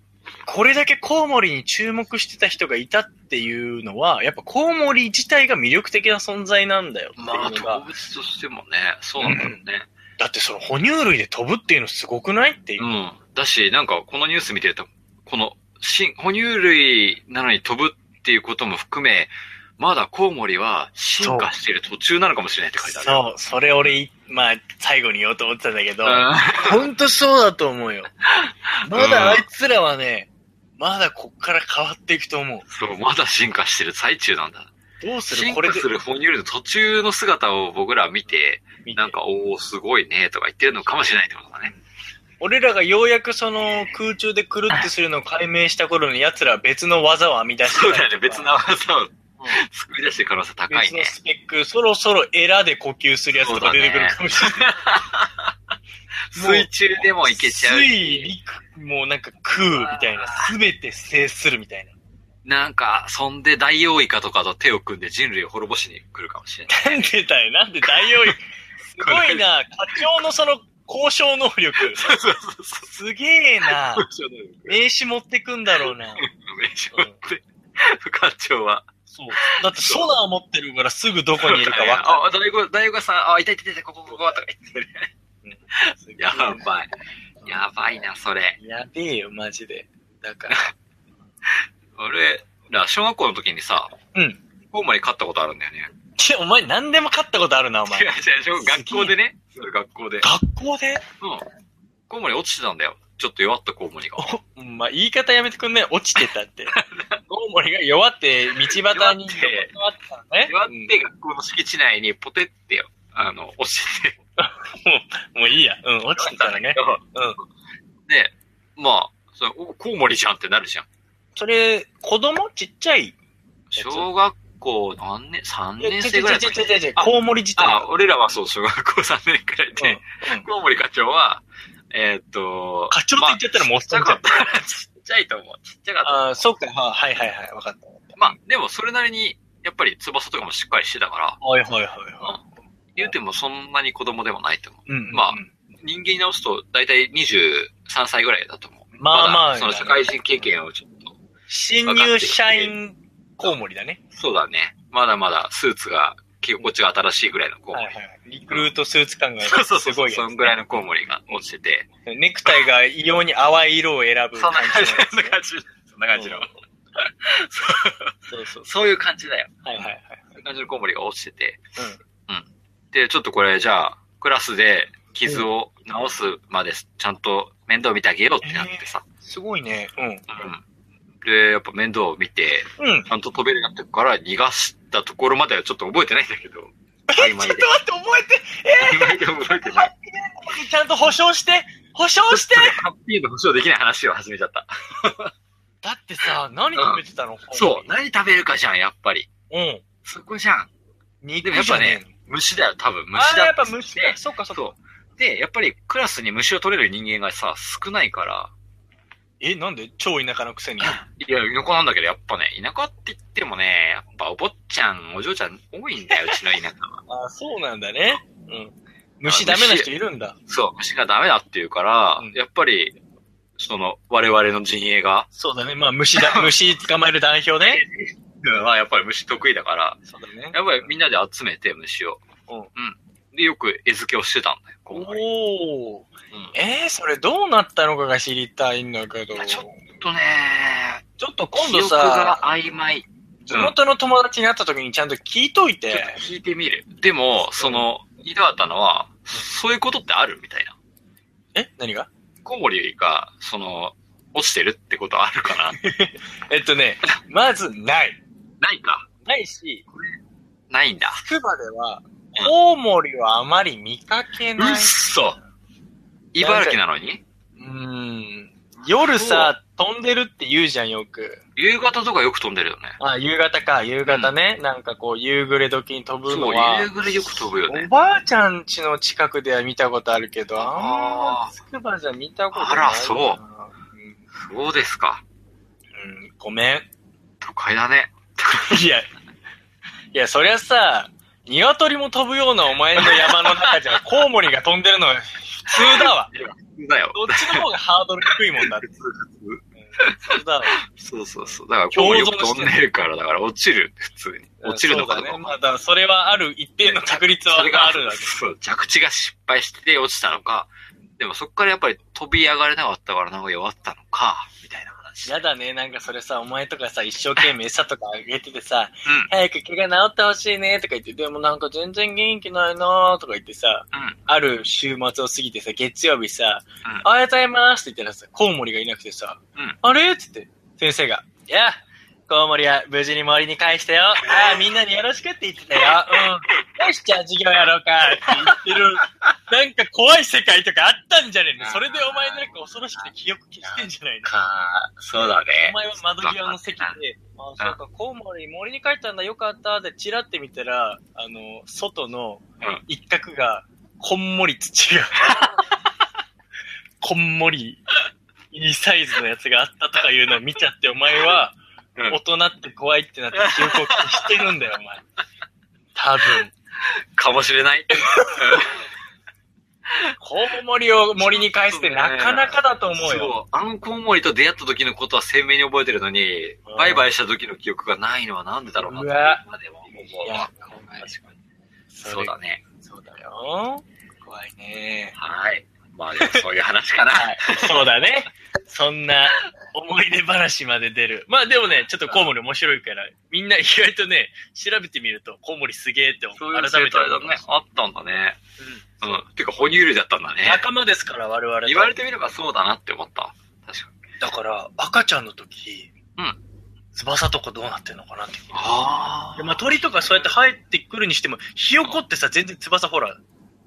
これだけコウモリに注目してた人がいたっていうのは、やっぱコウモリ自体が魅力的な存在なんだよっていう
まあ、
の
動
が、
物としてもね、そうなんだろうね。
だってその哺乳類で飛ぶっていうのすごくないっていう
う。ん。だし、なんか、このニュース見てると、この、新、哺乳類なのに飛ぶっていうことも含め、まだコウモリは進化してる途中なのかもしれないって書いてある。
そう、それ俺い、まあ、最後に言おうと思ってたんだけど、
うん
ほんとそうだと思うよ。まだあいつらはね、まだこっから変わっていくと思う。
そう、まだ進化してる最中なんだ。
どうする
進
これ
化
です
る哺乳類の途中の姿を僕ら見て、
見て
なんか、おおすごいね、とか言ってるのかもしれないってことだね。
俺らがようやくその空中でくるってするのを解明した頃に奴らは別の技を編み出してた
そう
りとか
だよね、別な技を作り出してる可能性高い
別
ね
の。スペック、そろそろエラで呼吸するやつとか出てくるかもしれない。もう
水中でもいけちゃう
水、
し、
陸、もうなんか空みたいな。すべて制するみたいな。
なんか、そんでダイオウイカとかと手を組んで人類を滅ぼしに来るかもしれない。
なんでだよ、なんで大王すごいな、課長のその交渉能力。
そうそうそうそ
すげえな。
う。
名刺持ってくんだろうな。
名称って、副課長は。
そう。だってソナー持ってるからすぐどこにいるかわか
あ、大悟、大悟さん、あ、いたいたいたいた、ここ、ここ、とか言ってる。
る。
やばい。やばいな、それ。
やべえよ、マジで。だから。
俺ら、小学校の時にさ、
うん。
コウモリ飼ったことあるんだよね。
ちょお前何でも勝ったことあるな、お前
違う。違う、小学校でね。そう学校で。
学校で
うん。コウモリ落ちてたんだよ。ちょっと弱ったコウモリが。
おまあ、言い方やめてくんね。落ちてたって。コウモリが弱って、道端に
弱って
弱ってたのね。
弱って学校の敷地内にポテってよ、あの、落ちてて。
うんもういいや。うん、落ちてたのね。
で、まあ、それおコウモリじゃんってなるじゃん。
それ、子供ちっちゃい。
小学校何年 ?3
いや
年
ち
生
ょ
ぐらい
ち
の
ょち
時
ょちょちょ、
あ
コウモリ自体。
あ、俺らはそう、小学校3年くらいで、
うんうん
コウモリ課長は、えーっと、
課長って言っちゃったらもうおっ
ちっち
さ
ゃ
んじ
か
ゃ
っ
ん。
た。 [laughs] ちっちゃいと思う。ちっちゃかっ
ああ、そうか。ははいはいはい。わかった。
た。まあ、でもそれなりに、やっぱり翼とかもしっかりしてたから、
はいはいはいは
言うてもそんなに子供でもないと思う。
い。うん
まあ人間に直すと、だいたい23歳ぐらいだと思う。
まあまあ
だその社会人経験をちょっと。
新入社員コウモリだね。
そうだね。まだまだスーツが着心地が新しいぐらいのコウモ
はい
リ。
はい。リクルートスーツ感が
そうそうそ
す
うそ
ご
う。
いや
そんぐらいのコウモリが落ちてて。
つ。ネクタイが異様に淡い色を選ぶ
そ
感
んな感
じ
じ、
のや
そんな感じ。そんな感じの。
つ。そうそう。
そういう感じだよ。
はいはいはい。
そういう感じのコウモリが落ちてて。うん。で、ちょっとこれ、じゃあ、クラスで傷を治すまでちゃんと面倒見てあげようってなってさ。
すごいね。うん。
うん。で、やっぱ面倒を見て、
うん。
ちゃんと飛べるようになってから逃がしたところまではちょっと覚えてないんだけど。曖昧で。
待って、覚えて、
曖昧で覚えてない。
ちゃんと保証して、保証して
ハッピーの保証できない話を始めちゃった。
だってさ、何食べてたの
そう。何食べるかじゃん、やっぱり。
う。うん。
そこじゃん。でもや
肉
っ
じゃ
ぱ
ね
ね、虫だよ、多分。
えの。
虫
ああ
だ
ー、や
て
っぱ虫
で
か。そっかそっか。
そう。で、やっぱりクラスに虫を取れる人間がさ、少ないから、
え、なんで超田舎のく [laughs] せに。
いや、田舎なんだけど、やっぱね、田舎って言ってもね、やっぱお坊ちゃん、お嬢ちゃん多いんだよ、うちの田
[laughs]
舎は。
あそうなんだね。うん。虫ダメな人いるんだ。
そう、虫がダメだって言うから、
うん
やっぱり、その、我々の陣営が、
そうだね。まあ虫 [laughs] だ、虫捕まえる代表ね。
はやっぱり虫得意だから、
そうだね。
やっぱりみんなで集めて虫を。
うん
で、よく餌付けをしてたんだよ、こう。
おお。
うん
えー、それどうなったのかが知りたいんだけど。
あちょっ
ち
とね、
ょっと今度
記憶が
さ、
曖昧。
地元の友達に会った時にちゃんと聞いとい
ちょってと。聞いてみる。でも、その、言いたかったのは、そういうことってあるみたいな。
え何が
コウモリが、その、落ちてるってことあるか
[laughs]
な
えっと [laughs] ね、まずない。
ないか。
ないし、
ないんだ。
筑波では、コウモリはあまり見かけ
う
な
っ
い。
そ茨城なのに
うーん。夜さ、飛んでるって言うじゃん、よく。
夕方とかよく飛んでるよね。
あ、夕方か、夕方ね。なんかこう、夕暮れ時に飛ぶの
そう、
は。
夕暮れよく飛ぶよ
お
ね。
ばあちゃん家の近くでは見たことあるけど、あんま
あ
つくばじゃ見たことない
あ
な。
らそうそうですか。
うん。うん、ごめん。 [laughs]
都会だね。
いや、いや、そりゃさ、鶏も飛ぶようなお前の山の中じゃ、コウモリが飛んでるのは [laughs] 普通だわ。
だよ。
どっちの方がハードル低いもんだって。普通だわ。
そうそうそう。だから、コウモリよく飛んでるから、だから落ちる、普通に。落ちるのか
そ
と
うだね。
か。
まあだからそれはある一定の確率は
それが
あるだけ。
そう、着地が失敗して落ちたのか、でもそこからやっぱり飛び上がれなかったからなんか弱ったのか、みたいな話。
やだね、なんかそれさ、お前とかさ、一生懸命餌とかあげててさ、
うん
早く毛が治ってほしいねとか言って、でもなんか全然元気ないなとか言ってさ、
うん
ある週末を過ぎてさ、月曜日さ、
うん
おはようございますって言ったらさ、コウモリがいなくてさ、
うん
あれっつって、先生が、いや、コウモリは無事に森に返した
[laughs]
よ。ああ、みんなによろしくって言ってたよ。うん。よし、じゃあ授業やろうかって言っ
[laughs]
てる。なんか怖い世界とかあったんじゃねえのそれでお前なんか恐ろしくて記憶消してんじゃないの
か、そうだね
お。前は窓際の席で、ああ、そうか、コウモリ、森に帰ったんだ、よかった、で、チラって見たら、あの、外の
うん
一角が、こんも
[laughs]
り土が、こんもり、いいサイズのやつがあったとかいうのを見ちゃって、お前は、
うん
大人って怖いってなって記憶を消してるんだよ、お前。
[laughs]
多分。
かもしれない。
コウモリを森に返すってなかなかだと思うよ。
そう。あのコウモリと出会った時のことは鮮明に覚えてるのに
うん、
バイバイした時の記憶がないのはなんでだろうな
うわ
今でも思
いうや
わ。
それ
そうだね。
そうだよ。怖いね。
はい。まあでもそういう話
[laughs]
かな。
はい。そうだね。そんな思い出話まで出る。まあでもね、ちょっとコウモリ面白いから、みんな意外とね、調べてみると、コウモリすげえって思う
そういう
改
生
めて
態
思
だ
う
ね。あったんだね。うん。てか、哺乳類だったんだね。
仲間ですから、我々と。
言われてみればそうだなって思った。確かに。
だから、赤ちゃんの時、
うん
翼とかどうなってんのかなって。
あ
でまあ鳥とかそうやって生えてくるにしても、ひよこってさ、全然翼ほら、あ、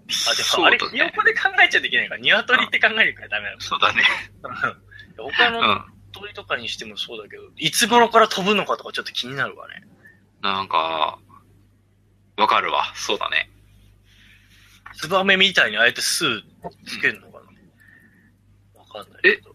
で
そう
もあ
だ
れ、
ね
ひよこで考えちゃできないから、鶏って考えるからダメなの
そうだね。。
[laughs] 他
う
の
ん。
鳥とかにしてもそうだけど、いつ頃から飛ぶのかとかちょっと気になるわね。
なんか、わかるわ。そうだね。
ツバメみたいにあえて巣つけるのかなわかんないけど。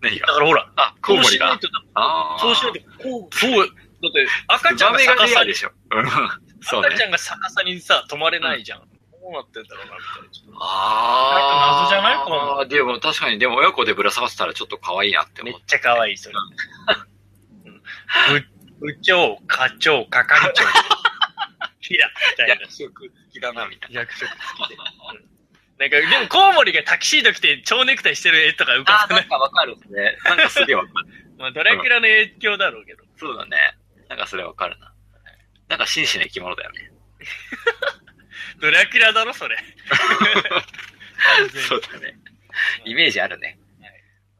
何
だ
が
からほら、
あ、コウモリが。あー
そうしないと、こう、そう、だって赤ちゃんが
ツバメがレ
逆さ
ア
に
で、しょ。うん。 [laughs] そうね
赤ち。ゃんが逆さにさ、止まれないじゃん。どうなってんだろうな、みたいな。
あ
なんか謎じゃないこの
あーでも確かに、でも親子でぶら下がってたらちょっと可愛いなって
め
思
っ
う。
ちゃ可愛い、それ。うん部部長、課長、係長。いや、みたいな。
食好きだな、みたい
役職好きで。なんか、でもコウモリがタキシード着て蝶ネクタイしてる絵とか浮か
あー、
ばな。
[laughs] ないんかわかるっすね。なんかすげえわかる。
まあ、ドラキュラの影響だろうけど。
[laughs] そうだね。なんかそれわかるな。なんか真摯な生き物だよね。
ドラキュラだろ、それ。 [laughs] 完全に
そう [laughs] だね。イメージあるね。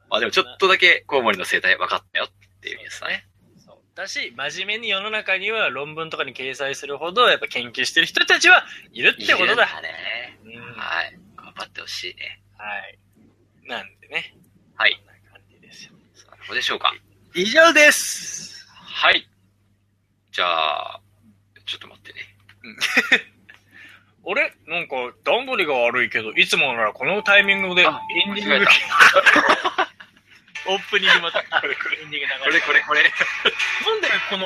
まあでもちょっとだけコウモリの生態わかったよっていう意味ですね。
そうだし、真面目に世の中には論文とかに掲載するほど、やっぱ研究してる人たちはいるってこと
いいね
だ。
ね。
うん、は
はい。頑張ってほしいね。
い。なんでね。
はい
こんな感じですよ。
さあどうでしょうか。
以上です。
はい。じゃあ、ちょっと待ってね。
あれなんか、段取りが悪いけど、いつもならこのタイミングでエ
あ
ンディン
間違
グ
[laughs] えた。
オープニングまた、 [laughs] エンディング流れ
これこれこれ。
なんでこの、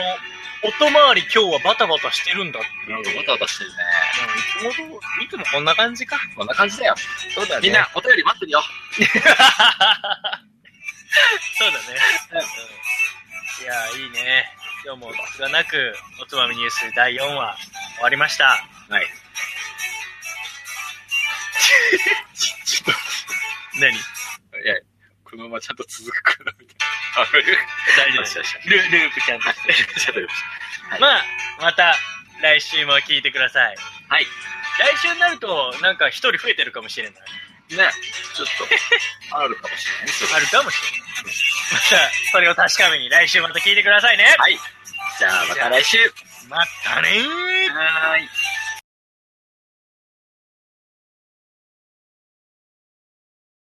音回り今日はバタバタしてるんだっていう。
な
うんん
か
い
バタバタしてるね。
つも通り、いつもこんな感じか。
こんな感じだよ。
そうだ
みんな、お便り待ってるよ。
そうだね。うん、いやー、いいね。今日もつがなく、おつまみニュース第4話、終わりました。
はい。い
何
や、このままちゃんと続くから、みたいな。
大
あ、
丈
よ
夫
しよしよし。
ルループちゃんとして。まあ、また、来週も聞いてください。
はい。
来週になると、なんか一人増えてるかもしれない。
ね、ちょっと、あるかもしれないね。それ
あるかもしれない。また、それを確かめに来週また聞いてくださいね。
はい。じゃあ、また来週。
またねー。
はーい。